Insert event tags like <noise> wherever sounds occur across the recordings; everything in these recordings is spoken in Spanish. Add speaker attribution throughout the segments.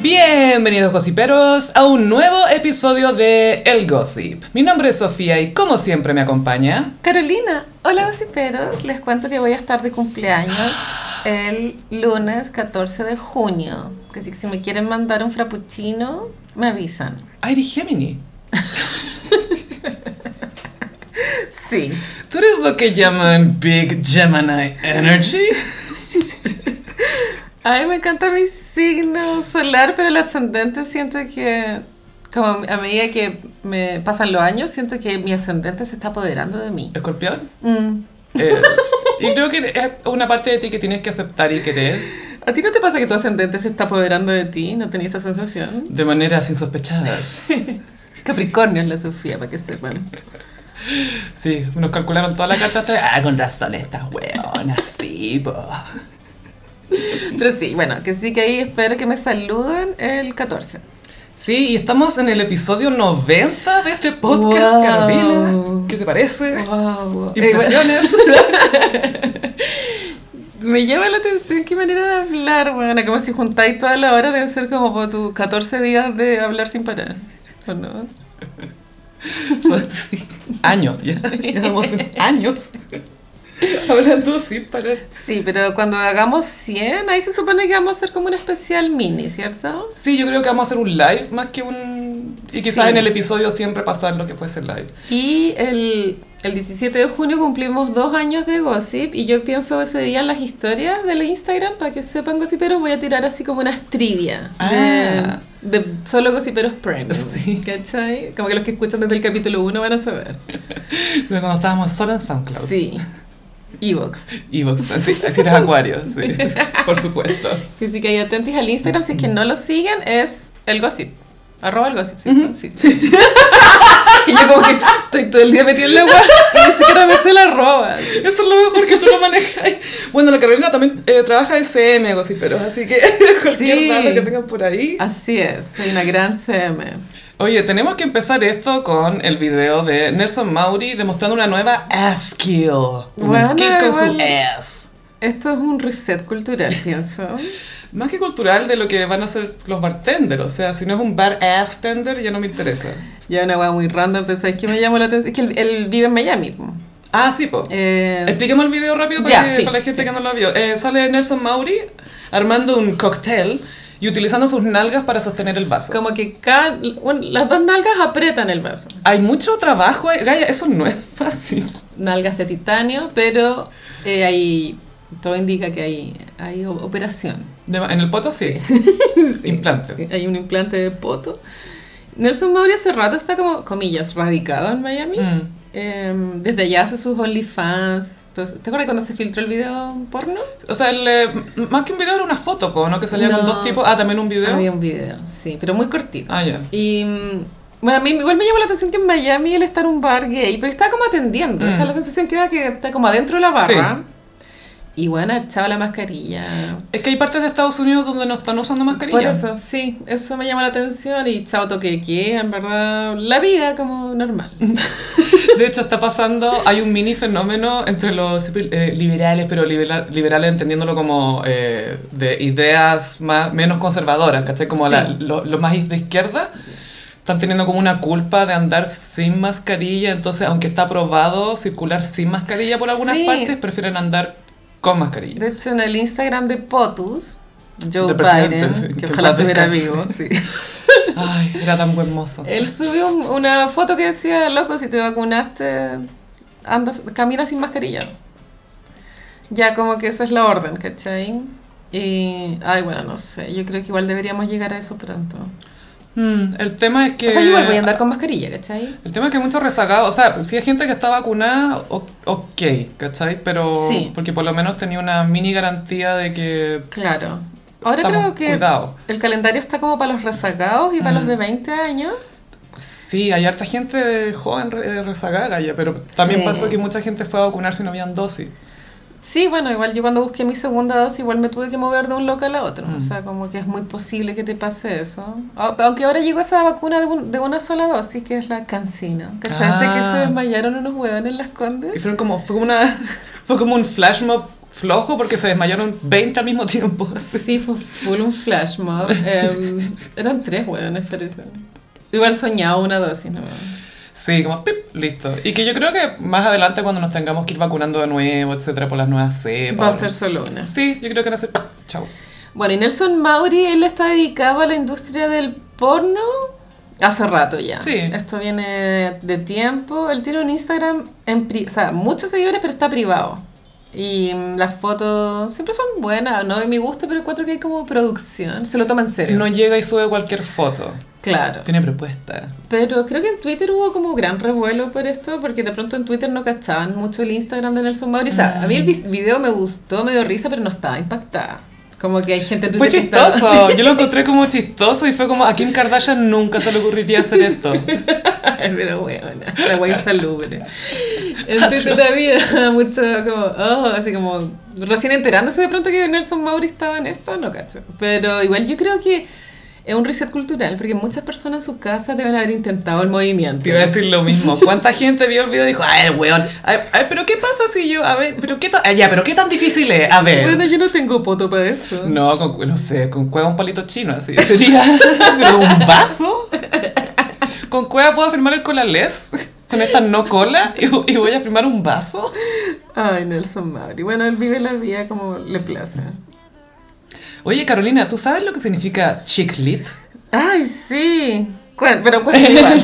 Speaker 1: Bienvenidos gossiperos a un nuevo episodio de El Gossip. Mi nombre es Sofía y como siempre me acompaña.
Speaker 2: Carolina, hola gossiperos, les cuento que voy a estar de cumpleaños el lunes 14 de junio. Que si, si me quieren mandar un frappuccino, me avisan.
Speaker 1: Airi Gemini.
Speaker 2: Sí.
Speaker 1: ¿Tú eres lo que llaman Big Gemini Energy?
Speaker 2: Ay, me encanta mi signo solar, pero el ascendente siento que, como a medida que me pasan los años, siento que mi ascendente se está apoderando de mí.
Speaker 1: ¿Escorpión?
Speaker 2: Mm.
Speaker 1: Eh, y creo que es una parte de ti que tienes que aceptar y querer
Speaker 2: ¿A ti no te pasa que tu ascendente se está apoderando de ti? ¿No tenías esa sensación?
Speaker 1: de maneras insospechadas.
Speaker 2: Capricornio es la Sofía, para que sepan.
Speaker 1: Sí, nos calcularon toda la carta hasta... Ah, con razón estas weonas, sí, po.
Speaker 2: Pero sí, bueno, que sí que ahí espero que me saluden el 14.
Speaker 1: Sí, y estamos en el episodio 90 de este podcast,
Speaker 2: Wow.
Speaker 1: Carolina. ¿Qué te parece?
Speaker 2: Wow. Eh, bueno,
Speaker 1: Impresiones.
Speaker 2: me llama la atención qué manera de hablar, bueno, como si juntáis toda la hora deben ser como por tus 14 días de hablar sin parar. ¿O no?
Speaker 1: Son- sí, <laughs> años, ya. Llevamos años <laughs> hablando sin parar.
Speaker 2: Sí, pero cuando hagamos 100, ahí se supone que vamos a hacer como un especial mini, ¿cierto?
Speaker 1: Sí, yo creo que vamos a hacer un live más que un... Y quizás
Speaker 2: Sí.
Speaker 1: en el episodio siempre pasar lo que fuese el live.
Speaker 2: Y el, el 17 de junio cumplimos dos años de Gossip y yo pienso ese día en las historias del Instagram para que sepan Gossiperos voy a tirar así como unas trivia
Speaker 1: Ah.
Speaker 2: de, de solo Gossiperos Premium,
Speaker 1: <laughs> Sí.
Speaker 2: ¿cachai? Como que los que escuchan desde el capítulo 1 van a saber.
Speaker 1: De Cuando estábamos solo en SoundCloud.
Speaker 2: Sí. Evox.
Speaker 1: Y <laughs> Vox, así, así eres acuario, <laughs> sí, por supuesto.
Speaker 2: Así que ahí atentos al Instagram, si es que no lo siguen, es el Gossip. Arroba el Gossip, ¿sí? Sí. <laughs> Y yo como que estoy todo el día metido en la web y ni siquiera me sé la arroba.
Speaker 1: Eso es lo mejor que tú lo manejas. Bueno, la Carolina también eh, trabaja de CM, gossiperos, así que <laughs> cualquier
Speaker 2: Sí.
Speaker 1: dato que tengan por ahí.
Speaker 2: Así es, soy una gran CM.
Speaker 1: Oye, tenemos que empezar esto con el video de Nelson Mauri demostrando una nueva ass skill. Una
Speaker 2: Bueno,
Speaker 1: skill con su
Speaker 2: igual.
Speaker 1: ass.
Speaker 2: Esto es un reset cultural, pienso.
Speaker 1: Más que cultural de lo que van a hacer los bartenders. O sea, si no es un bar ass tender, ya no me interesa.
Speaker 2: Ya una weá muy random, pero ¿sabes qué me llamó la atención? Es que él, él vive en Miami. po.
Speaker 1: Ah, sí, po.
Speaker 2: Eh,
Speaker 1: Expliquemos el video rápido para,
Speaker 2: Ya,
Speaker 1: que-
Speaker 2: sí,
Speaker 1: para la gente que no lo vio. Eh, sale Nelson Mauri armando un cóctel y utilizando sus nalgas para sostener el vaso.
Speaker 2: como que cada, un- las dos nalgas apretan el vaso.
Speaker 1: Hay mucho trabajo, eh, Gaya, eso no es fácil.
Speaker 2: Nalgas de titanio, pero eh, ahí todo indica que hay, hay o- operación.
Speaker 1: De- en el poto sí. Implante.
Speaker 2: Sí, hay un implante de poto. Nelson Mauri hace rato está como, comillas, radicado en Miami.
Speaker 1: Mm.
Speaker 2: Eh, desde allá hace sus OnlyFans. Entonces, ¿Te acuerdas cuando se filtró el video porno?
Speaker 1: O sea, el, eh, m- más que un video era una foto, po, ¿no? Que salía con
Speaker 2: No.
Speaker 1: dos tipos. Ah, también un video.
Speaker 2: Había un video, sí, pero muy cortito.
Speaker 1: Ah, ya.
Speaker 2: Y mm, bueno, a mí igual me llamó la atención que en Miami él está en un bar gay, pero está como atendiendo. O sea,
Speaker 1: Mm.
Speaker 2: la sensación que da que está como adentro de la barra. Y bueno, echaba la mascarilla.
Speaker 1: Es que hay partes de Estados Unidos donde no están usando mascarilla.
Speaker 2: Por eso, sí, eso me llama la atención y chao toque de queda, en verdad, la vida como normal.
Speaker 1: <laughs> De hecho, está pasando, hay un mini fenómeno entre los eh, liberales, pero libera- liberales entendiéndolo como eh, de ideas más, menos conservadoras, ¿cachai? Como
Speaker 2: Sí.
Speaker 1: la- lo, lo más de izquierda, están teniendo como una culpa de andar sin mascarilla, entonces, aunque está aprobado circular sin mascarilla por algunas
Speaker 2: Sí.
Speaker 1: partes, prefieren andar con mascarilla.
Speaker 2: De hecho, en el Instagram de Potus, Joe
Speaker 1: Del presidente,
Speaker 2: Biden,
Speaker 1: sí,
Speaker 2: que
Speaker 1: que
Speaker 2: ojalá
Speaker 1: en paz
Speaker 2: estuviera vivo,
Speaker 1: descanse. <laughs>
Speaker 2: sí.
Speaker 1: Ay, era tan buen mozo.
Speaker 2: Él subió un- una foto que decía, loco, si te vacunaste, andas, camina sin mascarilla. Ya como que esa es la orden, ¿cachai? Y, ay, bueno, no sé, yo creo que igual deberíamos llegar a eso pronto.
Speaker 1: Mm, el tema es que...
Speaker 2: O sea, yo igual voy a andar con mascarilla, ¿cachai?
Speaker 1: El tema es que hay muchos rezagados, o sea, pues, si hay gente que está vacunada, o- ok, ¿cachai? Pero
Speaker 2: Sí.
Speaker 1: porque por lo menos tenía una mini garantía de que...
Speaker 2: Claro. Ahora
Speaker 1: Estamos-
Speaker 2: creo que
Speaker 1: cuidado.
Speaker 2: el calendario está como para los rezagados y para los de 20 años.
Speaker 1: Sí, hay harta gente joven re- eh, rezagada, Gaya, pero también
Speaker 2: Sí.
Speaker 1: pasó que mucha gente fue a vacunarse y no habían dosis.
Speaker 2: Sí, bueno, igual yo cuando busqué mi segunda dosis igual me tuve que mover de un local a otro. O sea, como que es muy posible que te pase eso. A- Aunque ahora llegó esa vacuna de, un- de una sola dosis, que es la cancina. ¿Cachaste
Speaker 1: Ah.
Speaker 2: que se desmayaron unos huevones en las
Speaker 1: Y
Speaker 2: condes?
Speaker 1: <laughs> fueron como, fue como una... Fue como un flash mob flojo porque se desmayaron 20 al mismo tiempo. <laughs>
Speaker 2: Sí, fue full un flash <laughs> mob. Em, eran tres hueones, parece. Igual soñaba una dosis, ¿no?
Speaker 1: Sí, como pip, listo. Y que yo creo que más adelante cuando nos tengamos que ir vacunando de nuevo, etcétera, por las nuevas cepas.
Speaker 2: Va a ser solo una.
Speaker 1: Sí, yo creo que va a ser... Chao.
Speaker 2: Bueno, y Nelson Mauri, él está dedicado a la industria del porno hace rato ya.
Speaker 1: Sí.
Speaker 2: Esto viene de tiempo. Él tiene un Instagram, en pri- o sea, muchos seguidores, pero está privado. Y mm, las fotos siempre son buenas, no de mi gusto, pero encuentro que hay como producción. Se lo toma en serio.
Speaker 1: No llega y sube cualquier foto.
Speaker 2: Claro.
Speaker 1: Tiene propuesta.
Speaker 2: Pero creo que en Twitter hubo como gran revuelo por esto, porque de pronto en Twitter no cachaban mucho el Instagram de Nelson Mauri. O sea, a mí el vi- video me gustó, me dio risa, pero no estaba impactada. Como que hay gente en
Speaker 1: Fue
Speaker 2: Twitter que estaba-
Speaker 1: chistoso, yo lo encontré como chistoso y fue como a Kim Kardashian nunca se le ocurriría hacer esto.
Speaker 2: Pero bueno, la wea insalubre. En Twitter había <laughs> mucho como, oh, así como, recién enterándose de pronto que Nelson Mauri estaba en esto, no cacho. Pero igual yo creo que es un reset cultural, porque muchas personas en su casa deben haber intentado el movimiento.
Speaker 1: Te iba a decir lo mismo. ¿Cuánta gente vio el video y dijo, ay, el weón, ay, ay, pero qué pasa si yo, a ver, pero qué tan, ay, ya, pero qué tan difícil es, a
Speaker 2: Bueno,
Speaker 1: ver.
Speaker 2: yo no tengo poto para eso.
Speaker 1: No, con, no sé, con cueva un palito chino, así <laughs> sería. Pero un vaso. <laughs> Con cueva puedo firmar el cola les, con esta no cola, y, y voy a firmar un vaso.
Speaker 2: Ay, Nelson Mauri. Bueno, él vive la vida como le place.
Speaker 1: Oye, Carolina, ¿tú sabes lo que significa chick lit?
Speaker 2: Ay, sí. Cué- pero
Speaker 1: <laughs>
Speaker 2: cuéntame igual.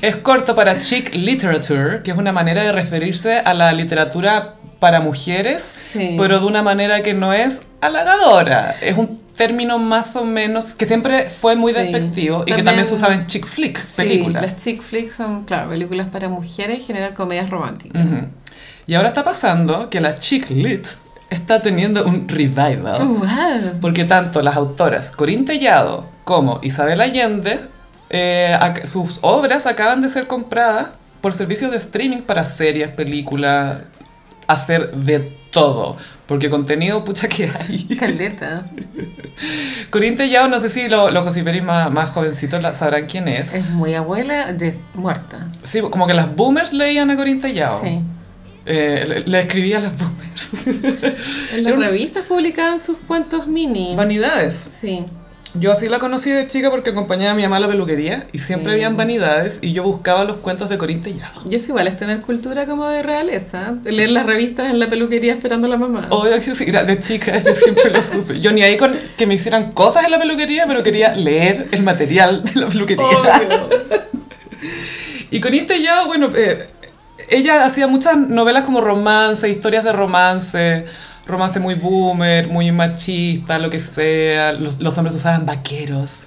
Speaker 1: Es corto para chick literature, que es una manera de referirse a la literatura para mujeres,
Speaker 2: Sí.
Speaker 1: pero de una manera que no es halagadora. Es un término más o menos que siempre fue muy
Speaker 2: Sí.
Speaker 1: despectivo y que
Speaker 2: También-
Speaker 1: también se usaba en chick flick,
Speaker 2: Sí,
Speaker 1: películas.
Speaker 2: las chick flicks son, claro, películas para mujeres, en general comedias románticas.
Speaker 1: Ujú. Y ahora está pasando que la chick lit está teniendo un revival.
Speaker 2: Wow.
Speaker 1: Porque tanto las autoras Corín Tellado como Isabel Allende, eh, ac- sus obras acaban de ser compradas por servicios de streaming para series, películas, hacer de todo. Porque contenido, pucha, que hay. <laughs>
Speaker 2: Caleta.
Speaker 1: Corín Tellado, no sé si lo- los gossiperis más, más jovencitos la- sabrán quién es.
Speaker 2: Es muy abuela de muerta.
Speaker 1: Sí, como que las boomers leían a Corín Tellado.
Speaker 2: Sí.
Speaker 1: Eh, le, le escribía a las boomers.
Speaker 2: En las revistas publicaban sus cuentos mini.
Speaker 1: Vanidades.
Speaker 2: Sí.
Speaker 1: Yo así la conocí de chica porque acompañaba a mi mamá a la peluquería y siempre
Speaker 2: Sí.
Speaker 1: habían vanidades y yo buscaba los cuentos de Corín Tellado.
Speaker 2: Y eso igual es tener cultura como de realeza. de Leer las revistas en la peluquería esperando a la mamá.
Speaker 1: Obvio que sí, era de chica, yo siempre lo supe. Yo ni ahí con que me hicieran cosas en la peluquería, pero quería leer el material de la peluquería.
Speaker 2: Obvio.
Speaker 1: Y con ya, bueno, eh, ella hacía muchas novelas como romance, historias de romance, romance muy boomer, muy machista, lo que sea. Los, los hombres usaban vaqueros,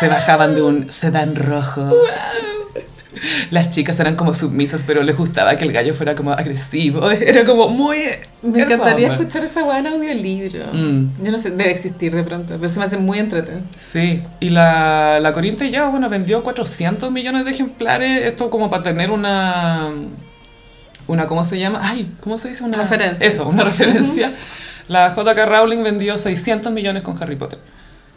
Speaker 1: se bajaban de un sedán rojo. Las chicas eran como sumisas, pero les gustaba que el gallo fuera como agresivo. <laughs> Era como muy...
Speaker 2: Me
Speaker 1: esa
Speaker 2: encantaría
Speaker 1: onda.
Speaker 2: escuchar esa weá en audiolibro.
Speaker 1: Mm.
Speaker 2: Yo no sé, debe existir de pronto, pero se me hace muy entretenido.
Speaker 1: Sí, y la, la Corinthians ya, bueno, vendió 400 millones de ejemplares, esto como para tener una, una, ¿cómo se llama? Ay, ¿cómo se dice? Una
Speaker 2: Referencia.
Speaker 1: Eso, una referencia. La J.K. Rowling vendió 600 millones con Harry Potter,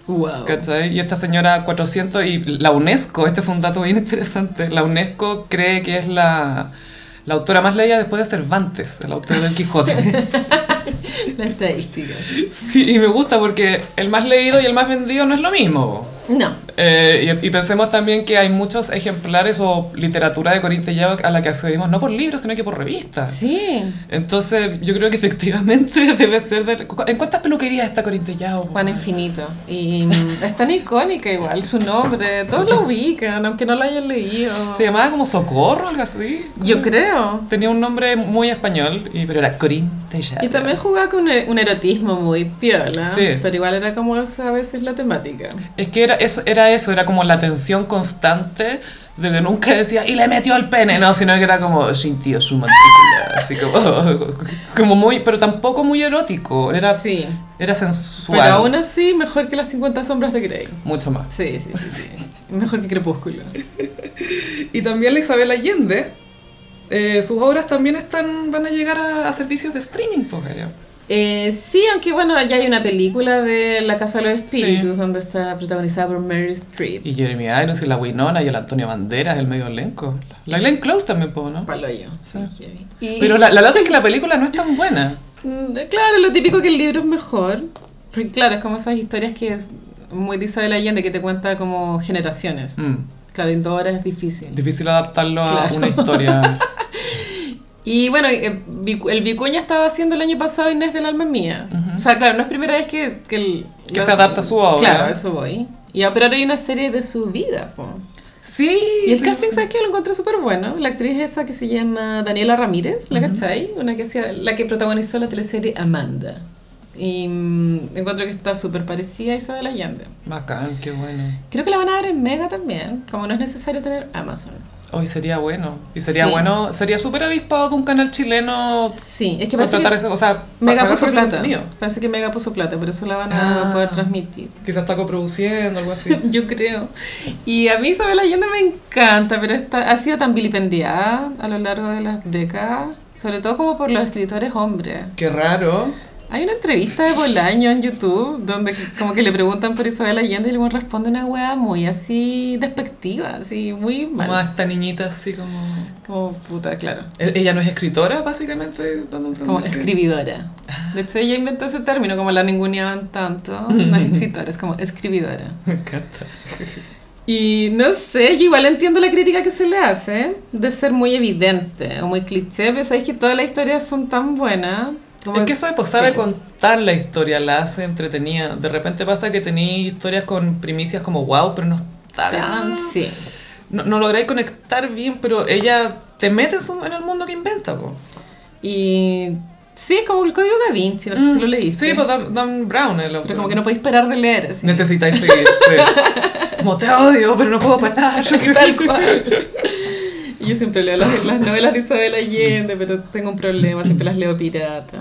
Speaker 2: Wow.
Speaker 1: ¿cachai? Y esta señora 400, y la UNESCO, este fue un dato bien interesante, la UNESCO cree que es la, la autora más leída después de Cervantes, el autor del Quijote.
Speaker 2: La estadística.
Speaker 1: sí, y me gusta porque el más leído y el más vendido no es lo mismo,
Speaker 2: No.
Speaker 1: Eh, y, y pensemos también que hay muchos ejemplares o literatura de Corín Tellado a la que accedimos no por libros, sino que por revistas.
Speaker 2: Sí.
Speaker 1: Entonces, yo creo que <laughs> efectivamente debe ser de... ¿En cuántas peluquerías está Corín Tellado?
Speaker 2: Juan Infinito. Y mm, es tan icónica igual su nombre. Todos lo ubican, aunque no lo hayan leído.
Speaker 1: Se llamaba como Socorro, algo así.
Speaker 2: Yo creo.
Speaker 1: Tenía un nombre muy español, y, pero era Corín Tellado.
Speaker 2: Y también jugaba con e- un un erotismo muy piola.
Speaker 1: Sí.
Speaker 2: Pero igual era como esa a veces la temática.
Speaker 1: Es que era eso, era eso, era como la tensión constante de que nunca decía, y le metió el pene, no, sino que era como, sintió su mantícula, así como, <laughs> como muy, pero tampoco muy erótico, era
Speaker 2: Sí.
Speaker 1: Era
Speaker 2: Pero
Speaker 1: sensual.
Speaker 2: aún así, mejor que las 50 sombras de Grey.
Speaker 1: Mucho más.
Speaker 2: Sí, sí, sí.
Speaker 1: <laughs>
Speaker 2: sí. Mejor que Crepúsculo.
Speaker 1: Y también la Isabel Allende. eh, sus obras también están, van a llegar a, a servicios de streaming, po, gallo.
Speaker 2: Eh, sí, aunque bueno, ya hay una película de La Casa de los Espíritus donde está protagonizada por Mary Streep.
Speaker 1: Y Jeremy Irons y la Winona y el Antonio Banderas, el medio elenco. La Glenn Close también, po, ¿no?
Speaker 2: Palo yo.
Speaker 1: Sí.
Speaker 2: Y-
Speaker 1: Pero la, la lata es que la película no es tan buena.
Speaker 2: Mm, Claro, lo típico que el libro es mejor. Porque claro, es como esas historias que es muy de Isabel Allende que te cuenta como generaciones.
Speaker 1: Mm.
Speaker 2: Claro, en dos horas es difícil.
Speaker 1: Difícil adaptarlo a
Speaker 2: Claro.
Speaker 1: una
Speaker 2: <laughs>
Speaker 1: historia.
Speaker 2: Y bueno, eh, Vicu- el Vicuña estaba haciendo el año pasado Inés del alma es mía. O sea, claro, no es primera vez que... Que, el-
Speaker 1: Que se adapta a su obra.
Speaker 2: Claro, a eso voy. Y ah, ahora hay una serie de su vida, po.
Speaker 1: Sí.
Speaker 2: Y el
Speaker 1: sí,
Speaker 2: casting,
Speaker 1: sí.
Speaker 2: ¿sabes qué? Lo encontré súper bueno. La actriz esa que se llama Daniela Ramírez, ¿la cachai? Una que hacía- la que protagonizó la teleserie Amanda. Y mm, encuentro que está súper parecida a Isabel Allende.
Speaker 1: Bacán, qué bueno.
Speaker 2: Creo que la van a dar en Mega también, como no es necesario tener Amazon.
Speaker 1: Hoy sería bueno. Y sería
Speaker 2: Sí.
Speaker 1: bueno, sería súper avispado que un canal chileno
Speaker 2: Sí, es que parece
Speaker 1: contratar
Speaker 2: que
Speaker 1: ese, o sea,
Speaker 2: Mega
Speaker 1: pagar
Speaker 2: puso
Speaker 1: por ese
Speaker 2: plata.
Speaker 1: contenido.
Speaker 2: Parece que Mega puso plata, por eso la van a
Speaker 1: Ah.
Speaker 2: poder transmitir.
Speaker 1: <laughs> Quizás está coproduciendo, algo así.
Speaker 2: Yo creo. Y a mí Isabel Allende me encanta, pero está, ha sido tan vilipendiada a lo largo de las décadas, sobre todo como por los escritores hombres.
Speaker 1: <laughs> Qué raro.
Speaker 2: Hay una entrevista de Bolaño en YouTube donde como que le preguntan por Isabel Allende y luego responde una wea muy así despectiva, así muy mal.
Speaker 1: Como a esta niñita así como...
Speaker 2: Como puta, claro.
Speaker 1: E- Ella no es escritora, básicamente. dando a entender
Speaker 2: Como
Speaker 1: que-
Speaker 2: escribidora. De hecho ella inventó ese término, como la ninguneaban
Speaker 1: <laughs>
Speaker 2: tanto. No es escritora, es como escribidora.
Speaker 1: <laughs> Me encanta.
Speaker 2: Y no sé, yo igual entiendo la crítica que se le hace de ser muy evidente o muy cliché, pero sabéis que todas las historias son tan buenas. como-
Speaker 1: Es que eso de pues, sabe
Speaker 2: Sí.
Speaker 1: contar la historia, la hace entretenida. De repente pasa que tenéis historias con primicias como wow, pero no está
Speaker 2: Tan-
Speaker 1: bien.
Speaker 2: sí.
Speaker 1: No, no lográis conectar bien, pero ella te mete en, su- en el mundo que inventa, po.
Speaker 2: Y sí, es como el código da Vinci, no sé si lo leíste.
Speaker 1: Sí, pues Dan, Dan Brown es el autor.
Speaker 2: pero como que no podéis parar de leer. así.
Speaker 1: Necesitáis seguir, <laughs> sí. Como te odio, pero no puedo parar.
Speaker 2: <laughs> Tal cual. Y Yo siempre leo las, las novelas de Isabel Allende, pero tengo un problema, siempre las leo pirata.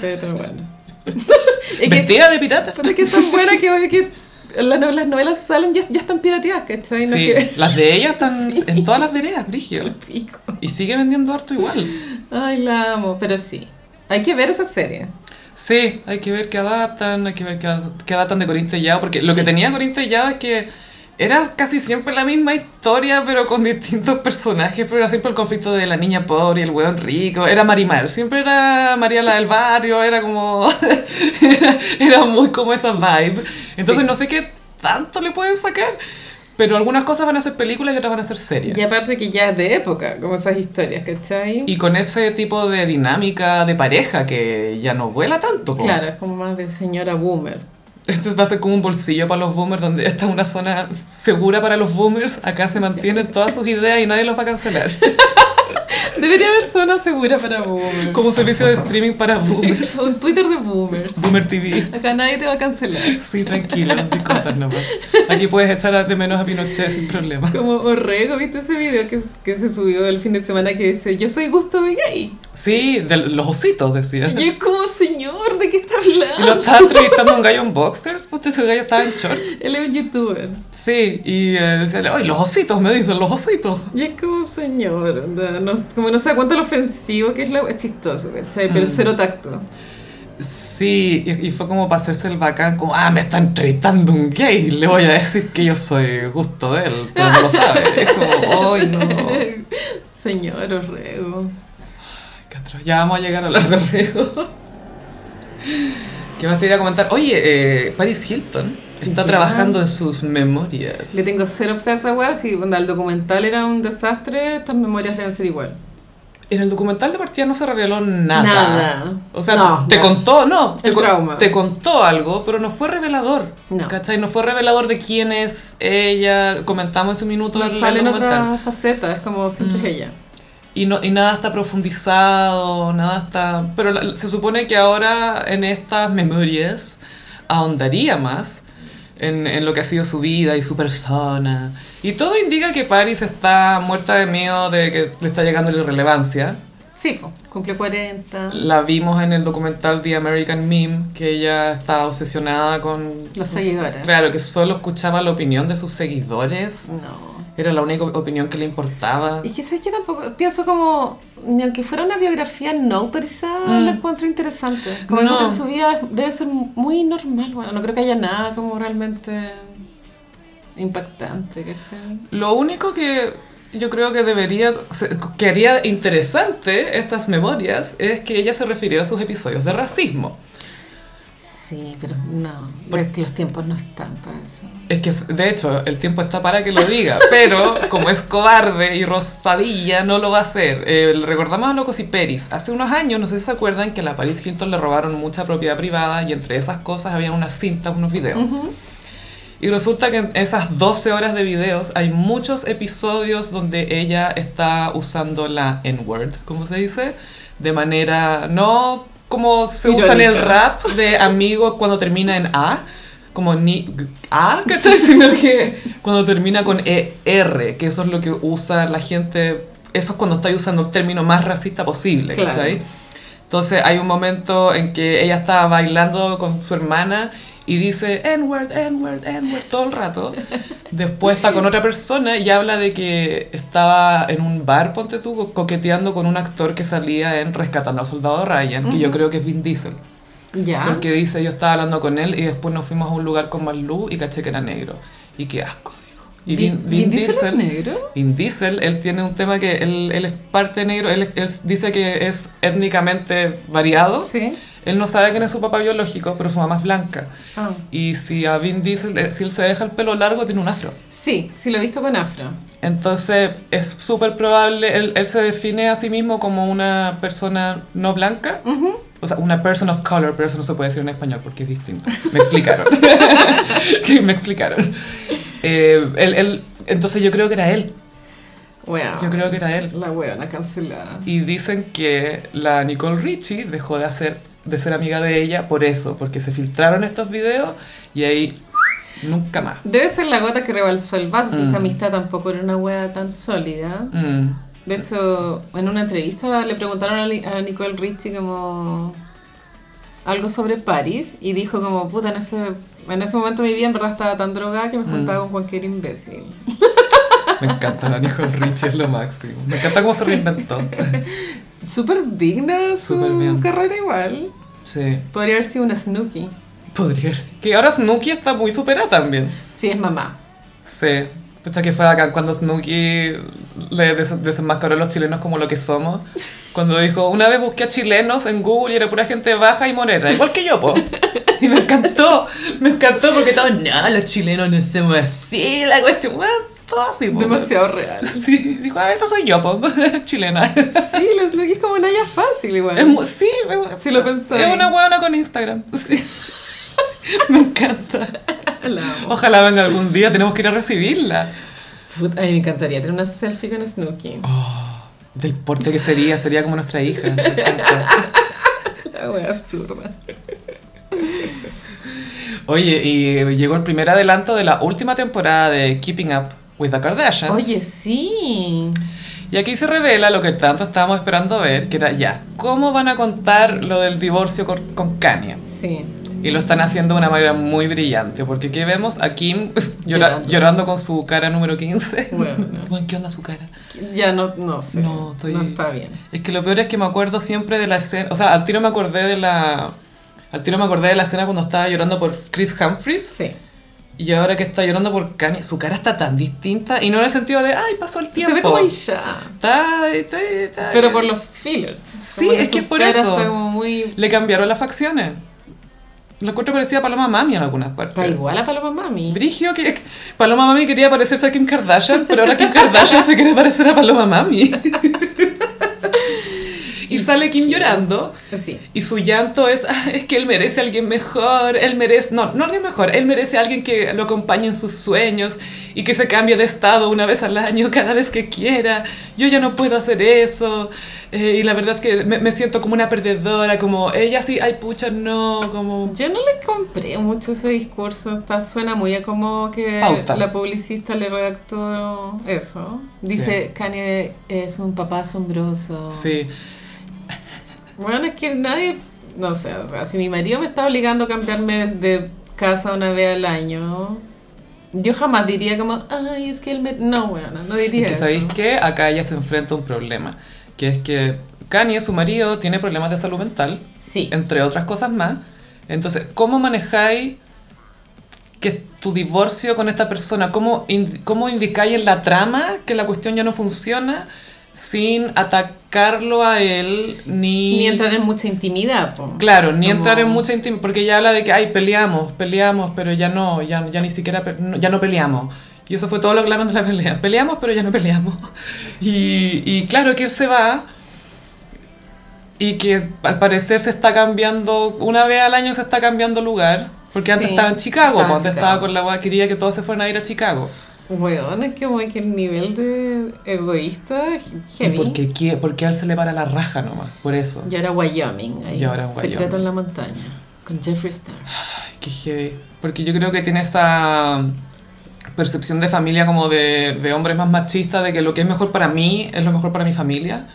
Speaker 2: Pero bueno.
Speaker 1: <laughs>
Speaker 2: Es que-
Speaker 1: Vestida de pirata.
Speaker 2: Pero es que son buenas que obvio que las, no- las novelas salen ya, ya están pirateadas, ¿cachai? No
Speaker 1: Sí,
Speaker 2: es
Speaker 1: las de ella están en todas las veredas, Brigio.
Speaker 2: que- <laughs> Pico.
Speaker 1: Y sigue vendiendo harto igual.
Speaker 2: Ay, la amo, pero sí. Hay que ver esa serie.
Speaker 1: Sí, hay que ver qué adaptan, hay que ver qué, ad- qué adaptan de Corinto Yao, porque lo que tenía Corinto Yao es que era casi siempre la misma historia, pero con distintos personajes, pero era siempre el conflicto de la niña pobre y el weón rico, era Marimar, siempre era María la del barrio, era como... <laughs> era, era muy como esa vibe. Entonces no sé qué tanto le pueden sacar, pero algunas cosas van a ser películas y otras van a ser series.
Speaker 2: Y aparte que ya es de época, como esas historias, ¿cachai?
Speaker 1: Y con ese tipo de dinámica de pareja que ya no vuela tanto. po.
Speaker 2: Claro, es como más de señora boomer.
Speaker 1: Este va a ser como un bolsillo para los boomers, donde esta es una zona segura para los boomers. Acá se mantienen todas sus ideas y nadie los va a cancelar.
Speaker 2: Debería haber zona segura para boomers.
Speaker 1: Como un servicio de streaming para boomers.
Speaker 2: <laughs> Un Twitter de boomers.
Speaker 1: Boomer TV.
Speaker 2: Acá nadie te va a cancelar.
Speaker 1: Sí, tranquilo, de cosas nomás. Aquí puedes echar de menos a Pinochet sin problema.
Speaker 2: Como Orrego, ¿viste ese video que, que se subió el fin de semana que dice, yo soy gusto de gay?
Speaker 1: Sí, de los ositos, decía.
Speaker 2: Y
Speaker 1: Y
Speaker 2: yo como, señor, ¿de qué está hablando?
Speaker 1: lo estaba entrevistando a un gallo en boxers, pues ese gallo estaba en shorts.
Speaker 2: Él es un youtuber.
Speaker 1: Sí, y eh, decía, ¡ay, los ositos! Me dicen, los ositos.
Speaker 2: Y es como, señor, onda, no- como no se da cuenta lo ofensivo que es, la, es chistoso, ¿cachai?
Speaker 1: Mm.
Speaker 2: Pero cero tacto.
Speaker 1: Sí, y, y fue como para hacerse el bacán, como, ah, me está entrevistando un gay, le voy a decir que yo soy gusto de él, pero no lo
Speaker 2: <laughs>
Speaker 1: sabe. Es como, ay, no. Ay,
Speaker 2: señor Orrego.
Speaker 1: qué atro- Ya vamos a llegar a hablar de riesgo. ¿Qué más te iba a comentar? Oye, eh, Paris Hilton está
Speaker 2: Ya.
Speaker 1: trabajando en sus memorias.
Speaker 2: Le tengo cero fe a esa weá, si onda, el documental era un desastre, estas memorias deben ser igual.
Speaker 1: En el documental de partida no se reveló nada.
Speaker 2: Nada.
Speaker 1: O sea,
Speaker 2: No,
Speaker 1: te
Speaker 2: no.
Speaker 1: contó, no. Te,
Speaker 2: El
Speaker 1: con-
Speaker 2: trauma.
Speaker 1: te contó algo, pero no fue revelador.
Speaker 2: No.
Speaker 1: ¿Cachai? No fue revelador de quién es ella. Comentamos en su minuto
Speaker 2: No
Speaker 1: el, el
Speaker 2: sale en
Speaker 1: documental. Mm.
Speaker 2: otra faceta, es como siempre es ella.
Speaker 1: Y, no, y nada está profundizado, nada está... Pero la- se supone que ahora en estas memorias ahondaría más en, en lo que ha sido su vida y su persona. Y todo indica que Paris está muerta de miedo de que le está llegando la irrelevancia.
Speaker 2: Sí, po, cumple 40.
Speaker 1: La vimos en el documental The American Meme, que ella estaba obsesionada con...
Speaker 2: Los seguidores.
Speaker 1: Claro, que solo escuchaba la opinión de sus seguidores.
Speaker 2: No.
Speaker 1: Era la única opinión que le importaba.
Speaker 2: Y que sabes que tampoco, pienso como, ni aunque fuera una biografía no autorizada, la encuentro interesante. Como
Speaker 1: No.
Speaker 2: encuentro que su vida debe ser muy normal, bueno, no creo que haya nada como realmente impactante, ¿cachai?
Speaker 1: Lo único que yo creo que debería, se- que haría interesante estas memorias es que ella se refiriera a sus episodios de racismo.
Speaker 2: Sí, pero no. Es que los tiempos no están para eso.
Speaker 1: Es que, de hecho, el tiempo está para que lo diga, <laughs> pero como es cobarde y rosadilla, no lo va a hacer. Eh, le recordamos a Locos y Peris. Hace unos años, no sé si se acuerdan, que a la Paris Hilton le robaron mucha propiedad privada y entre esas cosas habían unas cintas, unos videos. Y resulta que en esas 12 horas de videos hay muchos episodios donde ella está usando la N-word, ¿cómo se dice? De manera no como se usa en el
Speaker 2: Irónica.
Speaker 1: rap de amigo cuando termina en A, como ni g- A, ¿cachai? <laughs> Sino que cuando termina con ER, que eso es lo que usa la gente, eso es cuando está usando el término más racista posible,
Speaker 2: Claro.
Speaker 1: ¿cachai? Entonces hay un momento en que ella está bailando con su hermana y dice N-word, N-word, N-word todo el rato. Después está con otra persona y habla de que estaba en un bar, ponte tú, co- coqueteando con un actor que salía en Rescatando al Soldado Ryan, que yo creo que es Vin Diesel.
Speaker 2: Ya.
Speaker 1: Porque dice, yo estaba hablando con él y después nos fuimos a un lugar con más luz y caché que era negro. Y qué asco, dijo. Y
Speaker 2: Vin- Vin Diesel es negro.
Speaker 1: Vin Diesel, él tiene un tema que él, él es parte negro, él, él dice que es étnicamente variado.
Speaker 2: Sí.
Speaker 1: Él no sabe quién es su papá biológico, pero su mamá es blanca.
Speaker 2: Ah.
Speaker 1: Y si a Vin Diesel, eh, si él se deja el pelo largo, tiene un afro.
Speaker 2: Sí, sí lo he visto con afro.
Speaker 1: Entonces es súper probable, él, él se define a sí mismo como una persona no blanca, o sea, una person of color, pero eso no se puede decir en español porque es distinto. Me explicaron. <laughs> Que me explicaron. Eh, él- él- entonces yo creo que era él,
Speaker 2: Bueno.
Speaker 1: yo creo que era él.
Speaker 2: La huevona cancelada.
Speaker 1: Y dicen que la Nicole Richie dejó de, hacer, de ser amiga de ella por eso, porque se filtraron estos videos y ahí nunca más.
Speaker 2: Debe ser la gota que rebalsó el vaso, si esa amistad tampoco era una hueá tan sólida.
Speaker 1: Mm.
Speaker 2: De hecho, en una entrevista le preguntaron a Li- a Nicole Richie como algo sobre París y dijo como, puta, en ese, en ese momento de mi vida en verdad estaba tan drogada que me
Speaker 1: Mm.
Speaker 2: juntaba con cualquier imbécil.
Speaker 1: Me encanta la Nicole Richie, es lo máximo. Me encanta cómo se reinventó.
Speaker 2: Súper digna su
Speaker 1: Súper bien.
Speaker 2: carrera igual.
Speaker 1: Sí.
Speaker 2: Podría haber sido una Snooki.
Speaker 1: Podría ser. Que ahora Snooki está muy superada también.
Speaker 2: Sí, es mamá.
Speaker 1: Sí. Hasta que fue acá cuando Snooki le des- desenmascaró a los chilenos como lo que somos. Cuando dijo, una vez busqué a chilenos en Google y era pura gente baja y morena, igual que yo, po. Y me encantó, me encantó porque todos, no, los chilenos no somos así, la cuestión, bueno, todo así, po.
Speaker 2: Demasiado real.
Speaker 1: Sí, dijo, ah, eso soy yo, po, <laughs> chilena.
Speaker 2: Sí, la Snooki es como Naya fácil igual.
Speaker 1: Es mu- sí, me-
Speaker 2: Si lo pensáis.
Speaker 1: Es una huevona con Instagram. Sí. <laughs> Me encanta.
Speaker 2: <laughs> La amo.
Speaker 1: Ojalá venga algún día, tenemos que ir a recibirla.
Speaker 2: Puta, a mí me encantaría tener una selfie con Snooki.
Speaker 1: Oh. Del porte que sería, sería como nuestra hija. me encanta.
Speaker 2: La wea absurda.
Speaker 1: Oye, y llegó el primer adelanto de la última temporada de Keeping Up with the Kardashians.
Speaker 2: Oye, sí.
Speaker 1: Y aquí se revela lo que tanto estábamos esperando ver, que era ya, ¿cómo van a contar lo del divorcio con, con Kanye?
Speaker 2: Sí.
Speaker 1: Y lo están haciendo de una manera muy brillante, porque aquí vemos a Kim <laughs> llora-
Speaker 2: Llorando.
Speaker 1: llorando. con su cara número 15.
Speaker 2: Bueno.
Speaker 1: Bueno, ¿qué onda su cara?
Speaker 2: Ya no, no sé.
Speaker 1: No, estoy-
Speaker 2: No está bien.
Speaker 1: Es que lo peor es que me acuerdo siempre de la escena, o sea, al tiro me acordé de la al tiro me acordé de la escena cuando estaba llorando por Chris Humphries
Speaker 2: Sí.
Speaker 1: y ahora que está llorando por Kanye, su cara está tan distinta y no en el sentido de ay, pasó el tiempo.
Speaker 2: Se ve como Isha.
Speaker 1: Está- está- está-
Speaker 2: Pero por los fillers.
Speaker 1: Sí,
Speaker 2: Como
Speaker 1: es que
Speaker 2: su
Speaker 1: por
Speaker 2: cara
Speaker 1: eso.
Speaker 2: Está como muy.
Speaker 1: le cambiaron las facciones. Lo encuentro parecida a Paloma Mami en algunas partes.
Speaker 2: Está igual a Paloma Mami.
Speaker 1: Brigio que que Paloma Mami quería parecerse a Kim Kardashian, pero ahora Kim Kardashian se quiere parecer a Paloma
Speaker 2: <laughs>
Speaker 1: Mami. y sale Kim llorando.
Speaker 2: Sí.
Speaker 1: Y su llanto es, <laughs> "Ah, es que él merece a alguien mejor, él merece, no, no alguien mejor, él merece a alguien que lo acompañe en sus sueños y que se cambie de estado una vez al año, <laughs> cada vez que quiera. Yo ya no puedo hacer eso. Eh, y la verdad es que me, me siento como una perdedora, como ella sí, ay pucha, no, como...
Speaker 2: Yo no le compré mucho ese discurso. Está, suena muy a como que
Speaker 1: Pauta.
Speaker 2: la publicista le redactó eso. Dice, Kanye es un papá asombroso.
Speaker 1: Sí,
Speaker 2: Bueno, es que nadie, no sé, o sea, si mi marido me está obligando a cambiarme de casa una vez al año, yo jamás diría como, ay, es que él me... No, bueno, no
Speaker 1: Y
Speaker 2: diría
Speaker 1: que
Speaker 2: eso.
Speaker 1: sabéis que acá ella se enfrenta a un problema, que es que Kanye, su marido, tiene problemas de salud mental,
Speaker 2: Sí,
Speaker 1: entre otras cosas más. Entonces, ¿cómo manejáis que es tu divorcio con esta persona, ¿cómo, in- cómo indicáis en la trama que la cuestión ya no funciona sin atacarlo a él ni...
Speaker 2: Ni entrar en mucha intimidad, po.
Speaker 1: Claro, ni
Speaker 2: Como-
Speaker 1: entrar en mucha intimidad, porque ella habla de que, ay, peleamos, peleamos, pero ya no, ya, ya ni siquiera, pe- no- ya no peleamos. Y eso fue todo lo que hablaron de la pelea. <laughs> Peleamos, pero ya no peleamos. Y, y claro, que él se va y que al parecer se está cambiando, una vez al año se está cambiando lugar, porque antes
Speaker 2: Sí,
Speaker 1: estaba en Chicago,
Speaker 2: estaba en
Speaker 1: cuando antes estaba
Speaker 2: Chicago.
Speaker 1: con la guay, quería que todos se fueran a ir a Chicago.
Speaker 2: Weón, es que, como que el nivel de egoísta es
Speaker 1: Y
Speaker 2: heavy.
Speaker 1: porque, quie- porque a él se le para la raja nomás, por eso.
Speaker 2: Y ahora Wyoming, ahí,
Speaker 1: Y ahora en
Speaker 2: secreto en la montaña, con Jeffree Star.
Speaker 1: Qué heavy. Porque yo creo que tiene esa percepción de familia como de, de hombres más machistas, de que lo que es mejor para mí es lo mejor para mi familia,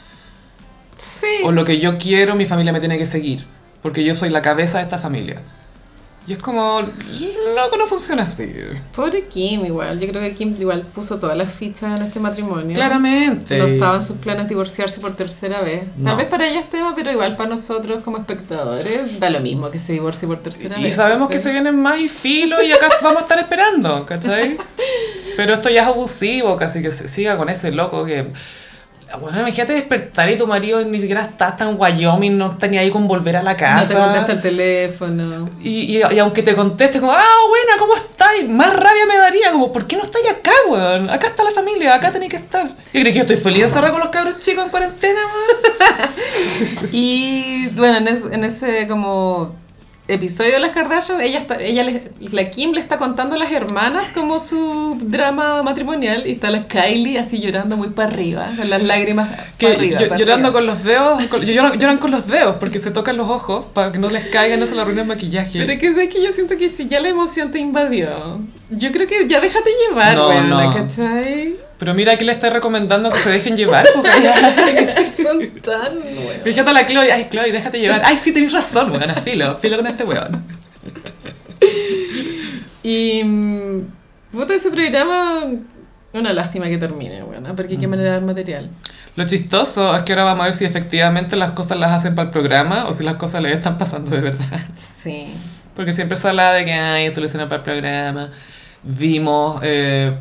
Speaker 2: Sí.
Speaker 1: o lo que yo quiero, mi familia me tiene que seguir, porque yo soy la cabeza de esta familia. Y es como, loco, no funciona así.
Speaker 2: Pobre Kim, igual. Yo creo que Kim igual puso todas las fichas en este matrimonio.
Speaker 1: Claramente.
Speaker 2: No estaban sus planes divorciarse por tercera vez.
Speaker 1: No.
Speaker 2: Tal vez para ella es tema, pero igual para nosotros como espectadores da lo mismo que se divorcie por tercera
Speaker 1: Y
Speaker 2: vez.
Speaker 1: sabemos que se
Speaker 2: ¿cachai?
Speaker 1: vienen más y filo y acá vamos a estar esperando,
Speaker 2: <laughs>
Speaker 1: ¿cachai? Pero esto ya es abusivo, casi que se siga con ese loco que... Bueno, imagínate despertar y tu marido ni siquiera está tan en Wyoming, no está ni ahí con volver a la
Speaker 2: No te
Speaker 1: casa.
Speaker 2: contesta el teléfono.
Speaker 1: y, y- y aunque te conteste como, ah, buena, ¿cómo estáis? Más rabia me daría, como, ¿por qué no estáis acá, weón? Acá está la familia, acá tenéis que estar. ¿Y crees que yo estoy feliz encerrada con los cabros chicos en cuarentena, weón?
Speaker 2: Y bueno, en, es- en ese como episodio de las Kardashian, ella está, ella le- la Kim le está contando a las hermanas como su drama matrimonial y está la Kylie así llorando muy para arriba, con las lágrimas
Speaker 1: Que
Speaker 2: para arriba.
Speaker 1: llo-
Speaker 2: pa'
Speaker 1: llorando
Speaker 2: arriba.
Speaker 1: con los dedos, con- lloran, lloran con los dedos porque se tocan los ojos para que no les caiga, no se les arruine el maquillaje.
Speaker 2: Pero es que sé que yo siento que si ya la emoción te invadió, yo creo que ya déjate llevar,
Speaker 1: No,
Speaker 2: weona,
Speaker 1: no.
Speaker 2: ¿cachai?
Speaker 1: Pero mira, aquí le estoy recomendando que se dejen llevar. porque-
Speaker 2: Son
Speaker 1: <laughs>
Speaker 2: tan nuevos.
Speaker 1: Fíjate a la Chloe, ay, Chloe, déjate llevar. Ay, sí, tenés razón, weón, filo, filo con este weón.
Speaker 2: Y. mm, Puta, ese programa. Una lástima que termine, weona, porque
Speaker 1: Mm.
Speaker 2: qué manera de dar material.
Speaker 1: Lo chistoso es que ahora vamos a ver si efectivamente las cosas las hacen para el programa o si las cosas les están pasando de verdad.
Speaker 2: Sí.
Speaker 1: Porque siempre se habla de que, ay, esto lo hicieron para el programa. Vimos eh,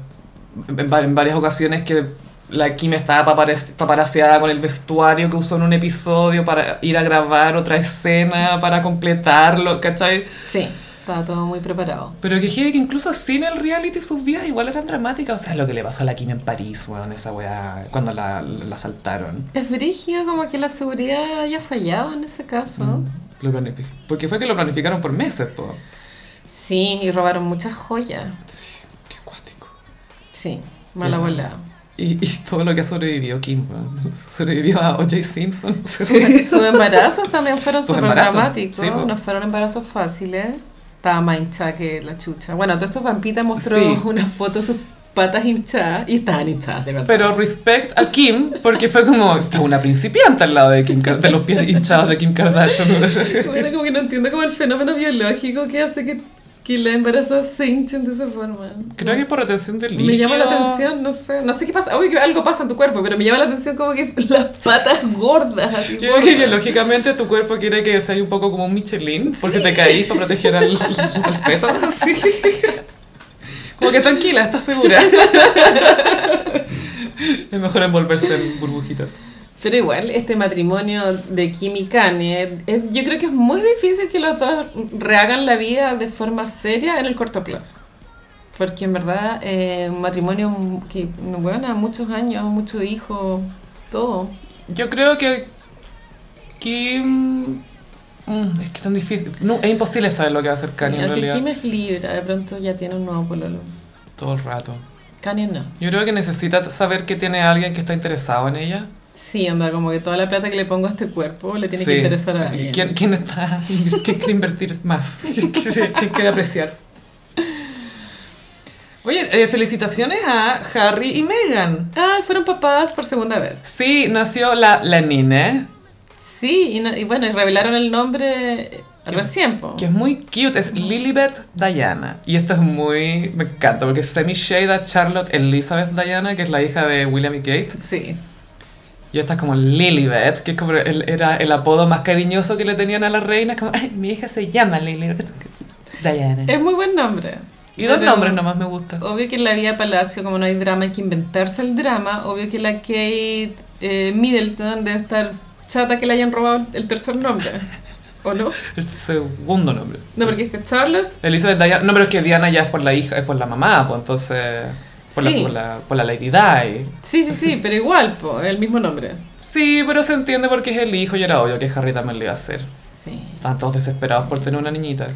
Speaker 1: en, va- en varias ocasiones que la Kim estaba papare- paparaseada con el vestuario que usó en un episodio para ir a grabar otra escena, para completarlo, ¿cachai?
Speaker 2: Sí, estaba todo muy preparado.
Speaker 1: Pero que heavy que incluso sin el reality sus vidas igual eran dramáticas. O sea, lo que le pasó a la Kim en París, weón, esa weá, cuando la, la asaltaron.
Speaker 2: Es brígido como que la seguridad haya fallado en ese caso.
Speaker 1: Lo planifi- Porque fue que lo planificaron por meses, po.
Speaker 2: Sí, y robaron muchas joyas.
Speaker 1: Sí, qué acuático.
Speaker 2: Sí, mala
Speaker 1: Ya.
Speaker 2: volada.
Speaker 1: Y, y todo lo que ha sobrevivido Kim, weón. <laughs> Sobrevivió a O.J. Simpson.
Speaker 2: Sus, sus embarazos también fueron
Speaker 1: Sus
Speaker 2: súper
Speaker 1: embarazos,
Speaker 2: dramáticos.
Speaker 1: sí, po.
Speaker 2: no fueron embarazos fáciles. Estaba más hinchada que la chucha. Bueno, todo esto Pampita mostró
Speaker 1: Sí.
Speaker 2: una foto de sus patas hinchadas y estaban hinchadas, de verdad.
Speaker 1: Pero respect a Kim, porque fue como, está una principiante al lado de, Kim, Kar- de los pies hinchados de Kim Kardashian.
Speaker 2: Bueno, como que no entiendo como el fenómeno biológico que hace que, que la embarazada se hinchen de esa forma.
Speaker 1: <laughs> Creo que es por retención de líquido.
Speaker 2: Me llama la atención, no sé, no sé qué pasa, obvio que algo pasa en tu cuerpo, pero me llama la atención como que <laughs> las patas gordas, así
Speaker 1: Yo <laughs> creo que
Speaker 2: gordas.
Speaker 1: biológicamente tu cuerpo quiere que seas un poco como un Michelin, por si te caís para proteger al, al feto. así. Como que tranquila, estás segura. <laughs> Es mejor envolverse en burbujitas.
Speaker 2: Pero igual, este matrimonio de Kim y Kanye, es- yo creo que es muy difícil que los dos rehagan la vida de forma seria en el corto plazo. Porque en verdad, eh, un matrimonio que, bueno, a muchos años, muchos hijos, todo.
Speaker 1: Yo creo que Kim... mm, es que es tan difícil. No, es imposible saber lo que va a hacer Kanye
Speaker 2: Sí,
Speaker 1: en
Speaker 2: aunque
Speaker 1: realidad.
Speaker 2: Kim es libra, de pronto ya tiene un nuevo pololo.
Speaker 1: Todo el rato.
Speaker 2: Kanye no.
Speaker 1: Yo creo que necesita saber que tiene a alguien que está interesado en ella.
Speaker 2: Sí, anda, como que toda la plata que le pongo a este cuerpo le tiene que
Speaker 1: Sí.
Speaker 2: interesar a alguien.
Speaker 1: ¿Quién, quién está? <laughs> ¿Quién quiere invertir más? <laughs> ¿Quién quiere, quién quiere apreciar? Oye, eh, felicitaciones a Harry y Meghan.
Speaker 2: Ah, fueron papás por segunda vez.
Speaker 1: Sí, nació la, la nina,
Speaker 2: Sí, y, no- y bueno, y revelaron el nombre
Speaker 1: ¿Qué-
Speaker 2: recién, po.
Speaker 1: que es muy cute, es Lilibet Diana. Y esto es muy, me encanta, porque es semi-shade a Charlotte Elizabeth Diana, que es la hija de William y Kate.
Speaker 2: Sí.
Speaker 1: Y esta es como Lilibet, que es como el- era el apodo más cariñoso que le tenían a la reina. Es como, ay, mi hija se llama Lilibet Diana.
Speaker 2: Es muy buen nombre.
Speaker 1: Y dos
Speaker 2: Pero-
Speaker 1: nombres nomás me gustan.
Speaker 2: Obvio que en la vida de Palacio, como no hay drama, hay que inventarse el drama. Obvio que la Kate eh, Middleton debe estar chata que le hayan robado el- el tercer nombre. ¿O no?
Speaker 1: El segundo nombre.
Speaker 2: No, porque es que Charlotte.
Speaker 1: Elizabeth Diana. No, pero es que Diana ya es por la hija, es por la mamá, pues entonces. Por,
Speaker 2: Sí.
Speaker 1: la, por, la, por la Lady Di.
Speaker 2: Sí, sí, sí, pero igual, po, el mismo nombre.
Speaker 1: Sí, pero se entiende porque es el hijo y era obvio que Harry también le iba a hacer.
Speaker 2: Sí.
Speaker 1: Están todos desesperados por tener una niñita.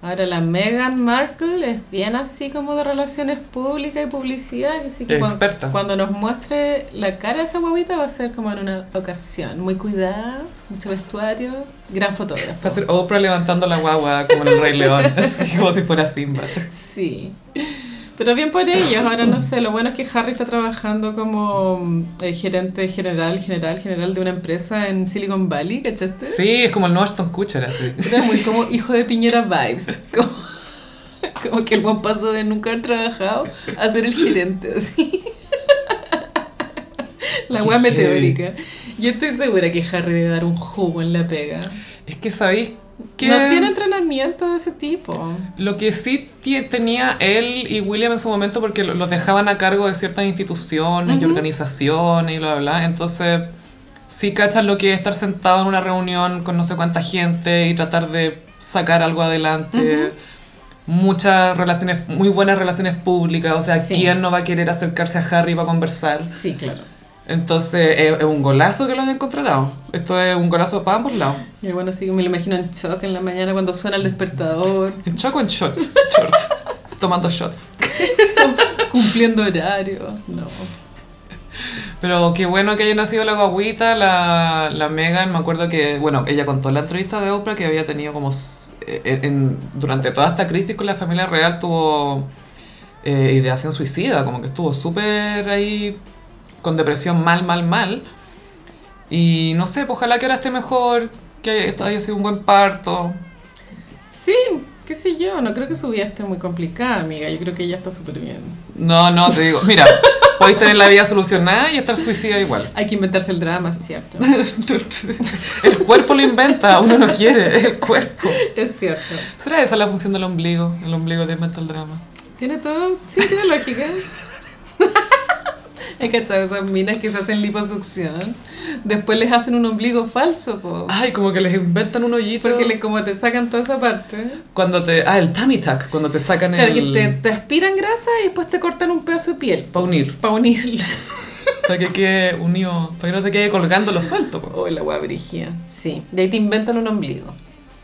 Speaker 2: Ahora la Meghan Markle es bien así como de relaciones públicas y publicidad, así que
Speaker 1: Es
Speaker 2: cuan-
Speaker 1: experta.
Speaker 2: cuando, nos muestre la cara de esa huevita va a ser como en una ocasión, muy cuidada, mucho vestuario, gran
Speaker 1: Va a
Speaker 2: fotógrafo.
Speaker 1: ser Oprah levantando la guagua como en el Rey León, <laughs> así como si fuera Simba.
Speaker 2: Sí. Pero bien por ellos, ahora no sé, lo bueno es que Harry está trabajando como mm, eh, gerente general, general, general de una empresa en Silicon Valley, ¿cachaste?
Speaker 1: Sí, es como el nuevo Ashton Kutcher, así.
Speaker 2: Era muy como hijo de Piñera vibes. Como, <laughs> como que el buen paso de nunca haber trabajado a ser el gerente. así. La
Speaker 1: Qué
Speaker 2: wea
Speaker 1: heavy.
Speaker 2: meteórica. Yo estoy segura que Harry debe dar un jugo en la pega.
Speaker 1: Es que sabéis que.
Speaker 2: No tiene entrenamiento de ese tipo.
Speaker 1: Lo que sí tie- tenía él y William en su momento, porque lo- los dejaban a cargo de ciertas instituciones y
Speaker 2: Ujú.
Speaker 1: organizaciones y bla, bla, bla. Entonces, sí cachan lo que es estar sentado en una reunión con no sé cuánta gente y tratar de sacar algo adelante. Muchas relaciones, muy buenas relaciones públicas. O sea,
Speaker 2: Sí.
Speaker 1: ¿quién no va a querer acercarse a Harry para conversar?
Speaker 2: Sí, claro.
Speaker 1: Entonces, eh, es, es un golazo que lo hayan contratado. Esto es un golazo para ambos lados.
Speaker 2: Y bueno, así que me lo imagino en shock en la mañana cuando suena el despertador, <laughs>
Speaker 1: Shot con shot. <laughs> Short. Tomando shots.
Speaker 2: cumpliendo horario. No.
Speaker 1: Pero qué bueno que haya nacido la guaguita, la, la Megan. Me acuerdo que, bueno, ella contó en la entrevista de Oprah que había tenido como. s- eh, en- durante toda esta crisis con la familia real tuvo eh, ideación suicida, como que estuvo súper ahí con depresión mal, mal, mal. Y no sé, pues ojalá que ahora esté mejor, que esto haya sido un buen parto.
Speaker 2: Sí, qué sé yo, no creo que su vida esté muy complicada, amiga. Yo creo que ella está súper bien.
Speaker 1: No, no, te digo, mira, podéis tener la vida solucionada y estar suicida igual.
Speaker 2: Hay que inventarse el drama, es cierto.
Speaker 1: El cuerpo lo inventa, uno no quiere, es el cuerpo.
Speaker 2: Es cierto.
Speaker 1: ¿Será esa la función del ombligo? El ombligo de metal drama.
Speaker 2: Tiene todo. Sí, tiene lógica. <laughs> He cachado esas minas que se hacen liposucción. Después les hacen un ombligo falso, po.
Speaker 1: Ay, como que les inventan un hoyito.
Speaker 2: Porque le- como te sacan toda esa parte.
Speaker 1: Cuando te... Ah, el tummy tuck, cuando te sacan
Speaker 2: Claro, que
Speaker 1: el...
Speaker 2: te, te aspiran grasa y después te cortan un pedazo de piel.
Speaker 1: Para unir.
Speaker 2: Para unirla.
Speaker 1: <laughs> Para que quede unido, para que no te quede colgando lo suelto. po.
Speaker 2: Oh, la hueá brígida. Sí. De ahí te inventan un
Speaker 1: <laughs>
Speaker 2: ombligo.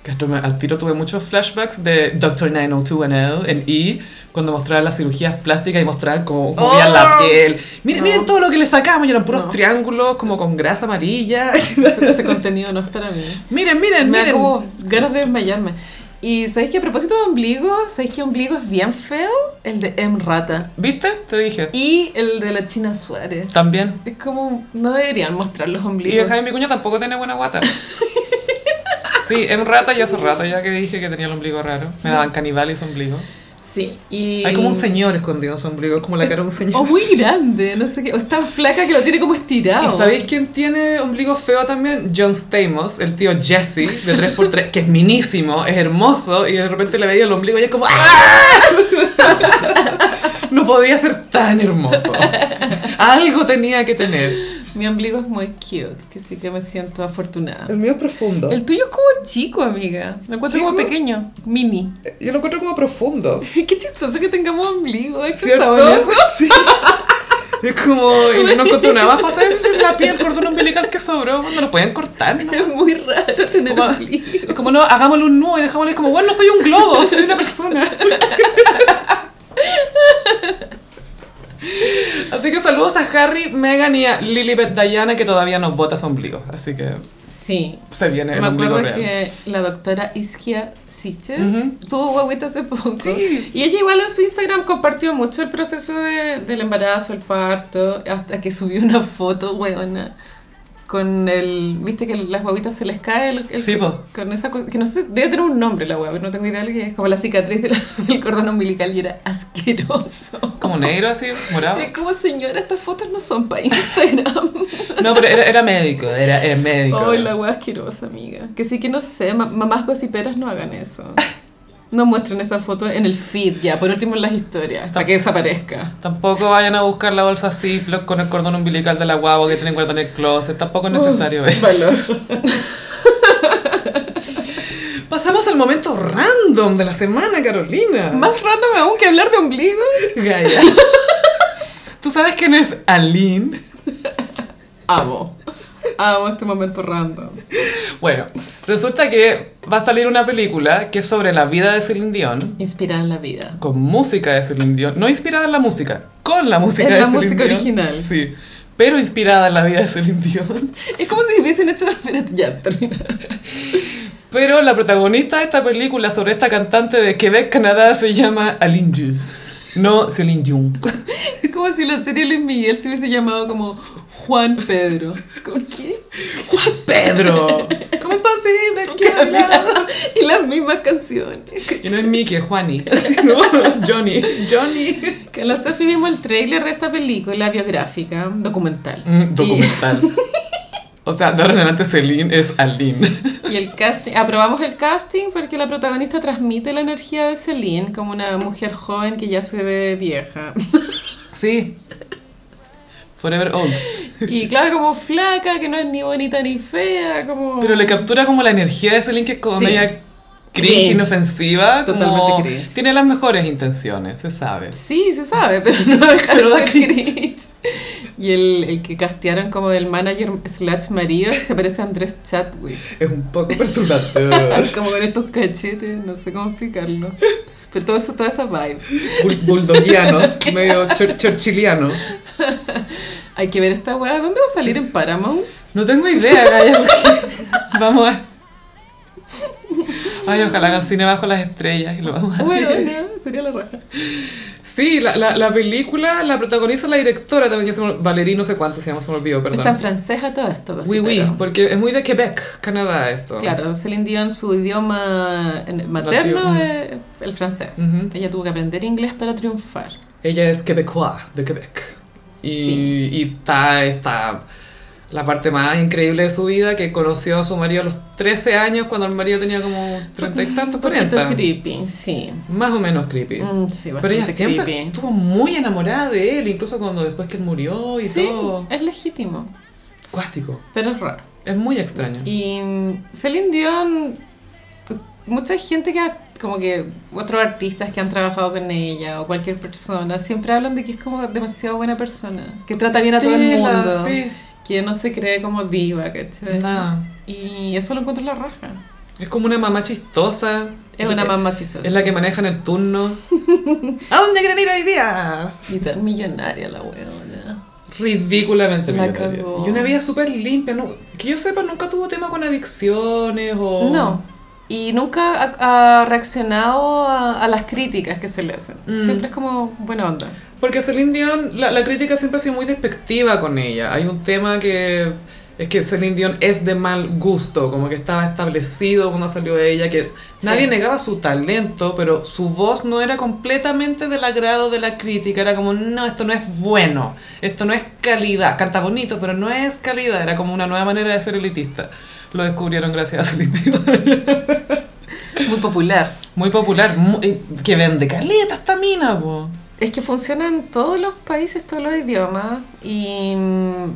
Speaker 1: Que esto me- al tiro tuve muchos flashbacks de Doctor 90210 en E, cuando mostraban las cirugías plásticas y mostraban cómo movían
Speaker 2: Oh.
Speaker 1: la piel. Miren,
Speaker 2: No.
Speaker 1: miren todo lo que le sacamos, y eran puros
Speaker 2: No.
Speaker 1: triángulos, como con grasa <laughs> amarilla.
Speaker 2: Ese, ese contenido no es para mí.
Speaker 1: miren, miren,
Speaker 2: Me da
Speaker 1: miren.
Speaker 2: como ganas de desmayarme. Y sabéis que a propósito de ombligo, sabéis que ombligo es bien feo, el de M. Rata
Speaker 1: ¿Viste? Te dije.
Speaker 2: y el de la China Suárez.
Speaker 1: También.
Speaker 2: Es como, no deberían mostrar los
Speaker 1: Y el
Speaker 2: ombligos.
Speaker 1: Jaime Vicuña tampoco tiene buena guata. Sí, en rata yo hace rato ya que dije que tenía el ombligo raro. Me daban canibal y su ombligo.
Speaker 2: Sí, y.
Speaker 1: Hay como un señor escondido en su ombligo, es como la cara de un
Speaker 2: O
Speaker 1: señor.
Speaker 2: muy grande, no sé qué. O es tan flaca que lo tiene como estirado.
Speaker 1: ¿Y sabéis quién tiene ombligo feo también? John Stamos, el tío Jesse, de 3x3, que es minísimo, es hermoso, y de repente le veía el ombligo y es como ¡Ah! No podía ser tan hermoso. Algo tenía que tener.
Speaker 2: Mi ombligo es muy cute, que sí que me siento afortunada.
Speaker 1: mío es profundo.
Speaker 2: El tuyo es como chico, amiga. Lo encuentro como
Speaker 1: ¿Chico?
Speaker 2: pequeño, mini.
Speaker 1: Yo lo encuentro como profundo.
Speaker 2: <laughs> Qué chistoso que tengamos ombligo. Es que
Speaker 1: ¿Cierto?
Speaker 2: sabroso.
Speaker 1: <laughs>
Speaker 2: <laughs>
Speaker 1: Sí. Es como, y no encontró nada más para hacer la piel cordón umbilical que sobró, no lo pueden cortar, ¿no?
Speaker 2: Es muy raro tener
Speaker 1: Como-
Speaker 2: ombligo.
Speaker 1: Es como, no, hagámosle un nudo y dejámosle, es como, bueno, no soy un globo, soy una persona. <laughs> Así que saludos a Harry, Meghan y a Lilibet Diana, que todavía nos bota su ombligo, así que
Speaker 2: Sí.
Speaker 1: se viene el
Speaker 2: Me
Speaker 1: ombligo
Speaker 2: acuerdo
Speaker 1: real.
Speaker 2: que la doctora Iskia Sitches
Speaker 1: Ujú.
Speaker 2: tuvo guaguita hace poco.
Speaker 1: Sí.
Speaker 2: Y ella igual en su Instagram compartió mucho el proceso de- del embarazo, el parto, hasta que subió una foto, huevona, con el... ¿Viste que las guaguitas se les cae? El, el-
Speaker 1: Sí, po.
Speaker 2: Con esa cosa, que no sé, debe tener un nombre la guagua, pero no tengo idea de lo que es. Como la cicatriz de la- <laughs> del cordón umbilical y era asqueroso.
Speaker 1: Como negro así, morado.
Speaker 2: Es como, señora, estas fotos no son
Speaker 1: <laughs>
Speaker 2: para Instagram.
Speaker 1: No, pero era, era médico, era, era
Speaker 2: Ay,
Speaker 1: médico.
Speaker 2: la wea asquerosa, amiga. Que sí que no sé, ma- mamás gossiperas no hagan eso. No muestren esa foto en el feed ya, por último en las historias, para que desaparezca.
Speaker 1: Tampoco vayan a buscar la bolsa Ziploc con el cordón umbilical de la guagua que tienen guardada en el closet. Tampoco es
Speaker 2: <laughs>
Speaker 1: necesario
Speaker 2: Uf,
Speaker 1: eso.
Speaker 2: valor.
Speaker 1: Pasamos al momento random de la semana, Carolina.
Speaker 2: Más random aún que hablar de ombligos.
Speaker 1: Gaia. <laughs> ¿Tú sabes quién es Aline?
Speaker 2: Amo. Amo este momento random.
Speaker 1: Bueno, resulta que va a salir una película que es sobre la vida de Celine Dion,
Speaker 2: Inspirada en la vida.
Speaker 1: con música de Celine Dion, no inspirada en la música, con la música
Speaker 2: Es
Speaker 1: de
Speaker 2: la
Speaker 1: Celine
Speaker 2: música
Speaker 1: Dion.
Speaker 2: original.
Speaker 1: Sí, pero inspirada en la vida de Celine Dion.
Speaker 2: Es como si hubiesen hecho... Espérate, ya, termina.
Speaker 1: Pero la protagonista de esta película sobre esta cantante de Quebec, Canadá, se llama Aline Dion. No Celine Dion.
Speaker 2: Es como si la serie Luis Miguel se hubiese llamado como Juan Pedro. ¿Con qué?
Speaker 1: ¡Juan Pedro! <laughs> ¿Cómo es posible
Speaker 2: <laughs>
Speaker 1: que hablado?
Speaker 2: Y las mismas canciones.
Speaker 1: Y no es Mickey, es <laughs> Juani. No, Johnny. Johnny.
Speaker 2: Que la Sofi vimos el tráiler de esta película biográfica, documental.
Speaker 1: Mm, documental. O sea, de ahora en adelante Celine es Aline.
Speaker 2: Y, y el casting, aprobamos el casting porque la protagonista transmite la energía de Celine como una mujer joven que ya se ve vieja.
Speaker 1: Sí. Forever old.
Speaker 2: Y claro, como flaca, que no es ni bonita ni fea, como...
Speaker 1: Pero le captura como la energía de Celine, que es como
Speaker 2: Sí.
Speaker 1: media cringe,
Speaker 2: Cringe.
Speaker 1: inofensiva. como-
Speaker 2: Totalmente cringe.
Speaker 1: Tiene las mejores intenciones, se sabe.
Speaker 2: Sí, se sabe, <laughs> pero no deja
Speaker 1: Pero
Speaker 2: de
Speaker 1: da
Speaker 2: ser
Speaker 1: cringe.
Speaker 2: cringe. Y el, el que castearon como del manager slash marido se parece a Andrés Chadwick.
Speaker 1: Es un poco perturbador.
Speaker 2: Como con estos cachetes, no sé cómo explicarlo. Pero todo eso, toda esa vibe. <laughs>
Speaker 1: Bulldogianos, medio chorchiliano.
Speaker 2: Hay que ver esta weá. ¿Dónde va a salir en Paramount?
Speaker 1: No tengo idea, Gaya. porque- Vamos a. Ay, ojalá hagan cine bajo las estrellas y lo vamos a
Speaker 2: Bueno, ya, sería la raja.
Speaker 1: Sí, la, la, la película la protagoniza la directora también, que se me, Valerie no sé cuánto se llama, se me olvidó,
Speaker 2: Está en
Speaker 1: perdón.
Speaker 2: francés a todo esto,
Speaker 1: Oui, oui,
Speaker 2: básicamente.
Speaker 1: porque es muy de Quebec, Canadá esto.
Speaker 2: Claro, Celine Dion, su idioma en- materno
Speaker 1: Nativo.
Speaker 2: es el francés.
Speaker 1: Ujú.
Speaker 2: Ella tuvo que aprender inglés para triunfar.
Speaker 1: Ella es quebecois, de Quebec. Y,
Speaker 2: Sí.
Speaker 1: y está, está la parte más increíble de su vida, que conoció a su marido a los 13 años, cuando el marido tenía como 30 y tantos,
Speaker 2: Poquito
Speaker 1: 40.
Speaker 2: creepy, sí.
Speaker 1: Más o menos creepy.
Speaker 2: Mm, sí, bastante
Speaker 1: Pero ella siempre
Speaker 2: creepy.
Speaker 1: estuvo muy enamorada de él, incluso cuando después que él murió y
Speaker 2: Sí,
Speaker 1: todo.
Speaker 2: es legítimo,
Speaker 1: Cuástico.
Speaker 2: pero es raro.
Speaker 1: Es muy extraño.
Speaker 2: Y mm, Celine Dion, t- mucha gente que, ha- como que otros artistas que han trabajado con ella o cualquier persona, siempre hablan de que es como demasiado buena persona, que trata bien a todo el
Speaker 1: Tela,
Speaker 2: mundo, Eh.
Speaker 1: sí.
Speaker 2: que no se cree como diva, ¿cachai?
Speaker 1: Nada.
Speaker 2: Y eso lo encuentro en la raja.
Speaker 1: Es como una mamá chistosa.
Speaker 2: Es una mamá chistosa.
Speaker 1: Es la que maneja en el
Speaker 2: <laughs>
Speaker 1: turno. ¿A dónde quieren ir hoy día?
Speaker 2: Y tan millonaria la weona.
Speaker 1: Ridículamente
Speaker 2: La
Speaker 1: millonaria.
Speaker 2: cagó.
Speaker 1: Y una vida súper limpia. no- que yo sepa, nunca tuvo tema con adicciones o...
Speaker 2: No. Y nunca ha, ha reaccionado a, a las críticas que se le hacen.
Speaker 1: Mm.
Speaker 2: Siempre es como buena onda.
Speaker 1: Porque Celine Dion, la, la crítica siempre ha sido muy despectiva con ella. Hay un tema que es que Celine Dion es de mal gusto, como que estaba establecido cuando salió ella, que nadie negaba su talento, pero su voz no era completamente del agrado de la crítica. Era como, no, esto no es bueno, esto no es calidad. Canta bonito, pero no es calidad. Era como una nueva manera de ser elitista. Lo descubrieron gracias a Celine Dion.
Speaker 2: Muy popular.
Speaker 1: Muy popular, mu- eh, que vende caleta esta mina, po.
Speaker 2: Es que funciona en todos los países, todos los idiomas. Y, mm,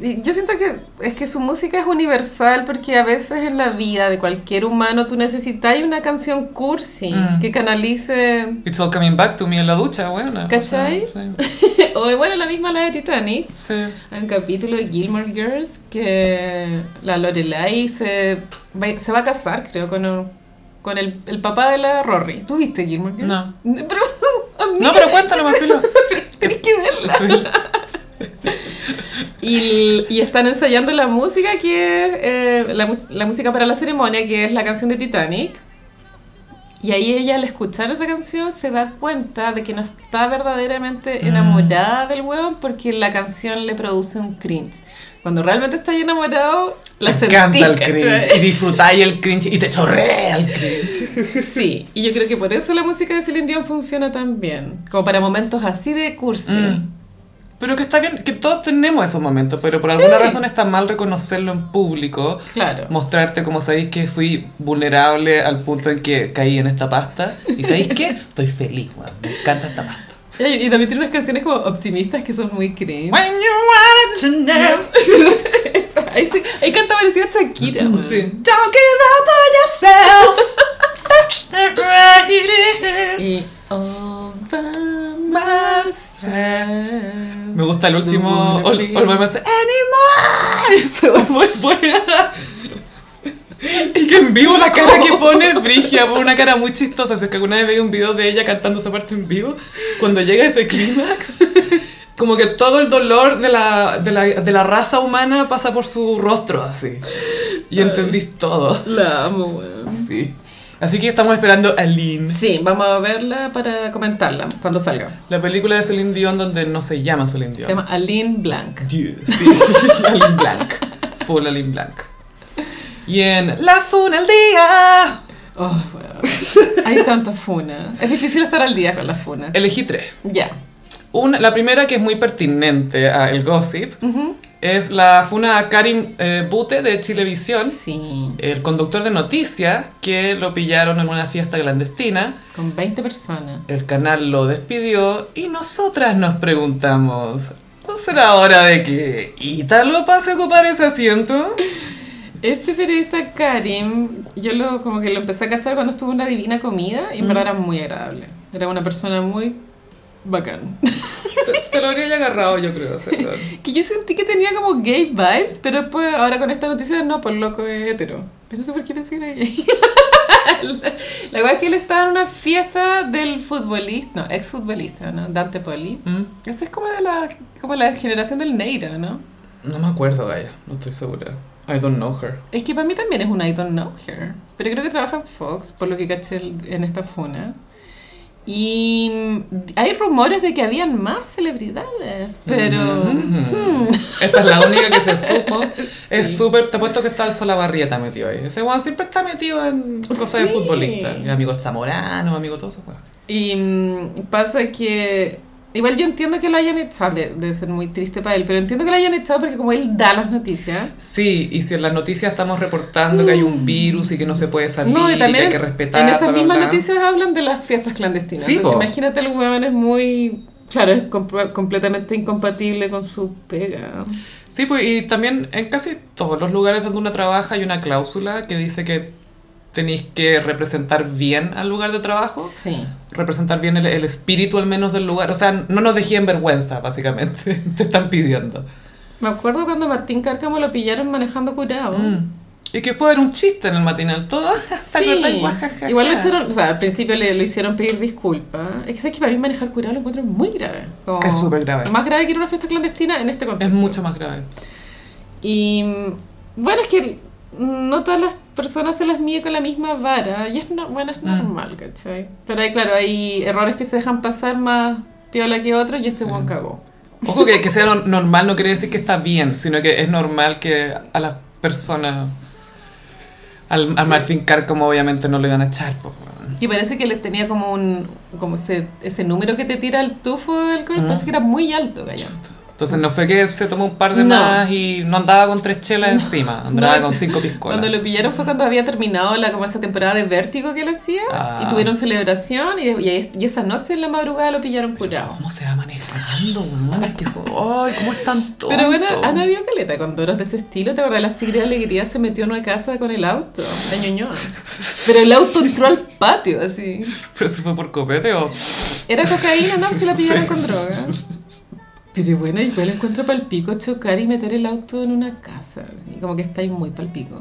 Speaker 2: y yo siento que es que su música es universal porque a veces en la vida de cualquier humano tú necesitas una canción cursi
Speaker 1: Mm.
Speaker 2: que canalice.
Speaker 1: It's all coming back to me en la ducha, bueno.
Speaker 2: ¿Cachai? o bueno, la misma la de Titanic.
Speaker 1: Sí.
Speaker 2: Hay un capítulo de Gilmore Girls que la Lorelai se va, se va a casar, creo, con, un- con el, el papá de la Rory. ¿Tú viste Gilmore Girls?
Speaker 1: No.
Speaker 2: Pero, <laughs> amiga,
Speaker 1: No, pero cuéntalo, Marcelo.
Speaker 2: <laughs> tenés que verla. Y, y están ensayando la música que es eh, la, mus- la música para la ceremonia, que es la canción de Titanic. Y ahí ella al escuchar esa canción se da cuenta de que no está
Speaker 1: Mm.
Speaker 2: verdaderamente enamorada del huevo porque la canción le produce un cringe. Cuando realmente estás enamorado, la
Speaker 1: Te
Speaker 2: sentís,
Speaker 1: encanta el
Speaker 2: ¿cachai?
Speaker 1: cringe. Y disfrutáis el cringe y te chorrea el cringe.
Speaker 2: <laughs> Sí, y yo creo que por eso la música de Celine Dion funciona tan bien, como para momentos así de cursi.
Speaker 1: Mm. Pero que está bien, que todos tenemos esos momentos, pero por alguna razón está mal reconocerlo en público.
Speaker 2: Claro.
Speaker 1: Mostrarte como sabéis que fui vulnerable al punto en que caí en esta pasta. Y sabéis qué? Estoy feliz, weón. Me encanta esta pasta.
Speaker 2: Y, y también tiene unas canciones como optimistas que son muy cringe.
Speaker 1: When you want it, you know.
Speaker 2: Ahí, sí, ahí canta parecido a Shakira. weón.
Speaker 1: Sí. Don't give up on yourself. That's the way it is.
Speaker 2: Y "Oh, all by myself.
Speaker 1: Me gusta el último.
Speaker 2: Don't
Speaker 1: All,
Speaker 2: be-
Speaker 1: all by myself. Anymore. <laughs> Eso es muy buena. Y que en vivo la cara que pone Brigia, pone una cara muy chistosa. Si es que alguna vez veía un video de ella cantando esa parte en vivo, cuando llega ese clímax, como que todo el dolor de la, de la, de la raza humana pasa por su rostro, así. Y entendís todo.
Speaker 2: La amo, weón.
Speaker 1: Sí. Así que estamos esperando a Lynn.
Speaker 2: Sí, vamos a verla para comentarla cuando salga.
Speaker 1: La película de Celine Dion donde no se llama Celine Dion.
Speaker 2: Se llama Aline Blanc.
Speaker 1: Dieu, sí. <laughs> Aline Blanc. Full Aline Blanc. Y en La Funa al Día.
Speaker 2: Oh, <laughs> weón. Hay tanta funa. Es difícil estar al día con las funas.
Speaker 1: Elegí tres.
Speaker 2: Ya.
Speaker 1: Una, la primera que es muy pertinente al gossip
Speaker 2: Ujú.
Speaker 1: es la funa a Karim eh, Bute de Chilevisión,
Speaker 2: Sí.
Speaker 1: el conductor de noticias que lo pillaron en una fiesta clandestina.
Speaker 2: Con 20 personas.
Speaker 1: El canal lo despidió y nosotras nos preguntamos, ¿no será hora de que Ítalo pase a ocupar ese asiento?
Speaker 2: Este periodista Karim, yo lo como que lo empecé a cachar cuando estuvo en La Divina Comida y en verdad era muy agradable. Era una persona muy bacán.
Speaker 1: Se lo habría agarrado yo creo. ese weón.
Speaker 2: Que yo sentí que tenía como gay vibes, pero después ahora con esta noticia no, por loco es hetero. Pero no sé por qué pensé que era gay. <laughs> La- La verdad es que él estaba en una fiesta del futbolista, no, exfutbolista, ¿no? Dante Poli.
Speaker 1: ¿Mm?
Speaker 2: Esa es como de la, como la generación del Neira, ¿no?
Speaker 1: No me acuerdo, Gaya, no estoy segura. I don't know her.
Speaker 2: Es que para mí también es un I don't know her. Pero creo que trabaja en Fox, por lo que caché el- en esta funa. Y hay rumores de que habían más celebridades, pero... hmm,
Speaker 1: Mm. Esta es la única que se <laughs> supo. Es súper. Te apuesto que está el Solabarrieta metido ahí. Ese weón siempre está metido en cosas de
Speaker 2: Sí.
Speaker 1: futbolista. Mi amigo el Zamorano, mi amigo todo eso. weón.
Speaker 2: Y mm, pasa que. Igual yo entiendo que lo hayan echado, de- debe ser muy triste para él, pero entiendo que lo hayan echado porque como él da las noticias.
Speaker 1: Sí, y si en las noticias estamos reportando que hay un virus y que no se puede salir
Speaker 2: Mm. No,
Speaker 1: y,
Speaker 2: y también
Speaker 1: que hay que
Speaker 2: en-
Speaker 1: respetar.
Speaker 2: en esas
Speaker 1: bla, bla,
Speaker 2: mismas
Speaker 1: bla.
Speaker 2: noticias hablan de las fiestas clandestinas.
Speaker 1: Sí,
Speaker 2: Entonces
Speaker 1: po.
Speaker 2: imagínate, el huevón es muy, claro, es compro- completamente incompatible con su pega.
Speaker 1: Sí, pues, y también en casi todos los lugares donde uno trabaja hay una cláusula que dice que tenéis que representar bien al lugar de trabajo.
Speaker 2: Sí.
Speaker 1: representar bien el, el espíritu al menos del lugar. O sea, no nos dejé en vergüenza, básicamente. <laughs> Te están pidiendo.
Speaker 2: Me acuerdo cuando Martín Cárcamo lo pillaron manejando curado.
Speaker 1: Mm. Y que puede haber un chiste en el matinal. Todo. <laughs> ¿Te
Speaker 2: Sí.
Speaker 1: acordáis? Guajajaja.
Speaker 2: Igual lo hicieron, o sea, al principio le, lo hicieron pedir disculpas. Es que sabes que para mí manejar curado lo encuentro muy grave. Como-
Speaker 1: Es súper grave.
Speaker 2: Más grave que ir a una fiesta clandestina en este
Speaker 1: Es
Speaker 2: contexto.
Speaker 1: mucho más grave.
Speaker 2: Y mm, bueno, es que no todas las personas se las mide con la misma vara. Y es, no- bueno, es
Speaker 1: Ah.
Speaker 2: normal, ¿cachai? Pero hay, claro, hay errores que se dejan pasar más piola que otros y este buen cagó.
Speaker 1: Ojo que, que sea no- normal no quiere decir que está bien, sino que es normal que a las personas. Al, al Martín Cárcamo obviamente no lo iban a echar. po, weón.
Speaker 2: Y parece que les tenía como un como ese, ese número que te tira el tufo del alcohol, parece que era muy alto, gallo.
Speaker 1: Entonces no fue que se tomó un par de
Speaker 2: No.
Speaker 1: más y no andaba con tres chelas encima, andaba
Speaker 2: No,
Speaker 1: con
Speaker 2: sí.
Speaker 1: cinco piscolas.
Speaker 2: Cuando lo pillaron fue cuando había terminado la, como esa temporada de vértigo que él hacía
Speaker 1: Ah.
Speaker 2: y tuvieron celebración y, y es- y esa noche en la madrugada lo pillaron curado.
Speaker 1: ¿Cómo se va manejando, weón? Es que, ay, ¿cómo es tan tonto?
Speaker 2: Pero bueno, han habido caleta con doros de ese estilo. ¿Te acuerdas? La Sigrid Alegría se metió en una casa con el auto, la ñoñoa. Pero el auto entró al patio, así.
Speaker 1: ¿Pero se fue por copete o...?
Speaker 2: Era cocaína, ¿no? Se la pillaron
Speaker 1: Sí.
Speaker 2: con droga. Pero bueno, igual encuentro palpico chocar y meter el auto en una casa. así, Como que estáis muy palpico.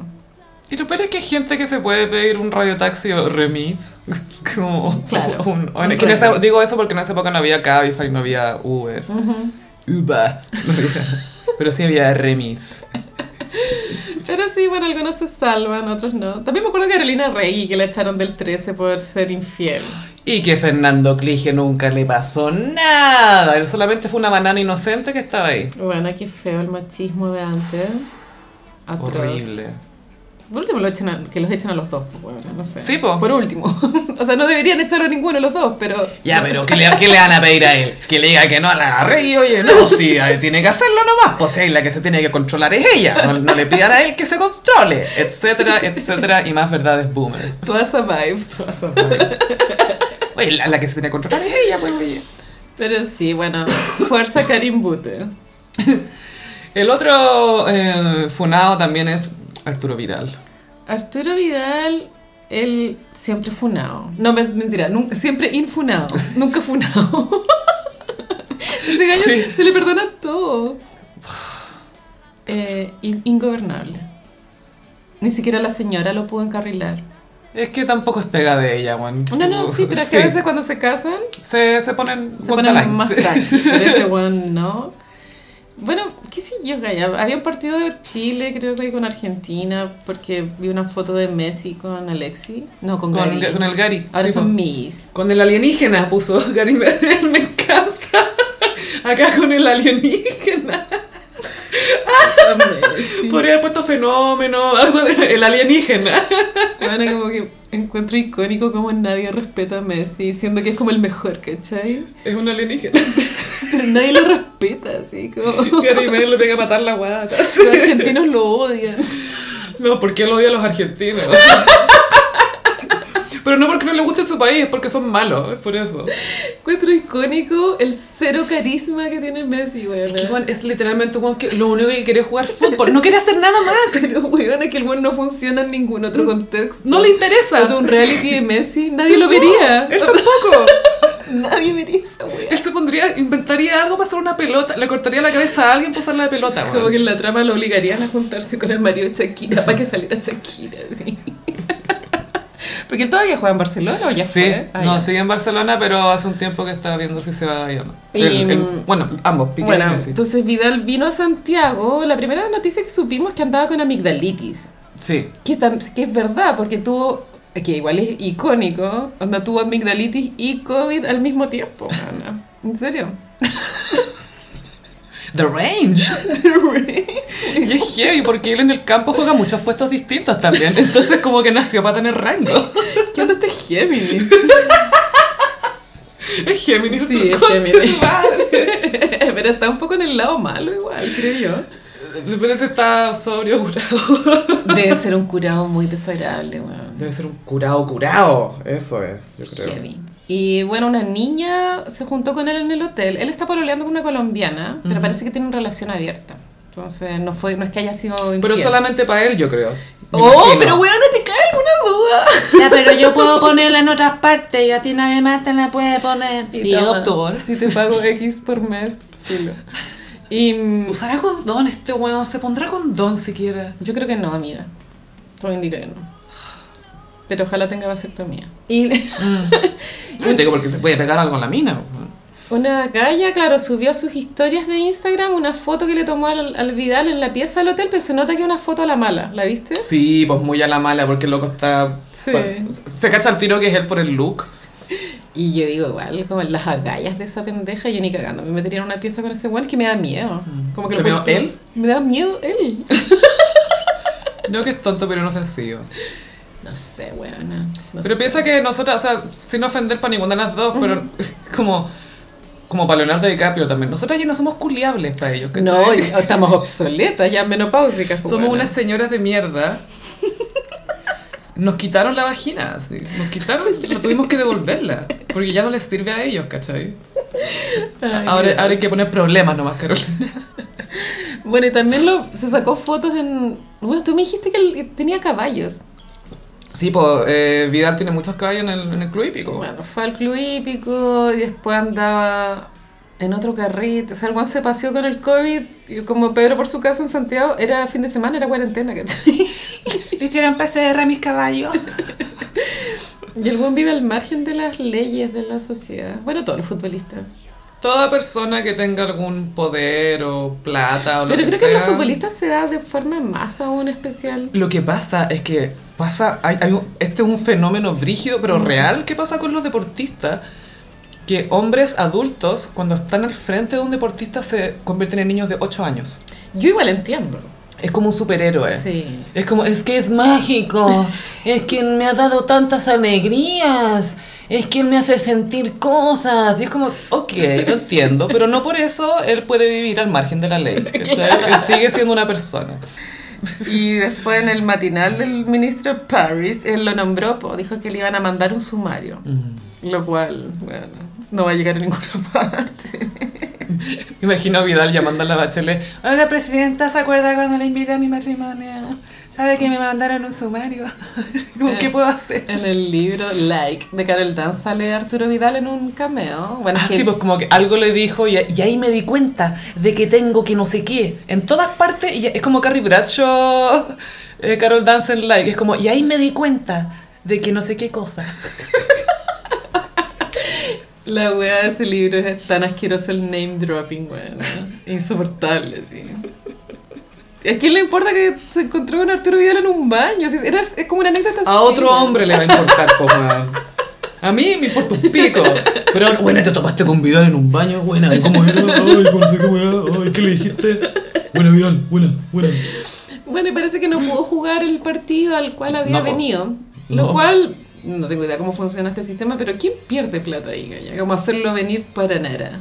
Speaker 1: Y lo peor es que hay gente que se puede pedir un radiotaxi o remis. <laughs> Como...
Speaker 2: Claro.
Speaker 1: o un- o en-
Speaker 2: Un
Speaker 1: que en esa-
Speaker 2: remis.
Speaker 1: digo eso porque en esa época no había Cabify, no había Uber. Uber. <laughs> No había- pero sí había remis.
Speaker 2: Pero sí, bueno, algunos se salvan, otros no. También me acuerdo que Carolina Rey, que la echaron del 13 por ser infiel.
Speaker 1: Y que Fernando Clige nunca le pasó nada. Él solamente fue una banana inocente que estaba ahí.
Speaker 2: Bueno, qué feo el machismo de antes. Atroz.
Speaker 1: Horrible.
Speaker 2: Por último, lo echen a- que los echen a los dos, pues, bueno, no sé.
Speaker 1: Sí, po.
Speaker 2: Por último. <laughs> o sea, no deberían echar a ninguno de los dos, pero.
Speaker 1: Ya, pero ¿qué le, qué le van a pedir a él? Que le diga que no a la rey, oye,
Speaker 2: <laughs>
Speaker 1: no, sí, a- tiene que hacerlo nomás, pues sí, la que se tiene que controlar es ella, no, no le pidan a él que se controle, etcétera, etcétera, y más verdades boomer.
Speaker 2: Todas survive.
Speaker 1: Oye, la, la que se tiene que controlar es ella, pues, oye.
Speaker 2: Pero sí, bueno, fuerza Karim Bute.
Speaker 1: El otro eh, funado también es Arturo Viral.
Speaker 2: Arturo Vidal, él siempre funado. No, me- mentira, nunca, siempre infunado. Nunca funado. Ese gallo
Speaker 1: Sí.
Speaker 2: <laughs> Se le perdona todo. Eh, in- ingobernable. Ni siquiera la señora lo pudo encarrilar.
Speaker 1: Es que tampoco es pega de ella, Juan.
Speaker 2: No, no, sí, pero es que a veces cuando se casan
Speaker 1: se, se ponen,
Speaker 2: se
Speaker 1: one
Speaker 2: ponen
Speaker 1: line,
Speaker 2: más
Speaker 1: sí.
Speaker 2: crack. Pero este weón no. Bueno, qué sé yo, Gaya. Había un partido de Chile, creo que con Argentina, porque vi una foto de Messi con Alexi. No, con,
Speaker 1: Con, <laughs>
Speaker 2: Gary.
Speaker 1: con el Gary.
Speaker 2: Ahora
Speaker 1: sí, pues. po.
Speaker 2: son <laughs> mis.
Speaker 1: Con el alienígena puso Gary Medel, <laughs> me encanta. Acá con el alienígena. Podría haber puesto fenómeno, algo de- el alienígena.
Speaker 2: Bueno, como que encuentro icónico como nadie respeta a Messi, siendo que es como el mejor, ¿cachai?
Speaker 1: Es un alienígena.
Speaker 2: <laughs> Pero nadie lo respeta, así <laughs> como...
Speaker 1: Gary Medel le pega a matar la guata.
Speaker 2: Los argentinos lo odian.
Speaker 1: No, porque él odia a los
Speaker 2: <laughs>
Speaker 1: argentinos. Pero no porque no le guste su país, es porque son malos, es por eso.
Speaker 2: Encuentro icónico el cero carisma que tiene Messi, weón.
Speaker 1: es literalmente Juan que lo único que quiere es jugar fútbol, no quiere hacer nada más.
Speaker 2: <laughs> Pero, weón, es que el weón no funciona en ningún otro contexto.
Speaker 1: No le interesa.
Speaker 2: Pero un reality de Messi, nadie
Speaker 1: Sí,
Speaker 2: lo
Speaker 1: no,
Speaker 2: vería.
Speaker 1: Él tampoco.
Speaker 2: <laughs> Nadie vería esa weá.
Speaker 1: Él se pondría, inventaría algo para hacer una pelota, le cortaría la cabeza a alguien para usar la pelota. weón.
Speaker 2: Como que en la trama lo obligarían a juntarse con el marido de Shakira para que saliera Shakira, sí. <laughs> Porque él todavía juega en Barcelona o ya
Speaker 1: Sí,
Speaker 2: fue. Ah,
Speaker 1: no,
Speaker 2: ya.
Speaker 1: sigue en Barcelona, pero hace un tiempo que está viendo si se va a ir o no.
Speaker 2: Y-
Speaker 1: El- el- mm, bueno, ambos, Piqué y
Speaker 2: Bueno,
Speaker 1: Messi.
Speaker 2: entonces Vidal vino a Santiago. La primera noticia que supimos es que andaba con amigdalitis.
Speaker 1: Sí,
Speaker 2: Que, tam- que es verdad, porque tuvo. Que igual es icónico. Onda tuvo amigdalitis y COVID al mismo tiempo. weona. ¿En serio?
Speaker 1: The <laughs> Range. Y es heavy porque él en el campo juega muchos puestos distintos también. Entonces como que nació para tener rango.
Speaker 2: ¿Qué onda este Géminis? <laughs>
Speaker 1: Es Géminis.
Speaker 2: Sí, es
Speaker 1: concha
Speaker 2: Géminis.
Speaker 1: tu madre.
Speaker 2: Pero está un poco en el lado malo igual, creo
Speaker 1: Pero ese está sobrio curado.
Speaker 2: yo. Debe ser un curado muy desagradable, weón.
Speaker 1: Debe ser un curado curado. Eso es, yo creo.
Speaker 2: Heavy. Y bueno, una niña se juntó con él en el hotel. Él está pololeando con una colombiana, pero parece que tienen relación abierta. Entonces, no, fue, no es que haya sido infiel.
Speaker 1: Pero solamente para él, yo creo. Me
Speaker 2: ¡Oh,
Speaker 1: imagino.
Speaker 2: pero weón, no te cae alguna duda!
Speaker 3: Ya, pero yo puedo ponerla en otras partes y a ti nadie más te la puede poner. Sí,
Speaker 2: toma,
Speaker 3: doctor.
Speaker 2: Si te pago X por mes, filo. Y mm,
Speaker 1: ¿Usará condón este huevo? ¿Se pondrá condón siquiera?
Speaker 2: yo creo que no, amiga. Todo indica que no. Pero ojalá tenga vasectomía. Y...
Speaker 1: No, digo porque Mm. te puede pegar algo en la mina.
Speaker 2: Una galla, claro, subió a sus historias de Instagram una foto que le tomó al, al Vidal en la pieza del hotel, pero se nota que una foto a la mala, ¿la viste?
Speaker 1: Sí, pues muy a la mala porque el loco está...
Speaker 2: Sí.
Speaker 1: pa- Se cacha el tiro que es él por el look.
Speaker 2: Y yo digo, igual, como las agallas de esa pendeja, yo ni cagando, me metería en una pieza con ese weón que me da miedo. Como
Speaker 1: Mm.
Speaker 2: que
Speaker 1: ¿Te
Speaker 2: lo
Speaker 1: dio
Speaker 2: encuentro-
Speaker 1: él?
Speaker 2: Me da miedo él.
Speaker 1: No que es tonto, pero inofensivo.
Speaker 2: No sé, weón.
Speaker 1: pero piensa que nosotros, o sea, sin ofender para ninguna de las dos, pero <laughs> como... Como para Leonardo DiCaprio también. Nosotras ya no somos culiables para ellos, ¿cachai?
Speaker 2: No, ya estamos obsoletas, ya menopáusicas. pues,
Speaker 1: Somos
Speaker 2: weona.
Speaker 1: unas señoras de mierda. Nos quitaron la vagina, sí. Nos quitaron, la tuvimos que devolverla. Porque ya no les sirve a ellos, ¿cachai?
Speaker 2: Ay,
Speaker 1: ahora,
Speaker 2: Dios.
Speaker 1: ahora hay que poner problemas nomás, Carolina.
Speaker 2: Bueno, y también lo, se sacó fotos en... Bueno, tú me dijiste que él tenía caballos.
Speaker 1: Sí, pues eh, Vidal tiene muchos caballos en el, en el club hípico.
Speaker 2: Bueno, fue al club hípico y después andaba en otro carrito. O sea, el weón se paseó con el COVID y como Pedro por su casa en Santiago, era fin de semana, era cuarentena, ¿cachai?
Speaker 3: <laughs> Le hicieron PCR a mis caballos.
Speaker 2: <laughs> Y el buen vive al margen de las leyes de la sociedad. Bueno, todos los futbolistas.
Speaker 1: Toda persona que tenga algún poder o plata o lo
Speaker 2: Pero
Speaker 1: que
Speaker 2: creo
Speaker 1: sea.
Speaker 2: que en los futbolistas se da de forma más aún especial.
Speaker 1: Lo que pasa es que pasa, hay, hay un- este es un fenómeno brígido pero real que pasa con los deportistas, que hombres adultos cuando están al frente de un deportista se convierten en niños de 8 años.
Speaker 2: Yo igual entiendo.
Speaker 1: Es como un superhéroe.
Speaker 2: Sí.
Speaker 1: Es como, es que es
Speaker 3: Mágico, es quien me ha dado tantas alegrías, es quien me hace sentir cosas.
Speaker 1: más. Y es como, ok, lo entiendo, pero no por eso él puede vivir al margen de la ley. ¿cachai? Él sigue siendo una persona.
Speaker 2: Y después en el matinal del ministro Paris, él lo nombró, po, dijo que le iban a mandar un sumario. Lo cual, bueno, no va a llegar a ninguna <laughs> parte.
Speaker 1: Imagino a Vidal llamando a la bachelet.
Speaker 3: Oiga, presidenta, ¿se acuerda cuando le invité a mi matrimonio? ¿Sabe que me mandaron un
Speaker 1: <laughs>
Speaker 3: sumario? ¿Cómo, ¿Qué puedo hacer?
Speaker 2: En el libro Like de Carol Dance sale Arturo Vidal en un cameo. Bueno,
Speaker 1: Ah,
Speaker 2: que-
Speaker 1: sí, pues como que algo le dijo y, y ahí me di cuenta de que tengo que no sé qué. En todas partes, y es como Carrie Bradshaw, eh, Carol Dance en Like, es como, y ahí me di cuenta de que no sé qué cosa.
Speaker 2: La wea de ese libro es tan asqueroso el name dropping, <laughs> weón. Insoportable, sí. ¿A quién le importa que se encontró con Arturo Vidal en un baño? Si era- es como una anécdota.
Speaker 1: A
Speaker 2: así,
Speaker 1: otro
Speaker 2: weón.
Speaker 1: hombre le va a importar, pues, weón. A mí me importa un pico. Pero, bueno, te topaste con Vidal en un baño, buena, ¿cómo era? Ay, no sé cómo era, ay, ¿qué le dijiste? Buena, Vidal, buena, buena.
Speaker 2: Bueno, y parece que no pudo jugar el partido al cual había
Speaker 1: No, po.
Speaker 2: venido. Lo
Speaker 1: No.
Speaker 2: cual, no tengo idea cómo funciona este sistema, pero ¿quién pierde plata ahí, Gaya? Como hacerlo venir para nada.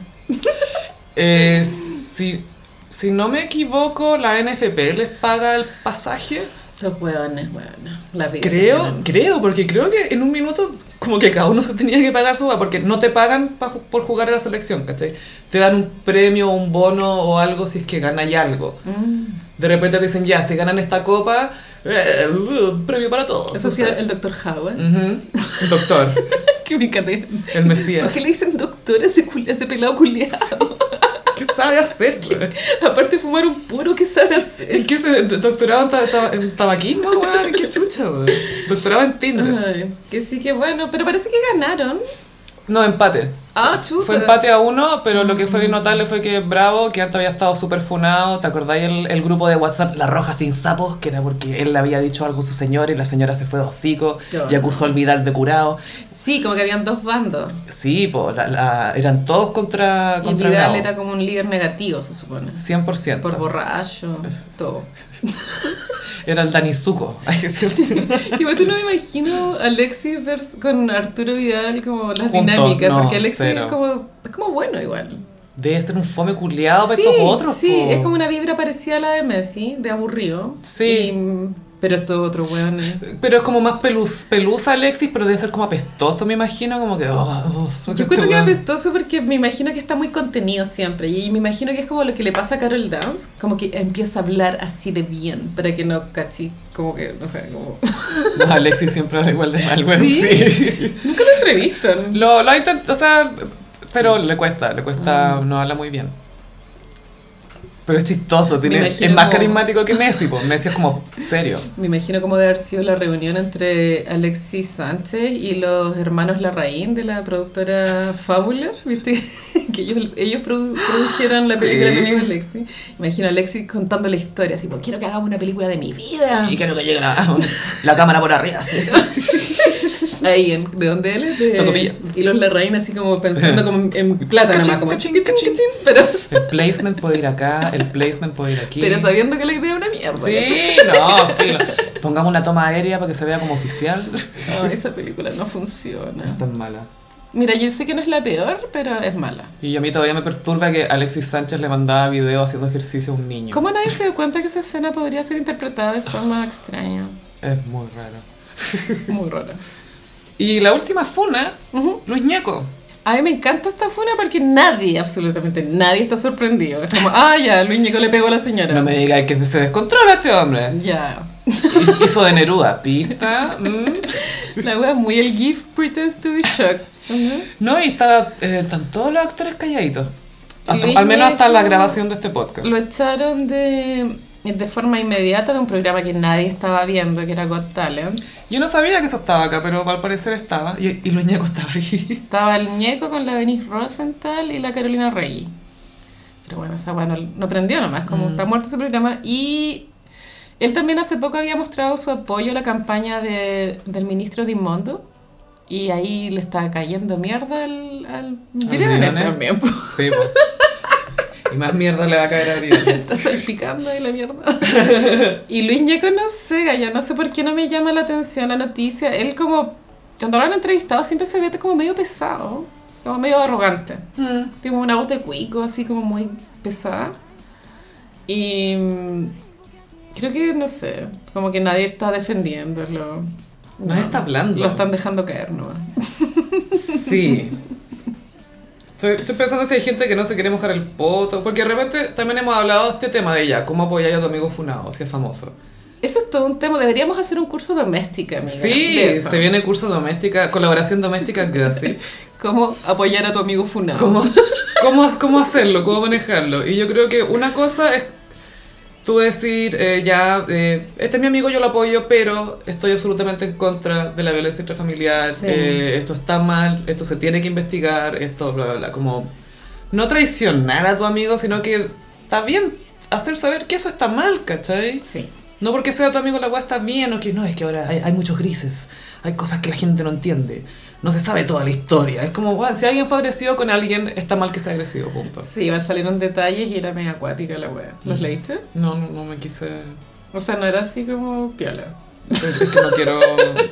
Speaker 1: Eh, si, si no me equivoco, la NFP les paga el pasaje.
Speaker 2: Los hueones, hueones. La vida.
Speaker 1: Creo,
Speaker 2: weón.
Speaker 1: creo, porque creo que en un minuto como que cada uno se tenía que pagar su porque no te pagan pa ju- por jugar a la selección, ¿cachai? Te dan un premio, un bono o algo si es que ganas algo.
Speaker 2: Mm.
Speaker 1: De repente te dicen, ya, si ganan esta copa, eh, uh, premio para todos.
Speaker 2: Eso sí, el doctor Howard.
Speaker 1: Ujú. Doctor,
Speaker 2: <laughs> Que me encanta.
Speaker 1: el
Speaker 2: ¿Por <laughs>
Speaker 1: Mesías.
Speaker 2: qué le dicen doctor a ese, culi- a ese
Speaker 1: <laughs>
Speaker 2: pelado culiado?
Speaker 1: ¿Qué sabe hacer? güey?
Speaker 2: Aparte de fumar un puro, ¿qué sabe hacer?
Speaker 1: ¿En qué se doctorado en, ta- ta- en tabaquismo, weón? ¿Qué chucha, weón? Doctorado en Tinder.
Speaker 2: Ay, que sí, que bueno, pero parece que ganaron.
Speaker 1: No, empate.
Speaker 2: Ah, chuta.
Speaker 1: Fue empate a uno, pero lo que
Speaker 2: Mm.
Speaker 1: fue notable fue que Bravo, que antes había estado súper funado, ¿te acordáis el, el grupo de WhatsApp La Roja Sin Sapos? Que era porque él le había dicho algo a su señora y la señora se fue de hocico
Speaker 2: Yo
Speaker 1: y acusó al Vidal de curado.
Speaker 2: Sí, como que habían dos bandos.
Speaker 1: Sí, po, la- la- eran todos contra,
Speaker 2: Y
Speaker 1: contra
Speaker 2: Vidal
Speaker 1: Bravo.
Speaker 2: era como un líder negativo, se supone.
Speaker 1: 100%.
Speaker 2: Por borracho, todo.
Speaker 1: Era el Danizuco. <laughs> Ay, qué cierto.
Speaker 2: <laughs> Igual tú no me imagino a Alexis vers- con Arturo Vidal como las
Speaker 1: Juntos,
Speaker 2: dinámicas,
Speaker 1: no,
Speaker 2: porque Alexis
Speaker 1: cero.
Speaker 2: es como, es como bueno igual.
Speaker 1: Debe ser un fome culiado para
Speaker 2: sí,
Speaker 1: Ah, estos otros.
Speaker 2: sí,
Speaker 1: po.
Speaker 2: es como una vibra parecida a la de Messi, de aburrido.
Speaker 1: Sí.
Speaker 2: Y- pero estos otros hueones.
Speaker 1: Pero es como más peluz, pelusa Alexis, pero debe ser como apestoso, me imagino, como que... oh, oh,
Speaker 2: Yo encuentro que es
Speaker 1: weón.
Speaker 2: apestoso porque me imagino que está muy contenido siempre. Y me imagino que es como lo que le pasa a Carol Dance. Como que empieza a hablar así de bien para que no cachi. Como que, no sé, como. <laughs>
Speaker 1: No, Alexis siempre habla igual de mal, weón,
Speaker 2: ¿Sí?
Speaker 1: sí.
Speaker 2: Nunca lo entrevistan.
Speaker 1: Lo, lo ha intent- o sea, pero le cuesta, le cuesta, no habla muy bien. Pero es chistoso, tiene,
Speaker 2: imagino
Speaker 1: es más
Speaker 2: como-
Speaker 1: carismático que Messi, pues Messi es como serio.
Speaker 2: Me imagino como de haber sido la reunión entre Alexis Sánchez y los hermanos Larraín de la
Speaker 1: <laughs>
Speaker 2: productora Fábula, ¿viste? <laughs> Que ellos, ellos produ- produjeron la película
Speaker 1: Sí.
Speaker 2: que amigo Alexis. Imagino a Alexis contando la historia, así, pues quiero que hagamos una película de mi vida.
Speaker 1: Y creo que llega la, la cámara por arriba.
Speaker 2: Ahí, en- ¿de dónde él es? De,
Speaker 1: Tocopilla.
Speaker 2: Y los Larraín así como pensando como
Speaker 1: <laughs>
Speaker 2: en plata nomás, como
Speaker 1: Cachín,
Speaker 2: chin, chin, chin, pero,
Speaker 1: El placement puede ir acá, el placement puede ir aquí.
Speaker 2: pero sabiendo que la idea es una mierda.
Speaker 1: Sí, no, filo. Pongamos una toma aérea para que se vea como oficial.
Speaker 2: No, esa película no funciona.
Speaker 1: Es tan mala.
Speaker 2: Mira, yo sé que no es la peor, pero es mala.
Speaker 1: Y a mí todavía me perturba que Alexis Sánchez le mandaba video haciendo ejercicio a un niño.
Speaker 2: ¿Cómo nadie se dio cuenta que esa escena podría ser interpretada de forma extraña?
Speaker 1: Es muy raro.
Speaker 2: Muy rara.
Speaker 1: Y la última funa,
Speaker 2: Ujú.
Speaker 1: Luis Ñeco.
Speaker 2: A mí me encanta esta funa porque nadie, absolutamente nadie está sorprendido. Es como, ah, ya, Luis Ñeco le pegó a la señora.
Speaker 1: No me digas que se descontrola este <laughs> hombre.
Speaker 2: Ya.
Speaker 1: Hizo de Neruda, pista. mm.
Speaker 2: La wea es muy el GIF pretends to be shocked. Ujú.
Speaker 1: No, y está, eh, están todos los actores calladitos. Hasta-
Speaker 2: Luis
Speaker 1: al menos hasta la
Speaker 2: Ñeco-
Speaker 1: grabación de este podcast.
Speaker 2: Lo echaron de, de forma inmediata de un programa que nadie estaba viendo, que era Got Talent.
Speaker 1: Yo no sabía que eso estaba acá, pero al parecer estaba. Y, y Luis Ñeco estaba ahí.
Speaker 2: Estaba el Ñeco con la Denise Rosenthal y la Carolina Rey. Pero bueno, esa weá no, no prendió nomás, como está muerto ese programa. Y él también hace poco había mostrado su apoyo a la campaña de- del ministro Dimondo. Y ahí le está cayendo mierda al, al Briones
Speaker 1: Briones.
Speaker 2: también. po.
Speaker 1: Sí, po. Y más mierda le va a caer a Britney.
Speaker 2: <laughs> Está salpicando y la mierda. y Luis Ñeco no sé, yo no sé por qué no me llama la atención la noticia. Él como, cuando lo han entrevistado siempre se ve como medio pesado, como medio arrogante.
Speaker 3: Mm.
Speaker 2: Tiene una voz de cuico, así como muy pesada. Y mm, creo que, no sé, como que nadie está defendiéndolo.
Speaker 1: Nadie está hablando.
Speaker 2: Lo están dejando caer nomás.
Speaker 1: Sí. Estoy, estoy pensando si hay gente que no se quiere mojar el poto, porque de repente también hemos hablado de este tema de ella, cómo apoyar a tu amigo funado, si es famoso.
Speaker 2: Eso es todo un tema. Deberíamos hacer un curso doméstica, amiga. de
Speaker 1: Sí,
Speaker 2: eso.
Speaker 1: se viene curso doméstica, colaboración doméstica, gracias.
Speaker 2: Cómo apoyar a tu amigo funado.
Speaker 1: ¿Cómo, cómo, cómo hacerlo, cómo manejarlo. Y yo creo que una cosa es tú decir, eh, ya, eh, este es mi amigo, yo lo apoyo, pero estoy absolutamente en contra de la violencia intrafamiliar,
Speaker 2: Sí.
Speaker 1: eh, esto está mal, esto se tiene que investigar, esto, bla, bla, bla. Como no traicionar a tu amigo, sino que está bien hacer saber que eso está mal, ¿cachai?
Speaker 2: Sí.
Speaker 1: No porque sea tu amigo la weá está bien, o que no, es que ahora hay, hay muchos grises, hay cosas que la gente no entiende, no se sabe toda la historia. Es como, weá, si alguien fue agresivo con alguien, está mal que sea agresivo, punto.
Speaker 2: Sí, igual salieron detalles y era medio acuática la wea.
Speaker 1: Mm.
Speaker 2: ¿Los leíste?
Speaker 1: No, no, no me quise.
Speaker 2: O sea, no era así como piola.
Speaker 1: Es que no quiero.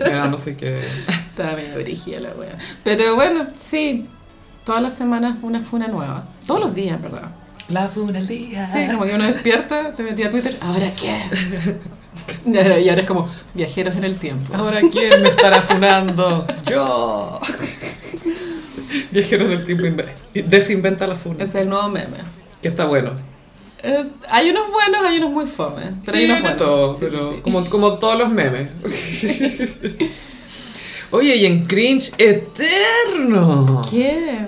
Speaker 1: ya, no sé qué.
Speaker 2: Estaba medio brígida la wea. Pero bueno, sí. Todas las semanas una funa nueva. Todos los días, en ¿verdad?
Speaker 1: La funa al día.
Speaker 2: Sí, como que uno despierta, te metía a Twitter, ¿ahora qué? Y ahora, y ahora es como viajeros en el tiempo.
Speaker 1: Ahora, ¿quién me estará funando? <laughs> ¡Yo! Viajeros del tiempo inve- desinventa la funa.
Speaker 2: Es el nuevo meme.
Speaker 1: Que está bueno.
Speaker 2: Es- hay unos buenos, hay unos muy fome. Pero hay
Speaker 1: sí,
Speaker 2: unos
Speaker 1: de
Speaker 2: buenos.
Speaker 1: todo,
Speaker 2: Sí, sí,
Speaker 1: pero
Speaker 2: sí.
Speaker 1: Como, como todos los memes. <laughs> Oye, y en cringe eterno.
Speaker 2: ¿Qué?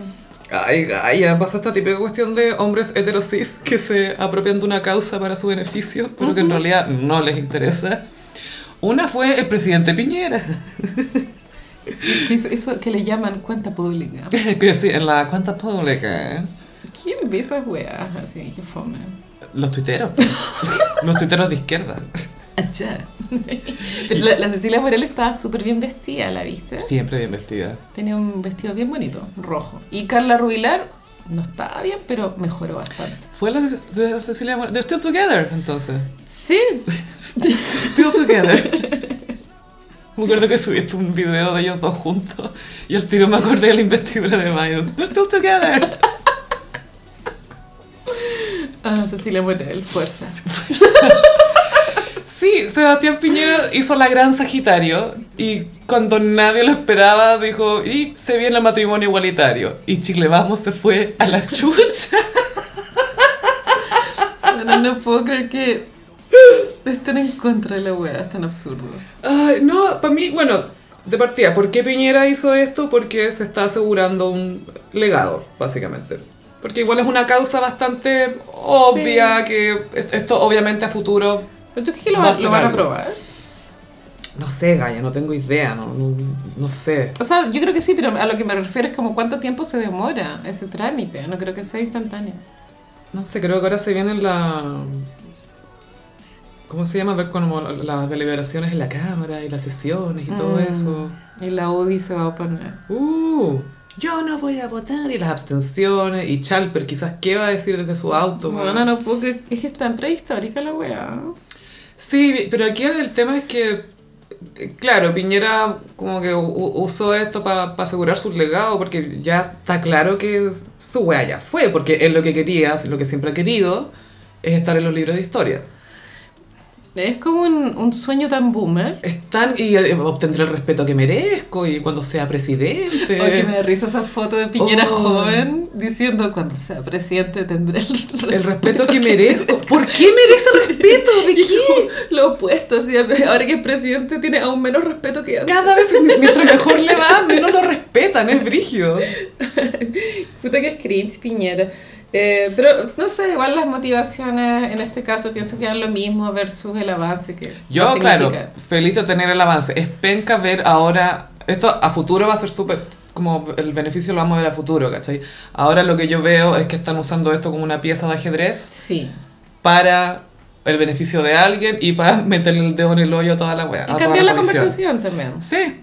Speaker 1: Ay, ay, ya pasó esta típica cuestión de hombres heterosis que se apropian de una causa para su beneficio, pero que en realidad no les interesa. Una fue el presidente Piñera, <laughs>
Speaker 2: ¿Qué hizo- Eso que le llaman cuenta pública.
Speaker 1: que sí, en la cuenta pública.
Speaker 2: ¿Quién ve esas weas así? Qué fome.
Speaker 1: Los
Speaker 2: <laughs>
Speaker 1: tuiteros, los tuiteros de izquierda.
Speaker 2: Achá. Pero <laughs> la, la Cecilia Morel estaba súper bien vestida, ¿la viste?
Speaker 1: Siempre bien vestida.
Speaker 2: Tenía un vestido bien bonito, rojo. Y Carla Rubilar no estaba bien, pero mejoró bastante.
Speaker 1: Fue la de, de Cecilia Mor- de Still Together, entonces.
Speaker 2: Sí,
Speaker 1: Still Together. <laughs> Me acuerdo que subiste un video de ellos dos juntos y al tiro me acordé de la investidura de Biden. They're still together.
Speaker 2: <laughs> ah, Cecilia Morel, fuerza.
Speaker 1: <laughs> Sí, Sebastián Piñera hizo la gran Sagitario y cuando nadie lo esperaba dijo, y se viene el matrimonio igualitario. Y Chile Vamos se fue a la chucha.
Speaker 2: No, no puedo creer que estén en contra de la wea, es tan absurdo.
Speaker 1: Ay, no, para mí, bueno, de partida, ¿por qué Piñera hizo esto? Porque se está asegurando un legado, básicamente. Porque igual es una causa bastante obvia, que es- esto obviamente a futuro...
Speaker 2: ¿Pero tú crees que lo,
Speaker 1: Va a
Speaker 2: va- lo
Speaker 1: ser
Speaker 2: van a
Speaker 1: algo.
Speaker 2: probar?
Speaker 1: No sé, Gaya, no tengo idea, no, no, no sé.
Speaker 2: O sea, yo creo que sí, pero a lo que me refiero es como cuánto tiempo se demora ese trámite. No creo que sea instantáneo.
Speaker 1: No sé, creo que ahora se vienen la... ¿Cómo se llama? Ver como las deliberaciones en la Cámara y las sesiones y todo
Speaker 2: Mm.
Speaker 1: eso.
Speaker 2: Y la UDI se va a oponer.
Speaker 1: Uh, yo no voy a votar y las abstenciones y Chalper quizás qué va a decir desde su auto. weón?
Speaker 2: Bueno, no puedo creer. Es que es tan prehistórica la weá.
Speaker 1: Sí, pero aquí el tema es que, eh, claro, Piñera como que u- usó esto para asegurar su legado, porque ya está claro que su wea ya fue, porque él lo que quería, lo que siempre ha querido, es estar en los libros de historia.
Speaker 2: Es como un, un sueño tan boomer.
Speaker 1: Están y eh, obtendré el respeto que merezco y cuando sea presidente.
Speaker 2: O que me da risa esa foto de Piñera
Speaker 1: Este Oh.
Speaker 2: joven diciendo cuando sea presidente tendré el respeto,
Speaker 1: El respeto que
Speaker 2: <laughs>
Speaker 1: merezco. ¿Por qué merece respeto? <laughs> ¿De qué?
Speaker 2: Lo opuesto, así, ahora que es presidente tiene aún menos respeto que antes.
Speaker 1: Cada vez, mientras mejor le va, menos lo respetan, es brígido.
Speaker 2: Puta que es cringe Piñera. Eh, pero no sé, igual las motivaciones en este caso pienso que eran lo mismo versus el avance que va
Speaker 1: Yo,
Speaker 2: a
Speaker 1: claro,
Speaker 2: significar.
Speaker 1: feliz de tener el avance. Es penca ver ahora. Esto a futuro va a ser súper. Como el beneficio lo vamos a ver a futuro, ¿cachai? Ahora lo que yo veo es que están usando esto como una pieza de ajedrez
Speaker 2: Sí.
Speaker 1: para el beneficio de alguien y para <laughs> meterle el dedo en el hoyo a toda la wea. a
Speaker 2: Y
Speaker 1: toda
Speaker 2: cambiar la
Speaker 1: coalición.
Speaker 2: conversación también.
Speaker 1: Sí.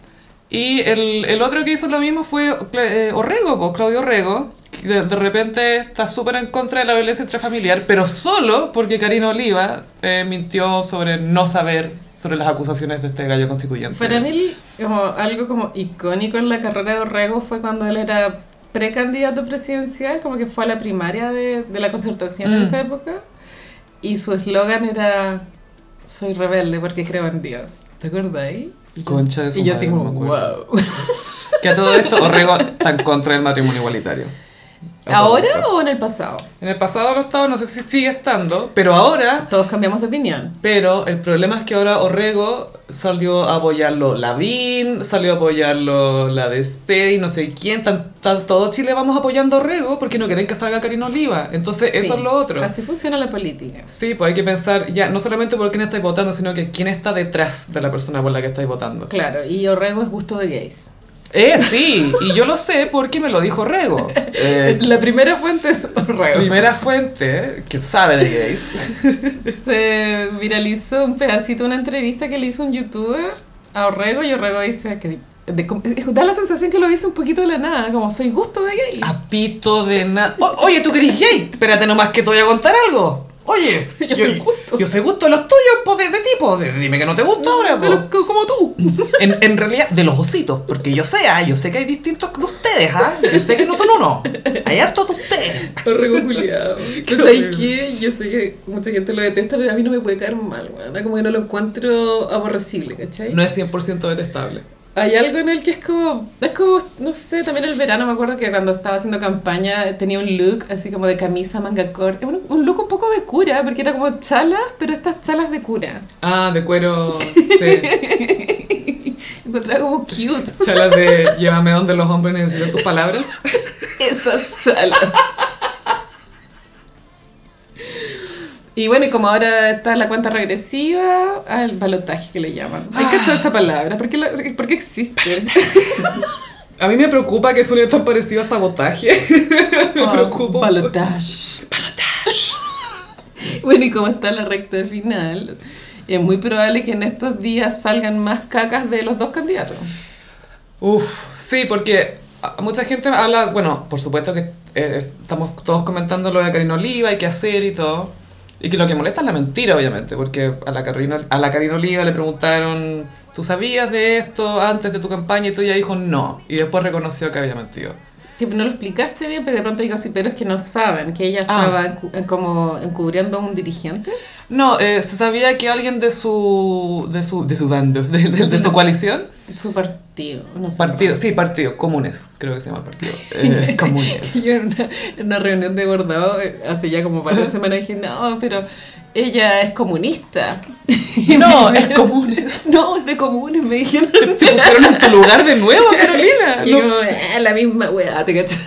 Speaker 1: Y el, el otro que hizo lo mismo fue Cla- eh, Orrego, pues, Claudio Orrego, que de, de repente está súper en contra de la violencia intrafamiliar, pero solo porque Karina Oliva eh, mintió sobre no saber sobre las acusaciones de este gallo constituyente.
Speaker 2: Para mí, como algo como icónico en la carrera de Orrego fue cuando él era precandidato presidencial, como que fue a la primaria de, de la concertación en
Speaker 1: Mm.
Speaker 2: esa época, y su eslogan era, soy rebelde porque creo en Dios, ¿te acordáis? Y yo-
Speaker 1: Concha de su
Speaker 2: Y yo así
Speaker 1: madre,
Speaker 2: como,
Speaker 1: no me acuerdo.
Speaker 2: wow.
Speaker 1: <laughs> Que a todo esto Orrego está en contra del matrimonio igualitario. A todo
Speaker 2: <laughs> ¿Ahora
Speaker 1: esto.
Speaker 2: o en el pasado?
Speaker 1: En el pasado lo estaba, no sé si sigue estando, pero ahora
Speaker 2: Todos cambiamos de opinión.
Speaker 1: Pero el problema es que ahora Orrego salió a apoyarlo Lavín, salió a apoyarlo la DC y no sé quién. Tan, tan- todo Chile vamos apoyando a Orrego porque no quieren que salga Karina Oliva. Entonces, eso
Speaker 2: Sí,
Speaker 1: es lo otro.
Speaker 2: Así funciona la política.
Speaker 1: Sí, pues hay que pensar ya, no solamente por quién estáis votando, sino que quién está detrás de la persona por la que estáis votando.
Speaker 2: Claro, y Orrego es gusto de gays.
Speaker 1: Eh, sí, y yo lo sé porque me lo dijo Orrego.
Speaker 2: <laughs>
Speaker 1: Eh,
Speaker 2: La primera fuente es Orrego.
Speaker 1: primera fuente que sabe de gays.
Speaker 2: Se viralizó un pedacito de una entrevista que le hizo un youtuber a Orrego y Orrego dice que sí. de- como- da la sensación que lo dice un poquito de la nada, como soy gusto de gay.
Speaker 1: A pito de nada. Oye, ¿tú querés gay? Espérate nomás que te voy a contar algo. Oye,
Speaker 2: Yo soy gusto.
Speaker 1: <laughs> Yo soy gusto de los tuyos, po, de, de ti, po. De- Dime que no te gusta ahora, po.
Speaker 2: Pero co- como tú.
Speaker 1: En, en realidad, de los ositos, porque yo sé, ah, yo sé que hay distintos de ustedes, ¿ah? Yo sé que no son uno. Hay hartos de ustedes.
Speaker 2: <laughs> Orrego <laughs> culiado.
Speaker 1: Qué
Speaker 2: Pues hay
Speaker 1: horrible.
Speaker 2: que, yo sé que mucha gente lo detesta, pero a mí no me puede caer mal, weón. Como que no lo encuentro aborrecible, ¿cachai?
Speaker 1: es 100% detestable.
Speaker 2: Hay algo en el que es como, es como, no sé, también el verano me acuerdo que cuando estaba haciendo campaña tenía un look así como de camisa, manga corta, un, un look un poco de cura, porque era como chalas, pero estas chalas de cura.
Speaker 1: Ah, de cuero. Sí.
Speaker 2: Encontraba como cute <laughs>
Speaker 1: Chalas de llévame donde los hombres necesitan tus palabras.
Speaker 2: esas chalas. Y bueno, y como ahora está la cuenta regresiva, al balotaje que le llaman. Hay que hacer esa palabra, ¿por qué, la- por qué existe?
Speaker 1: A mí me preocupa que es un tan parecido a sabotaje. me
Speaker 2: Ah,
Speaker 1: preocupa. un poco.
Speaker 2: Balotage. <laughs> bueno, y como está la recta final, es muy probable que en estos días salgan más cacas de los dos candidatos.
Speaker 1: Uf, sí, porque a- mucha gente habla, bueno, por supuesto que eh, estamos todos comentando lo de Karina Oliva y qué hacer y todo. Y que lo que molesta es la mentira, obviamente, porque a la Karina, a la Karina Oliva le preguntaron, ¿tú sabías de esto antes de tu campaña? Y tú ya dijo no. Y después reconoció que había mentido.
Speaker 2: Que no lo explicaste bien, pero de pronto hay gossiperos que no saben que ella
Speaker 1: Ah.
Speaker 2: estaba encu- eh, como encubriendo a un dirigente.
Speaker 1: No, eh, se sabía que alguien de su, de su, de su bando, de, de- de su coalición,
Speaker 2: Su partido, no sé. <laughs>
Speaker 1: partido, sí, partido, comunes, creo que se llama el partido, eh, comunes.
Speaker 2: Yo en una, en una reunión de bordado eh, hace ya como varias semanas dije, no, pero ella es comunista.
Speaker 1: <laughs>
Speaker 2: Y
Speaker 1: No,
Speaker 2: me- <laughs>
Speaker 1: es comunes.
Speaker 2: No, es de comunes, me dijeron.
Speaker 1: Te pusieron en tu lugar de
Speaker 2: <laughs>
Speaker 1: nuevo, Carolina.
Speaker 2: Y
Speaker 1: No,
Speaker 2: como, "Ah, la misma weá, te cachas.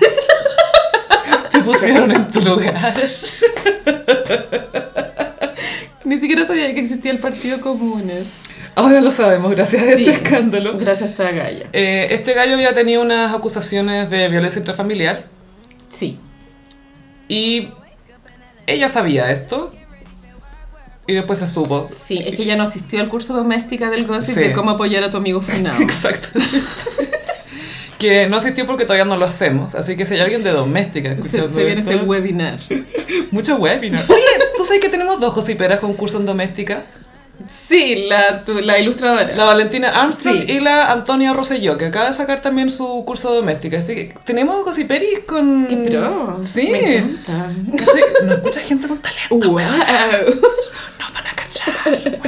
Speaker 1: te pusieron en tu lugar.
Speaker 2: <laughs> Ni siquiera sabía que existía el Partido Comunes.
Speaker 1: Ahora lo sabemos, gracias a este
Speaker 2: Sí.
Speaker 1: escándalo.
Speaker 2: Gracias a esta galla.
Speaker 1: Eh, este gallo había tenido unas acusaciones de violencia intrafamiliar
Speaker 2: Sí.
Speaker 1: y ella sabía esto y después se
Speaker 2: <laughs>
Speaker 1: supo.
Speaker 2: Sí, es que ella no asistió al curso doméstica del gossip
Speaker 1: Sí.
Speaker 2: de cómo apoyar a tu
Speaker 1: <laughs>
Speaker 2: amigo funado. <laughs>
Speaker 1: Exacto. que no asistió porque todavía no lo hacemos, así que si hay alguien de doméstica
Speaker 2: Se,
Speaker 1: escuchando
Speaker 2: se viene
Speaker 1: esto,
Speaker 2: ese webinar.
Speaker 1: mucho
Speaker 2: <laughs>
Speaker 1: webinars. Oye, ¿tú sabes que tenemos dos josiperas con curso en doméstica?
Speaker 2: Sí, la, tu- la ilustradora.
Speaker 1: La Valentina Armstrong
Speaker 2: Sí.
Speaker 1: y la Antonia Rosselló, que acaba de sacar también su curso de doméstica. Así que tenemos gossiperis con...
Speaker 2: ¡Qué pro!
Speaker 1: Sí.
Speaker 2: Me encanta. Uh.
Speaker 1: ¿Cachai? Nos escucha gente con talento. <laughs>
Speaker 2: ¡Wow!
Speaker 1: Nos van a cachar.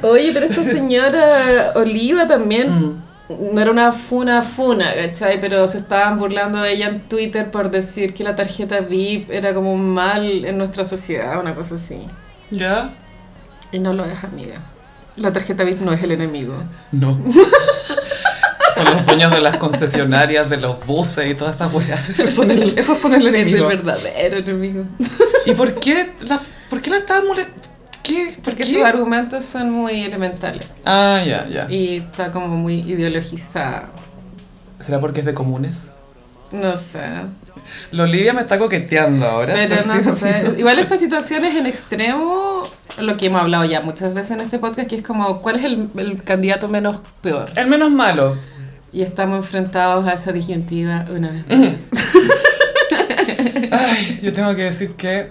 Speaker 2: Oye, pero esta señora Oliva
Speaker 1: Mm.
Speaker 2: también no era una funa funa, ¿cachai? Pero se estaban burlando de ella en Twitter por decir que la tarjeta VIP era como un mal en nuestra sociedad, una cosa así.
Speaker 1: ¿Ya?
Speaker 2: Y no lo es, amiga. La tarjeta VIP no es el enemigo.
Speaker 1: No. <laughs> Son los dueños de las concesionarias, de los buses y todas esas weas. Esos son el, esos son el
Speaker 2: Es el
Speaker 1: enemigo.
Speaker 2: verdadero enemigo.
Speaker 1: ¿Y por qué la, por qué la estaban molestando? ¿Qué? ¿Por
Speaker 2: Porque
Speaker 1: qué?
Speaker 2: sus argumentos son muy elementales.
Speaker 1: Ah, ya, ya.
Speaker 2: Y está como muy ideologizada.
Speaker 1: ¿Será porque es de comunes?
Speaker 2: No sé.
Speaker 1: La Olivia me está coqueteando ahora.
Speaker 2: Pero no
Speaker 1: Así-
Speaker 2: sé. Igual estas situaciones en extremo, lo que hemos hablado ya muchas veces en este podcast, que es como, ¿cuál es el, el candidato menos peor?
Speaker 1: El menos malo.
Speaker 2: Y estamos enfrentados a esa disyuntiva una vez más.
Speaker 1: Ay, yo tengo que decir que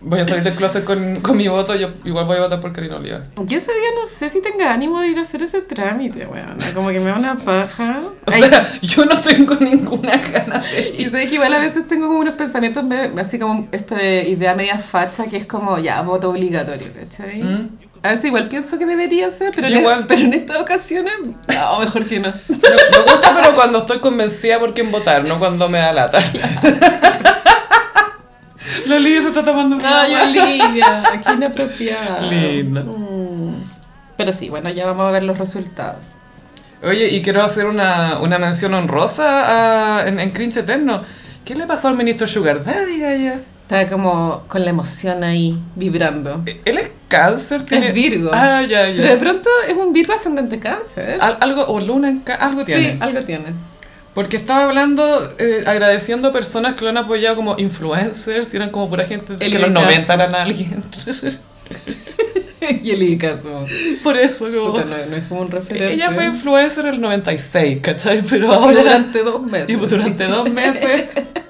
Speaker 1: voy a salir del closet con, con mi voto. Yo igual voy a votar por Karina Oliva.
Speaker 2: Yo ese día no sé si tenga ánimo de ir a hacer ese trámite, weón. Como que me da
Speaker 1: <laughs>
Speaker 2: una paja.
Speaker 1: O
Speaker 2: Ay,
Speaker 1: sea, yo no tengo ninguna gana de
Speaker 2: Y sé que igual a veces tengo como unos pensamientos medio- así como esta idea media facha que es como ya, voto obligatorio, ¿cachai?
Speaker 1: Mm.
Speaker 2: A veces igual pienso que debería ser, pero,
Speaker 1: Yo
Speaker 2: en,
Speaker 1: igual.
Speaker 2: pero en estas ocasiones, no, mejor que no.
Speaker 1: Me, me gusta, pero cuando estoy convencida por quién votar, no cuando me da lata. La Lidia se está tomando un
Speaker 2: Ay, <laughs> Olivia, qué inapropiada.
Speaker 1: Linda.
Speaker 2: Mm. Pero sí, bueno, ya vamos a ver los resultados.
Speaker 1: Oye, y quiero hacer una, una mención honrosa a- en, en Cringe Eterno. ¿Qué le pasó al ministro Sugar Daddy, Gaya?
Speaker 2: Estaba como con la emoción ahí, vibrando.
Speaker 1: E- Él es cáncer, tiene...
Speaker 2: Es Virgo.
Speaker 1: Ay, ay,
Speaker 2: Pero de
Speaker 1: ay.
Speaker 2: pronto es un Virgo ascendente cáncer.
Speaker 1: Al- algo, o luna en ca- algo
Speaker 2: Sí,
Speaker 1: Ah, tiene.
Speaker 2: algo tiene. <laughs>
Speaker 1: Porque estaba hablando, eh, agradeciendo a personas que lo han apoyado como influencers, y eran como pura gente que
Speaker 2: El
Speaker 1: los
Speaker 2: Icazo.
Speaker 1: 90 eran alguien. <laughs>
Speaker 2: y el Icaso.
Speaker 1: Por eso, como...
Speaker 2: Puta, no, no es como un referente.
Speaker 1: Ella fue influencer en el 96, ¿cachai? Pero
Speaker 2: Y
Speaker 1: <laughs> ahora...
Speaker 2: durante dos meses.
Speaker 1: Y durante dos meses...
Speaker 2: <laughs>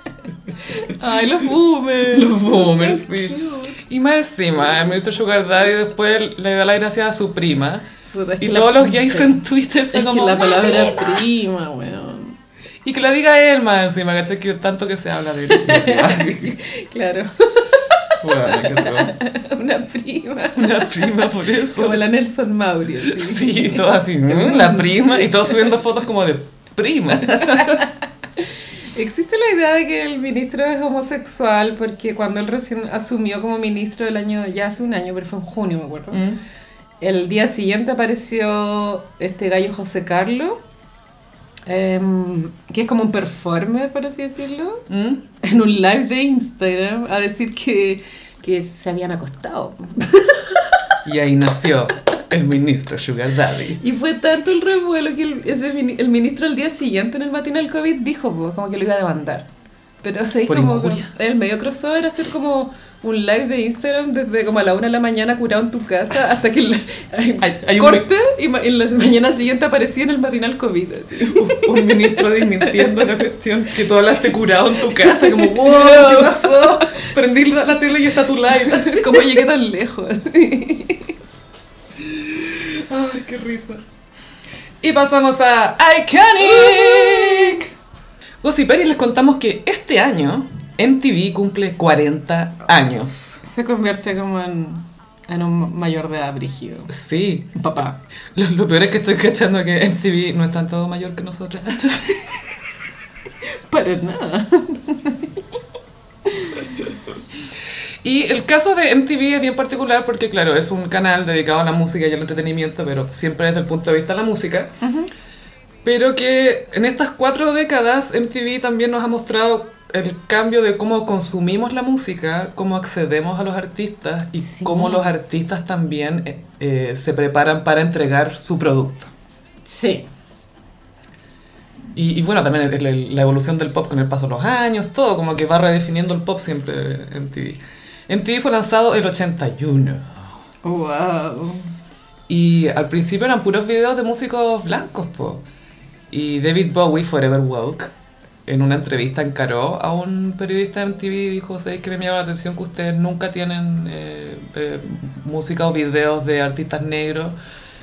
Speaker 2: Ay, los boomers.
Speaker 1: Los boomers, sí. Y más encima, el ministro Sugar Daddy después le da las gracias a su prima.
Speaker 2: Puta, es
Speaker 1: Y
Speaker 2: que
Speaker 1: todos
Speaker 2: la-
Speaker 1: los gays
Speaker 2: sí.
Speaker 1: en Twitter fue
Speaker 2: Es que
Speaker 1: como...
Speaker 2: la palabra
Speaker 1: "Prima". <laughs>
Speaker 2: prima, weón. <laughs>
Speaker 1: Y que la diga él más encima, ¿cachai? Que tanto que se habla de
Speaker 2: <laughs>
Speaker 1: él.
Speaker 2: Claro,
Speaker 1: Bueno, que todo.
Speaker 2: una prima.
Speaker 1: Una prima por eso.
Speaker 2: Como la Nelson
Speaker 1: <laughs>
Speaker 2: Mauri, sí.
Speaker 1: Sí, todo así, "Mm, la prima. Y todos subiendo fotos como de prima.
Speaker 2: Existe la idea de que el ministro es homosexual porque cuando él recién asumió como ministro el año, ya hace un año, pero fue en junio, me acuerdo.
Speaker 1: Mm.
Speaker 2: El día siguiente apareció este gallo José Carlos, em, que es como un performer, por así decirlo, <laughs>
Speaker 1: Mm.
Speaker 2: en un live de Instagram a decir que, que se habían acostado.
Speaker 1: Y ahí nació el ministro Sugar Daddy.
Speaker 2: Y fue tanto el revuelo que el, ese mini- el ministro al día siguiente en el matinal COVID dijo po, como que lo iba a demandar. Pero o sea,
Speaker 1: Por
Speaker 2: como
Speaker 1: injuria.
Speaker 2: con- el medio crossover hacer como un live de Instagram desde como a la una de la mañana curado en tu casa hasta que el
Speaker 1: Hay- hay un
Speaker 2: corte y ma- en la mañana siguiente aparecía en el matinal COVID. así.
Speaker 1: Un- uh, un ministro desmintiendo la cuestión que tú hablaste curado en tu <laughs> casa, como, wow, Oh,
Speaker 2: <laughs>
Speaker 1: ¿qué pasó? Prendí la, la tele y está tu live.
Speaker 2: ¿Cómo llegué tan lejos? <laughs>
Speaker 1: Ay, qué risa. Y pasamos a Iconic. Gossip Berry, les contamos que este año MTV cumple 40 años.
Speaker 2: Se convierte como en, en un mayor de edad brígido.
Speaker 1: Sí.
Speaker 2: Un Papá.
Speaker 1: <laughs> Lo, lo peor es que estoy cachando que MTV no es tanto mayor que nosotras. <laughs>
Speaker 2: Para nada.
Speaker 1: Y el caso de MTV es bien particular porque, claro, es un canal dedicado a la música y al entretenimiento, pero siempre desde el punto de vista de la música. Pero que en estas cuatro décadas MTV también nos ha mostrado el cambio de cómo consumimos la música, cómo accedemos a los artistas y
Speaker 2: Sí.
Speaker 1: cómo los artistas también eh, eh, se preparan para entregar su producto.
Speaker 2: Sí.
Speaker 1: Y, y bueno, también el- el- la evolución del pop con el paso de los años, todo como que va redefiniendo el pop siempre eh, MTV. MTV fue lanzado el 81.
Speaker 2: Wow.
Speaker 1: Y al principio eran puros videos de músicos blancos, po. Y David Bowie, Forever Woke, en una entrevista encaró a un periodista de MTV y dijo, ¿sabéis que me llama la atención que ustedes nunca tienen eh, eh, música o videos de artistas negros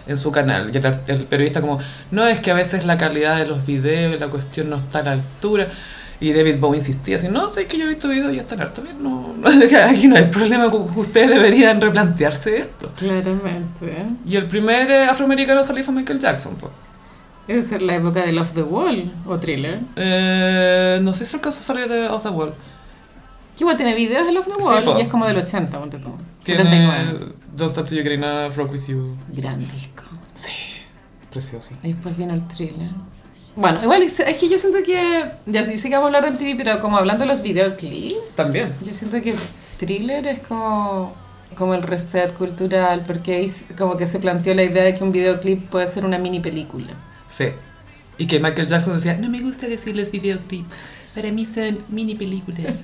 Speaker 1: en su canal? Y el, ar- el periodista como, no, es que a veces la calidad de los videos y la cuestión no está a la altura. Y David Bowie insistía, así, no, sé que yo he visto videos y están harto bien, no, <laughs> aquí no hay problema, ustedes deberían replantearse esto.
Speaker 2: Claramente.
Speaker 1: Y el primer eh, afroamericano salió fue Michael Jackson, po.
Speaker 2: Debe ser la época de Love the Wall o Thriller.
Speaker 1: Eh, no sé si alcanzó a salir de Off the Wall.
Speaker 2: Que igual tiene videos de Love the
Speaker 1: Sí,
Speaker 2: Wall
Speaker 1: po.
Speaker 2: y es como del 80, ponte tú.
Speaker 1: Tiene
Speaker 2: 79.
Speaker 1: Don't Stop Till You Get Enough, Rock With You.
Speaker 2: Gran disco.
Speaker 1: Precioso.
Speaker 2: Y después vino el Thriller. Bueno, igual es es que yo siento que. Ya sí, sí que vamos a hablar de MTV, pero como hablando de los videoclips,
Speaker 1: También.
Speaker 2: yo siento que Thriller es como. Como el reset cultural, porque ahí s- como que se planteó la idea de que un videoclip puede ser una mini película.
Speaker 1: Sí. Y que Michael Jackson decía, no me gusta decirles videoclip.
Speaker 3: Para mí son mini
Speaker 1: <laughs>
Speaker 3: películas.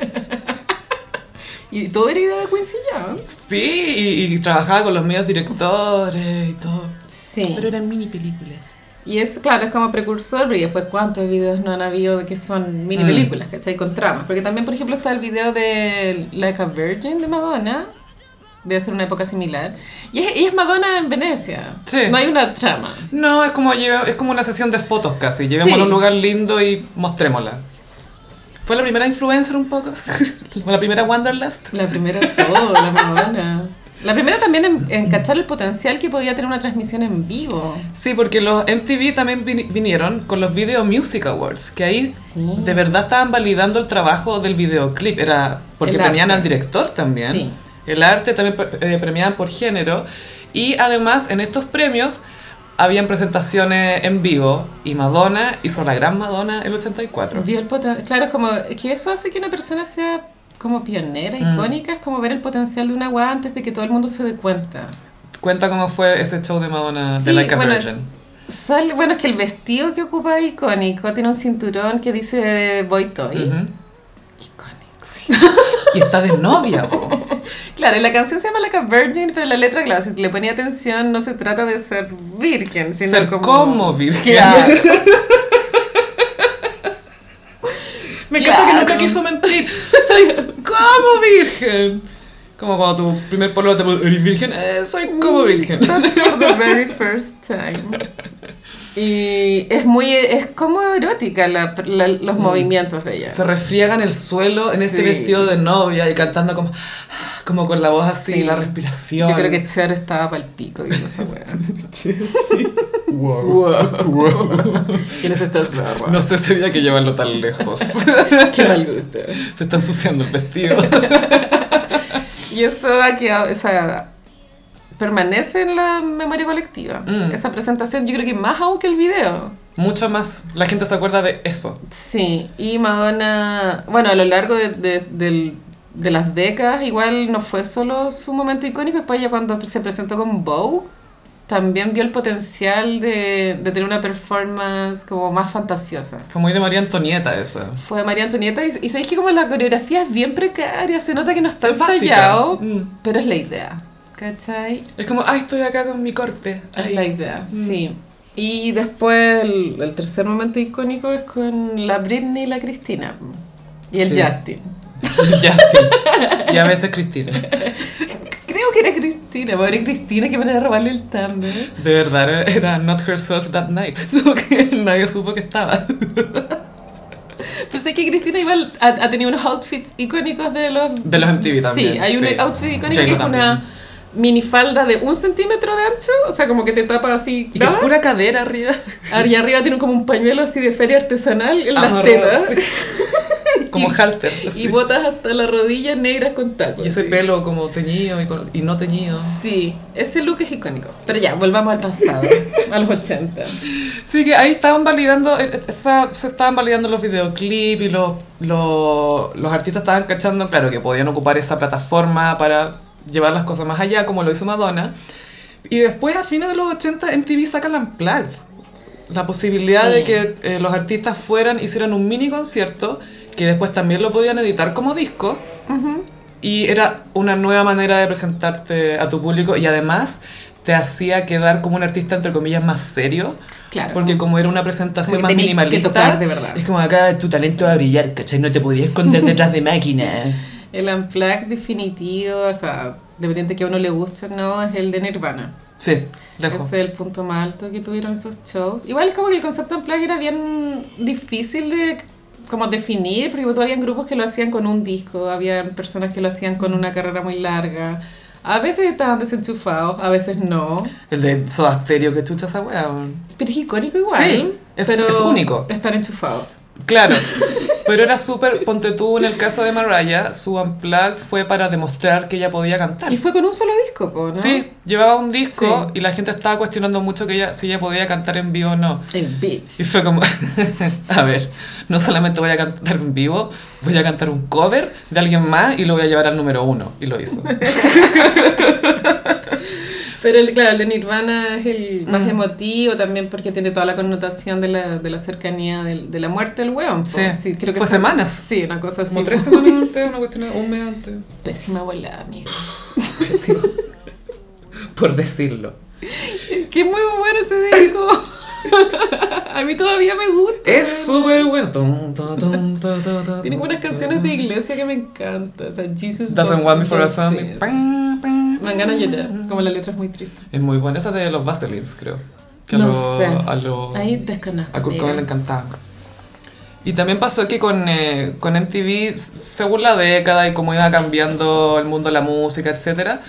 Speaker 2: Y todo era idea de Quincy Jones.
Speaker 1: Sí, y, y trabajaba con los medios directores y todo.
Speaker 2: Sí.
Speaker 3: Pero eran mini películas.
Speaker 2: Y es, claro, es como precursor, pero y después cuántos videos no han habido de que son mini
Speaker 1: Mm.
Speaker 2: películas, ¿cachai? Con tramas. Porque también, por ejemplo, está el video de Like a Virgin de Madonna. Debe ser una época similar. Y es, y es Madonna en Venecia.
Speaker 1: Sí.
Speaker 2: No hay una trama.
Speaker 1: No, es como, lleva- es como una sesión de fotos casi. Llevémosla a un
Speaker 2: Sí.
Speaker 1: lugar lindo y mostrémosla. Fue la primera influencer un poco. <laughs> la primera Wanderlust.
Speaker 2: La primera todo, la Madonna. La primera también en, en cachar el potencial que podía tener una transmisión en vivo.
Speaker 1: Sí, porque los MTV también vin- vinieron con los Video Music Awards, que ahí
Speaker 2: Sí.
Speaker 1: de verdad estaban validando el trabajo del videoclip. Era porque
Speaker 2: El
Speaker 1: premiaban
Speaker 2: arte.
Speaker 1: al director también.
Speaker 2: Sí.
Speaker 1: El arte también pre- eh, premiaban por género. Y además en estos premios habían presentaciones en vivo y Madonna hizo la gran Madonna el 84.
Speaker 2: Vio el poten- claro, es como es que eso hace que una persona sea como pionera,
Speaker 1: Mm.
Speaker 2: icónica, es como ver el potencial de una weá antes de que todo el mundo se dé cuenta.
Speaker 1: Cuenta cómo fue ese show de Madonna de
Speaker 2: Sí,
Speaker 1: Like a
Speaker 2: bueno,
Speaker 1: Virgin.
Speaker 2: Sale, bueno, es que el vestido que ocupa es icónico, tiene un cinturón que dice Boy Toy.
Speaker 1: Ujú.
Speaker 2: Icónico.
Speaker 1: Y está de novia,
Speaker 2: <laughs>
Speaker 1: po.
Speaker 2: Claro, y la canción se llama Like a Virgin, pero la letra, claro, si le ponía atención, no se trata de ser virgen, sino
Speaker 1: Ser
Speaker 2: como...
Speaker 1: como virgen.
Speaker 2: Claro. <laughs>
Speaker 1: Me encanta que
Speaker 2: Claro.
Speaker 1: nunca quiso mentir. Soy como virgen. Como cuando tu primer polvo te pregunta, ¿eres virgen? Eh, soy como virgen.
Speaker 2: That's for the very first time. Y es muy, es como erótica la- la- los movimientos de ella.
Speaker 1: Mm. Se refriega en el suelo en este
Speaker 2: Sí.
Speaker 1: vestido de novia y cantando como, como con la voz así,
Speaker 2: Sí.
Speaker 1: la respiración.
Speaker 2: Yo creo que Cher estaba pa'l pico viendo esa wea.
Speaker 1: Wow.
Speaker 2: ¿Quién es esta zorra?
Speaker 1: No sé si había que llevarlo tan
Speaker 2: <laughs>
Speaker 1: lejos.
Speaker 2: Qué mal gusto.
Speaker 1: Se está ensuciando el vestido.
Speaker 2: Y eso ha quedado, o sea, permanece en la memoria colectiva.
Speaker 1: Mm.
Speaker 2: Esa presentación yo creo que más aún que el video.
Speaker 1: Mucho más. La gente se acuerda de eso.
Speaker 2: Sí, y Madonna, bueno, a lo largo de, de- del- de las décadas, igual no fue solo su momento icónico, después ya cuando se presentó con Vogue, también vio el potencial de, de tener una performance como más fantasiosa.
Speaker 1: Fue muy de María Antonieta eso.
Speaker 2: Fue María Antonieta y, y sabéis que como la coreografía es bien precaria, se nota que no está
Speaker 1: Es básica.
Speaker 2: ensayado,
Speaker 1: Mm.
Speaker 2: pero es la idea, ¿cachai?
Speaker 1: Es como, ay, estoy acá con mi corte.
Speaker 2: Es
Speaker 1: Ay.
Speaker 2: la idea, sí. Y después el, el tercer momento icónico es con la Britney y la Cristina. Y el
Speaker 1: Sí.
Speaker 2: Justin.
Speaker 1: <laughs> Justin. Y a veces Cristina.
Speaker 2: Creo que era Cristina, pobre Cristina que me a robarle el Tumblr.
Speaker 1: De verdad, era not herself that night. <laughs> Como que nadie supo que estaba.
Speaker 2: Pero sé que Cristina igual ha, ha tenido unos outfits icónicos de los...
Speaker 1: De los MTV también.
Speaker 2: Sí, hay un
Speaker 1: sí.
Speaker 2: outfit icónico
Speaker 1: J-Lo
Speaker 2: que es
Speaker 1: también.
Speaker 2: una minifalda de un centímetro de ancho, o sea, como que te tapa así,
Speaker 1: Y que
Speaker 2: nada.
Speaker 1: pura cadera arriba.
Speaker 2: <laughs> Y arriba tiene como un pañuelo así de feria artesanal en las
Speaker 1: Amarrado,
Speaker 2: tetas.
Speaker 1: sí. Como
Speaker 2: Y-
Speaker 1: halter.
Speaker 2: <laughs> Y
Speaker 1: sí.
Speaker 2: botas hasta las rodillas negras con tacos.
Speaker 1: Y ese
Speaker 2: sí.
Speaker 1: pelo como teñido y, con- y no teñido.
Speaker 2: Sí, ese look es icónico. Pero ya, volvamos al pasado,
Speaker 1: <laughs>
Speaker 2: a los 80.
Speaker 1: Sí, que ahí estaban validando, eh, eh, esa- se estaban validando los videoclips y los, los, los artistas estaban cachando, claro, que podían ocupar esa plataforma para llevar las cosas más allá, como lo hizo Madonna. Y después, a fines de los 80, MTV saca la Unplugged. La posibilidad
Speaker 2: Sí.
Speaker 1: de que eh, los artistas fueran, hicieran un mini concierto, que después también lo podían editar como disco. Y era una nueva manera de presentarte a tu público y además te hacía quedar como un artista entre comillas más serio.
Speaker 2: Claro.
Speaker 1: Porque como era una presentación
Speaker 2: Como que
Speaker 1: más
Speaker 2: tenés que
Speaker 1: minimalista,
Speaker 2: tocar de verdad.
Speaker 1: es como acá tu talento va a brillar, ¿cachai? No te podías
Speaker 2: <laughs>
Speaker 1: esconder detrás de máquinas.
Speaker 2: El unplug definitivo, o sea, dependiente que a uno le guste o no, es el de Nirvana.
Speaker 1: Sí,
Speaker 2: Ese
Speaker 1: lejos.
Speaker 2: es el punto más alto que tuvieron esos shows. Igual es como que el concepto unplug era bien difícil de como definir, porque todavía habían grupos que lo hacían con un disco, había personas que lo hacían con una carrera muy larga. A veces estaban desenchufados, a veces no.
Speaker 1: El de Soda Stereo, que chucha esa wea. weón.
Speaker 2: Pero es icónico igual.
Speaker 1: Sí, es-
Speaker 2: pero
Speaker 1: es único.
Speaker 2: Están enchufados.
Speaker 1: Claro, pero era súper, ponte tú en el caso de Mariah, su unplugged fue para demostrar que ella podía cantar.
Speaker 2: Y fue con un solo disco, po, ¿no?
Speaker 1: Sí, llevaba un disco
Speaker 2: Sí.
Speaker 1: y la gente estaba cuestionando mucho que ella, si ella podía cantar en vivo o no.
Speaker 2: El Beats.
Speaker 1: Y fue como, <laughs> a ver, no solamente voy a cantar en vivo, voy a cantar un cover de alguien más y lo voy a llevar al número uno. Y lo hizo. <laughs>
Speaker 2: Pero el, claro, el de Nirvana es el más emotivo también porque tiene toda la connotación de la, de la cercanía del- de la muerte del weón. po.
Speaker 1: Sí.
Speaker 2: creo que
Speaker 1: Fue
Speaker 2: son-
Speaker 1: semanas.
Speaker 2: Sí, una cosa así. <laughs>
Speaker 1: semanas antes, una cuestión, un mes antes.
Speaker 2: Pésima volada, <laughs> amigo.
Speaker 1: Por decirlo.
Speaker 2: Es que es muy bueno ese disco. <laughs> A mí todavía me gusta.
Speaker 1: Es súper bueno. Tum, tum, tum, tum, tum, tum,
Speaker 2: Tiene unas canciones de iglesia que me encantan. O sea, Jesus
Speaker 1: Doesn't
Speaker 2: God-
Speaker 1: want me for a
Speaker 2: Sí,
Speaker 1: zombie.
Speaker 2: sí.
Speaker 1: Pam, pam.
Speaker 2: Me engaña llorar, como la letra es muy triste.
Speaker 1: Es muy buena. Esa es de los Vaseline's, creo. Que a
Speaker 2: No
Speaker 1: lo-
Speaker 2: sé.
Speaker 1: A lo,
Speaker 2: Ahí desconozco.
Speaker 1: a Kurt Cobain le
Speaker 2: amiga.
Speaker 1: encantaba. Y también pasó que con, eh, con MTV, según la década y cómo iba cambiando el mundo de la música, etcétera,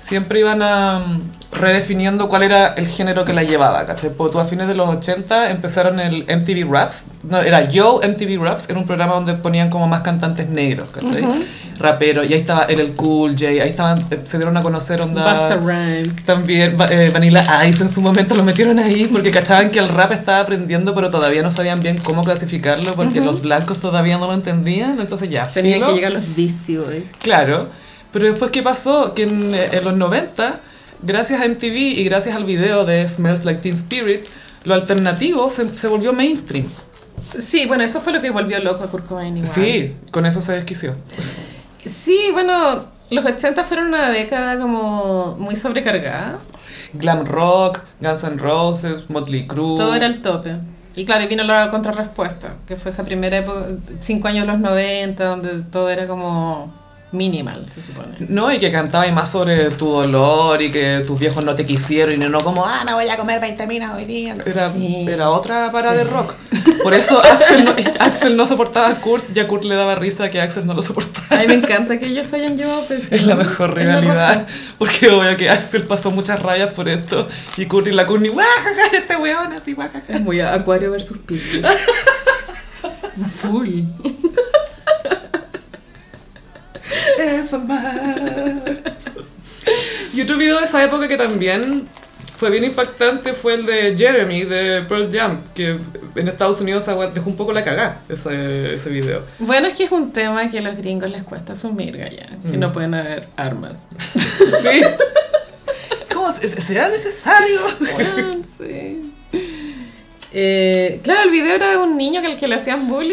Speaker 1: siempre iban a, mm, redefiniendo cuál era el género que la llevaba, ¿cachai? Porque tú a fines de los 80 empezaron el MTV Raps, no, era Yo MTV Raps, era un programa donde ponían como más cantantes negros, ¿cachai? Raperos, y ahí estaba el Cool J, ahí estaban, eh, se dieron a conocer onda...
Speaker 2: Busta Rhymes.
Speaker 1: También va- eh, Vanilla Ice en su momento lo metieron ahí porque cachaban que el rap estaba aprendiendo, pero todavía no sabían bien cómo clasificarlo porque los blancos todavía no lo entendían. Entonces ya,
Speaker 2: Tenían
Speaker 1: filo.
Speaker 2: que llegar los Beastie Boys.
Speaker 1: Claro. Pero después, ¿qué pasó? Que en, eh, en los 90, gracias a MTV y gracias al video de Smells Like Teen Spirit, lo alternativo se, se volvió mainstream.
Speaker 2: Sí, bueno, eso fue lo que volvió loco a Kurt Cobain igual.
Speaker 1: Sí, con eso se desquició.
Speaker 2: Sí, bueno, los 80 fueron una década como muy sobrecargada.
Speaker 1: Glam rock, Guns N' Roses, Motley Crue.
Speaker 2: Todo era el tope. Y claro, y vino la contrarrespuesta, que fue esa primera época, cinco años los 90, donde todo era como minimal, se
Speaker 1: <laughs>
Speaker 2: supone.
Speaker 1: No, y que cantabais más sobre tu dolor y que tus viejos no te quisieron y no como, ah,
Speaker 3: Ah, me voy a comer 20 minas hoy día.
Speaker 1: era,
Speaker 2: Sí.
Speaker 1: era otra para de rock. Por <laughs> eso Axel no, Axel no soportaba a Kurt y a Kurt le daba risa que Axel no lo soportaba.
Speaker 2: A mí me encanta que ellos hayan llevado presión.
Speaker 1: Es la mejor
Speaker 2: en la
Speaker 1: rivalidad,
Speaker 2: raja.
Speaker 1: porque obvio que Axel pasó muchas rayas por esto y Kurt y la Courtney, guajaja, este weón así, guajaja.
Speaker 2: Es muy acuario versus
Speaker 1: <laughs>
Speaker 2: piscis. Full.
Speaker 3: Eso más.
Speaker 1: Y otro video de esa época que también fue bien impactante fue el de Jeremy de Pearl Jam, que en Estados Unidos agua- dejó un poco la cagada ese, ese video.
Speaker 2: Bueno, es que es un tema que a los gringos les cuesta asumir, Gaya, que
Speaker 1: Mm.
Speaker 2: no pueden haber armas.
Speaker 1: Sí.
Speaker 3: ¿Cómo se- se- será necesario?
Speaker 2: Weón, <laughs> sí. Eh, claro, el video era de un niño que al que le hacían bullying.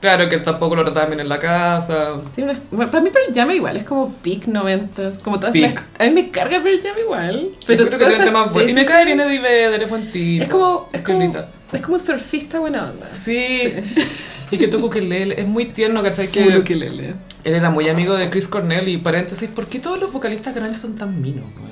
Speaker 1: Claro que él tampoco lo trataba bien en la casa.
Speaker 2: Tiene unas- bueno, para mí Pearl Jam igual, es como peak 90s, como todas
Speaker 1: Peak.
Speaker 2: las- A mí me carga Pearl Jam igual,
Speaker 1: Pero
Speaker 2: pero
Speaker 1: creo que
Speaker 2: todas
Speaker 1: tiene
Speaker 2: esas
Speaker 1: temas buenos. Y me cae bien Eddie Vedder, es buen tipo.
Speaker 2: es como, es
Speaker 1: Es
Speaker 2: como,
Speaker 1: piolita.
Speaker 2: es como un surfista buena onda.
Speaker 1: Sí. Y que toca ukelele. Es muy tierno, ¿cachai?
Speaker 2: Full
Speaker 1: Que
Speaker 2: ukelele.
Speaker 1: él era muy amigo de Chris Cornell. Y paréntesis, ¿por qué todos los vocalistas grandes son tan minos, weón?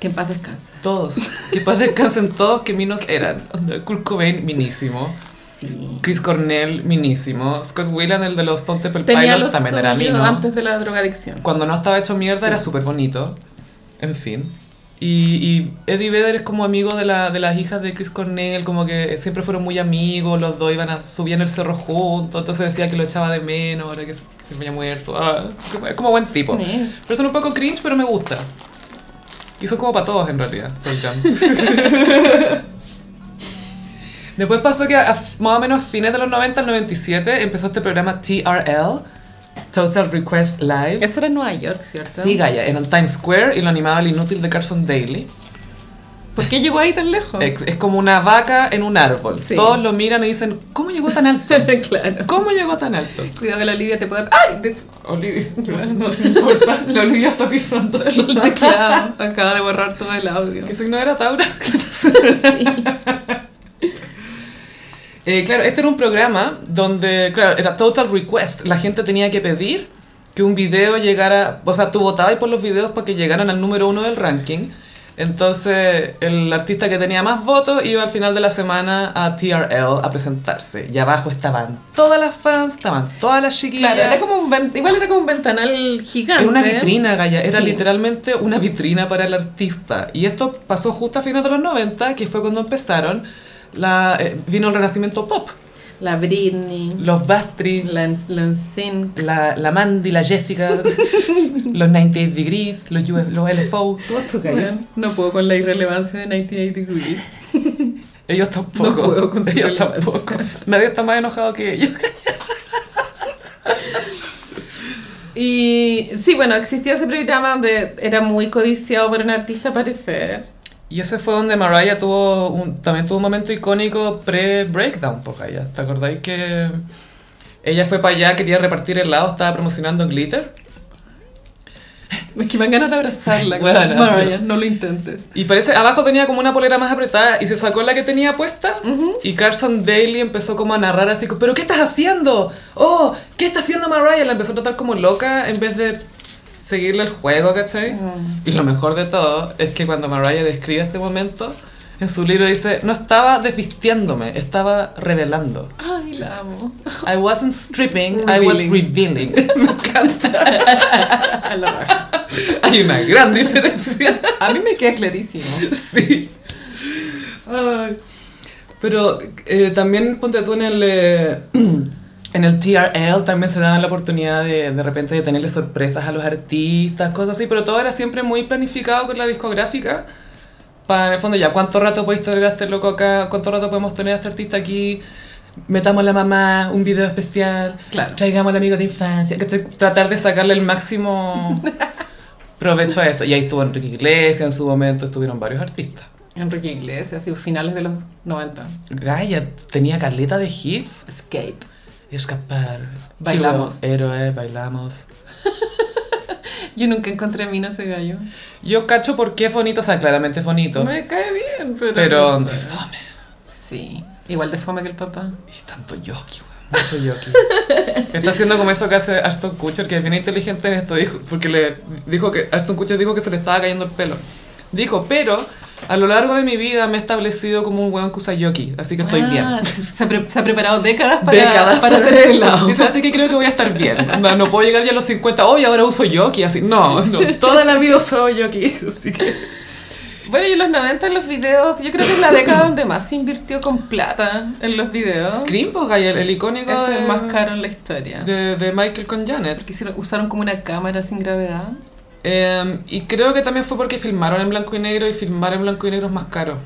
Speaker 2: Que en paz descansa.
Speaker 1: Todos. Que paz descansen todos, que minos eran. Onda, Kurt Cobain, minísimo.
Speaker 2: Sí.
Speaker 1: Chris Cornell, minísimo. Scott Whelan, el de los Stone Temple
Speaker 2: Tenía
Speaker 1: Pilots,
Speaker 2: los
Speaker 1: también era mino.
Speaker 2: antes de la drogadicción.
Speaker 1: Cuando no estaba hecho mierda
Speaker 2: Sí.
Speaker 1: era súper bonito. En fin. Y, y Eddie Vedder es como amigo de, la, de las hijas de Chris Cornell, como que siempre fueron muy amigos, los dos iban a subir en el cerro juntos, entonces decía que lo echaba de menos, ahora que se se había muerto. Ah, es como buen tipo.
Speaker 2: Sí.
Speaker 1: Pero son un poco cringe, pero me gusta. Y son como para todos en realidad, Pearl <laughs> Jam. Después pasó que a- a- más o menos a fines de los 90, al 97, empezó este programa TRL, Total Request Live.
Speaker 2: Eso era en Nueva York, ¿cierto?
Speaker 1: Sí, Gaia, era en Times Square y lo animaba el inútil de Carson Daly.
Speaker 2: ¿Por qué llegó ahí tan lejos?
Speaker 1: Es, es como una vaca en un árbol.
Speaker 2: Sí.
Speaker 1: Todos lo miran y dicen, ¿cómo llegó tan alto?
Speaker 2: <laughs> claro.
Speaker 1: ¿Cómo llegó tan alto?
Speaker 2: Cuidado que la Olivia te pueda... ¡Ay! De hecho,
Speaker 1: <laughs> Olivia, no <laughs> se importa, la Olivia está <laughs> pisando.
Speaker 2: el <laughs> teclado acaba de borrar todo el audio.
Speaker 1: Que signo era <laughs> Taura.
Speaker 2: Sí.
Speaker 1: Eh, claro, este era un programa donde, claro, era Total Request. La gente tenía que pedir que un video llegara, o sea, tú votabas por los videos para que llegaran al número uno del ranking. Entonces, el artista que tenía más votos iba al final de la semana a TRL a presentarse. Y abajo estaban todas las fans, estaban todas las chiquillas.
Speaker 2: Claro, era como un ven- igual era como un ventanal <laughs> gigante.
Speaker 1: Era una vitrina, Gaya. Era
Speaker 2: Sí.
Speaker 1: literalmente una vitrina para el artista. Y esto pasó justo a fines de los 90, que fue cuando empezaron. La, eh, vino el renacimiento pop.
Speaker 2: La Britney,
Speaker 1: Los Bastry,
Speaker 2: la, la NSYNC,
Speaker 1: la, la Mandy, la Jessica,
Speaker 2: <laughs>
Speaker 1: los 98 Degrees, los, UF, los LFO. todo esto, Gaya.
Speaker 2: weón, no puedo con la irrelevancia de 98 Degrees.
Speaker 1: Ellos tampoco.
Speaker 2: No puedo con su
Speaker 1: ellos
Speaker 2: relevancia.
Speaker 1: tampoco. Nadie está más enojado que ellos.
Speaker 2: Y sí, bueno, existía ese programa donde era muy codiciado por un artista aparecer.
Speaker 1: Y ese fue donde Mariah tuvo un, también tuvo un momento icónico pre-breakdown, po, Gaya. ¿Te acordáis que ella fue para allá, quería repartir helado, estaba promocionando Glitter?
Speaker 2: Es que me dan ganas de abrazarla.
Speaker 1: Bueno,
Speaker 2: como, Mariah, no lo intentes.
Speaker 1: Y parece, abajo tenía como una polera más apretada y se sacó la que tenía puesta y Carson Daly empezó como a narrar así, como, pero ¿qué estás haciendo? Oh, ¿qué está haciendo Mariah? La empezó a tratar como loca en vez de seguirle el juego, ¿cachai? Y lo mejor de todo es que cuando Mariah describe este momento, en su libro dice, no estaba desvistiéndome, estaba revelando.
Speaker 2: Ay, la <laughs> amo.
Speaker 1: I wasn't stripping, I was revealing. <laughs> Me encanta.
Speaker 2: A, la raja.
Speaker 1: Hay una gran diferencia.
Speaker 2: A mí me queda clarísimo.
Speaker 1: <laughs> Sí. Ay. Pero eh, también ponte tú en el, eh, <clears throat> en el TRL, también se daban la oportunidad de de repente de tenerle sorpresas a los artistas, cosas así, pero todo era siempre muy planificado con la discográfica. Para en el fondo ya, ¿cuánto rato podéis tener a este loco acá? ¿Cuánto rato podemos tener a este artista aquí? Metamos a la mamá, un video especial,
Speaker 2: Claro.
Speaker 1: traigamos al amigo de infancia, ¿cachai? tratar de sacarle el máximo provecho a esto. Y ahí estuvo Enrique Iglesias, en su momento estuvieron varios artistas.
Speaker 2: Enrique Iglesias, y finales de los 90.
Speaker 1: Gaia tenía caleta de hits.
Speaker 2: Escape.
Speaker 1: Escapar.
Speaker 2: Bailamos.
Speaker 1: Hero- héroe, bailamos.
Speaker 2: Yo nunca encontré a mí no ese gallo.
Speaker 1: Yo cacho por qué es bonito, o sea, claramente es bonito.
Speaker 2: Me cae bien, pero.
Speaker 1: Pero.
Speaker 2: no sé.
Speaker 1: qué fome.
Speaker 2: Sí. Igual de fome que el papá.
Speaker 1: Y tanto yoki, weón, Mucho yoki. <laughs> Está haciendo como eso que hace Ashton Kutcher, que es bien inteligente en esto, dijo, porque le dijo que Ashton Kutcher dijo que se le estaba cayendo el pelo. Dijo, pero a lo largo de mi vida me he establecido como un weón que usa yoki, así que estoy bien.
Speaker 2: Ah, Se ha, pre- se ha preparado décadas para,
Speaker 1: décadas
Speaker 2: para ser pelado.
Speaker 1: Dice, así que creo que voy a estar bien. No, no puedo llegar ya a los 50. Hoy ahora uso yoki, así. No, no. Toda la vida usaba yoki. <laughs> Así que.
Speaker 2: Bueno, y en los 90 en los videos, yo creo que es la década donde más se invirtió con plata en los videos.
Speaker 1: Scream, pues, Gaia, el icónico.
Speaker 2: Es el
Speaker 1: de-
Speaker 2: Ah. más caro en la historia.
Speaker 1: De, de Michael con Janet.
Speaker 2: Porque hicieron- usaron como una cámara sin gravedad.
Speaker 1: Eh, y creo que también fue porque filmaron en blanco y negro y filmar en blanco y negro es más caro.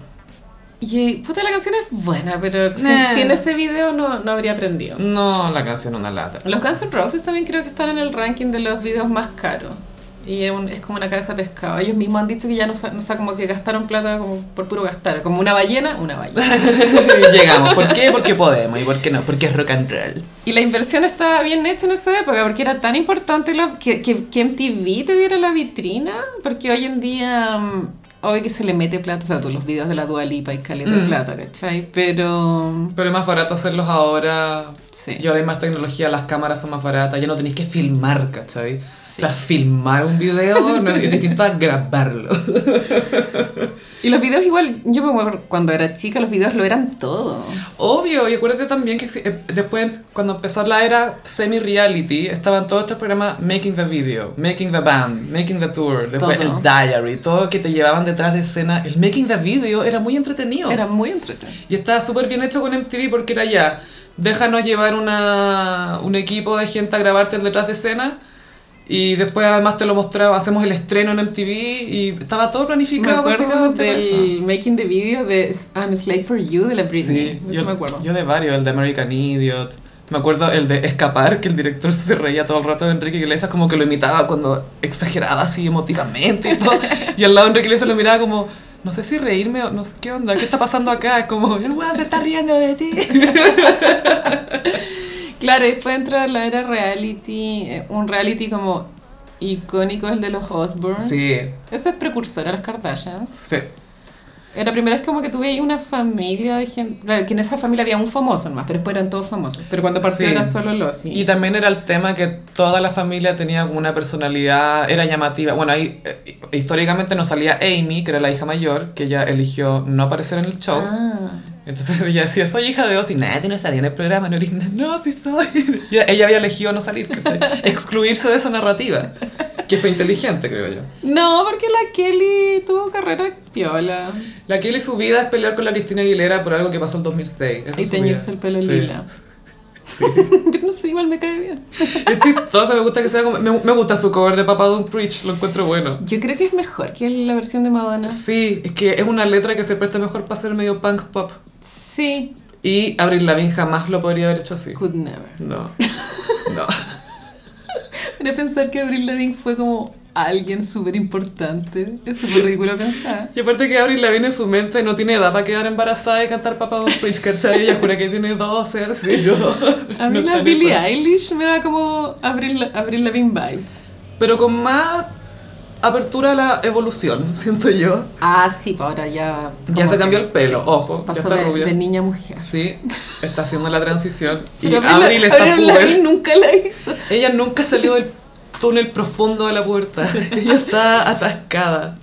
Speaker 2: Y eh, puta, la canción es buena, pero sin,
Speaker 3: Nah.
Speaker 2: sin ese video no, no habría aprendido.
Speaker 1: No, la canción una
Speaker 2: <laughs>
Speaker 1: lata.
Speaker 2: Los Guns N' Roses también creo que están en el ranking de los videos más caros. Y es, un- es como una cabeza de pescado. Ellos mismos han dicho que ya no, sa- no sa- como que gastaron plata como por puro gastar. Como una ballena, una ballena.
Speaker 1: Llegamos. ¿Por qué? Porque podemos y por qué no. Porque es rock and roll.
Speaker 2: Y la inversión estaba bien hecha en esa época porque era tan importante lo- que, que, que MTV te diera la vitrina. Porque hoy en día, mm, hoy que se le mete plata, o sea, tú los videos de la Dua Lipa y caleta de plata, ¿cachai? Pero. mm,
Speaker 1: Pero es más barato hacerlos ahora.
Speaker 2: Sí.
Speaker 1: Y ahora hay más tecnología, las cámaras son más baratas, ya no tenéis que filmar, ¿cachai?
Speaker 2: Sí.
Speaker 1: Para filmar un video no es es distinto a grabarlo. <laughs>
Speaker 2: Y los videos igual, yo me acuerdo cuando era chica, los videos lo eran todo.
Speaker 1: Obvio, y acuérdate también que exi- eh, después, cuando empezó la era semi-reality, estaban todos estos programas Making the Video, Making the Band, Making the Tour, después
Speaker 2: Todo.
Speaker 1: el Diary, todo que te llevaban detrás de escena. El Making the Video era muy entretenido.
Speaker 2: Era muy entretenido.
Speaker 1: Y estaba súper bien hecho con MTV porque era ya, déjanos llevar una, un equipo de gente a grabarte el detrás de escena y después además te lo mostraba, hacemos el estreno en MTV y estaba todo
Speaker 2: Me
Speaker 1: planificado
Speaker 2: acuerdo
Speaker 1: básicamente para eso.
Speaker 2: del making the video de I'm a Slave for You de la Britney.
Speaker 1: Sí,
Speaker 2: Eso
Speaker 1: yo
Speaker 2: me acuerdo.
Speaker 1: Yo de varios, el de American Idiot. Me acuerdo el de Escapar, que el director <laughs> se reía todo el rato de Enrique Iglesias, como que lo imitaba cuando exageraba así emotivamente y
Speaker 2: <laughs>
Speaker 1: todo. Y al lado de Enrique Iglesias lo miraba como, no sé si reírme o no sé qué onda, ¿qué está pasando acá? Es como, yo no voy a hacer
Speaker 3: está riendo de ti.
Speaker 2: Claro, y después entra la era reality, eh, un reality como icónico, el de los Osbournes.
Speaker 1: Sí, <laughs>
Speaker 2: Ese es precursor a las Kardashians.
Speaker 1: sí.
Speaker 2: Era la primera vez como que tuve ahí una familia de gente. Claro, que en esa familia había un famoso nomás, pero después eran todos famosos. Pero cuando partió
Speaker 1: Sí.
Speaker 2: era solo los.
Speaker 1: Y también era el tema que toda la familia tenía como una personalidad, era llamativa. Bueno, ahí eh, históricamente nos salía Amy, que era la hija mayor, que ella eligió no aparecer en el show.
Speaker 2: Ah.
Speaker 1: Entonces <laughs> ella decía, soy hija de Oz y nadie no salía en el programa, no original. No, sí soy. <laughs> Y ella había elegido no salir, ¿cachai?
Speaker 2: <laughs>
Speaker 1: excluirse de esa narrativa, que fue inteligente, creo yo.
Speaker 2: No, porque la Kelly tuvo carrera piola.
Speaker 1: La Kelly su vida es pelear con la Cristina Aguilera por algo que pasó en 2006. Eso
Speaker 2: Y
Speaker 1: es su
Speaker 2: teñirse
Speaker 1: vida.
Speaker 2: el pelo
Speaker 1: Sí.
Speaker 2: lila. <laughs> Pero no sé, igual me cae bien.
Speaker 1: Es chistosa, me gusta que sea como- me, me gusta su cover de Papa Don't Preach, lo encuentro bueno.
Speaker 2: Yo creo que es mejor que la versión de Madonna.
Speaker 1: Sí, es que es una letra que se presta mejor para ser medio punk pop.
Speaker 2: Sí,
Speaker 1: Y Avril Lavigne jamás lo podría haber hecho así.
Speaker 2: could never.
Speaker 1: No. No.
Speaker 2: De pensar que Avril Lavigne fue como alguien súper importante. Es súper ridículo pensar.
Speaker 1: Y aparte que Avril Lavigne en su mente no tiene edad para quedar embarazada y cantar Papa Don't Preach, ¿cachai? Ella jura que tiene 12, así, <laughs> no.
Speaker 2: A mí
Speaker 1: no
Speaker 2: la
Speaker 1: está en
Speaker 2: Billie
Speaker 1: esa.
Speaker 2: Eilish me da como Avril, Avril Lavigne vibes.
Speaker 1: Pero con más apertura a la evolución, siento yo.
Speaker 2: Ah, sí, pues ahora ya.
Speaker 1: Ya
Speaker 2: como
Speaker 1: se cambió
Speaker 2: que
Speaker 1: el pelo, ojo, ya
Speaker 2: Pasó
Speaker 1: está
Speaker 2: de,
Speaker 1: rubia.
Speaker 2: de niña a mujer.
Speaker 1: Sí, está haciendo la transición. Y
Speaker 2: Pero
Speaker 1: Abril
Speaker 2: la-
Speaker 1: está
Speaker 2: Abril Lavigne
Speaker 1: puber.
Speaker 2: nunca la hizo.
Speaker 1: Ella nunca salió del túnel profundo de la puerta. Ella está atascada.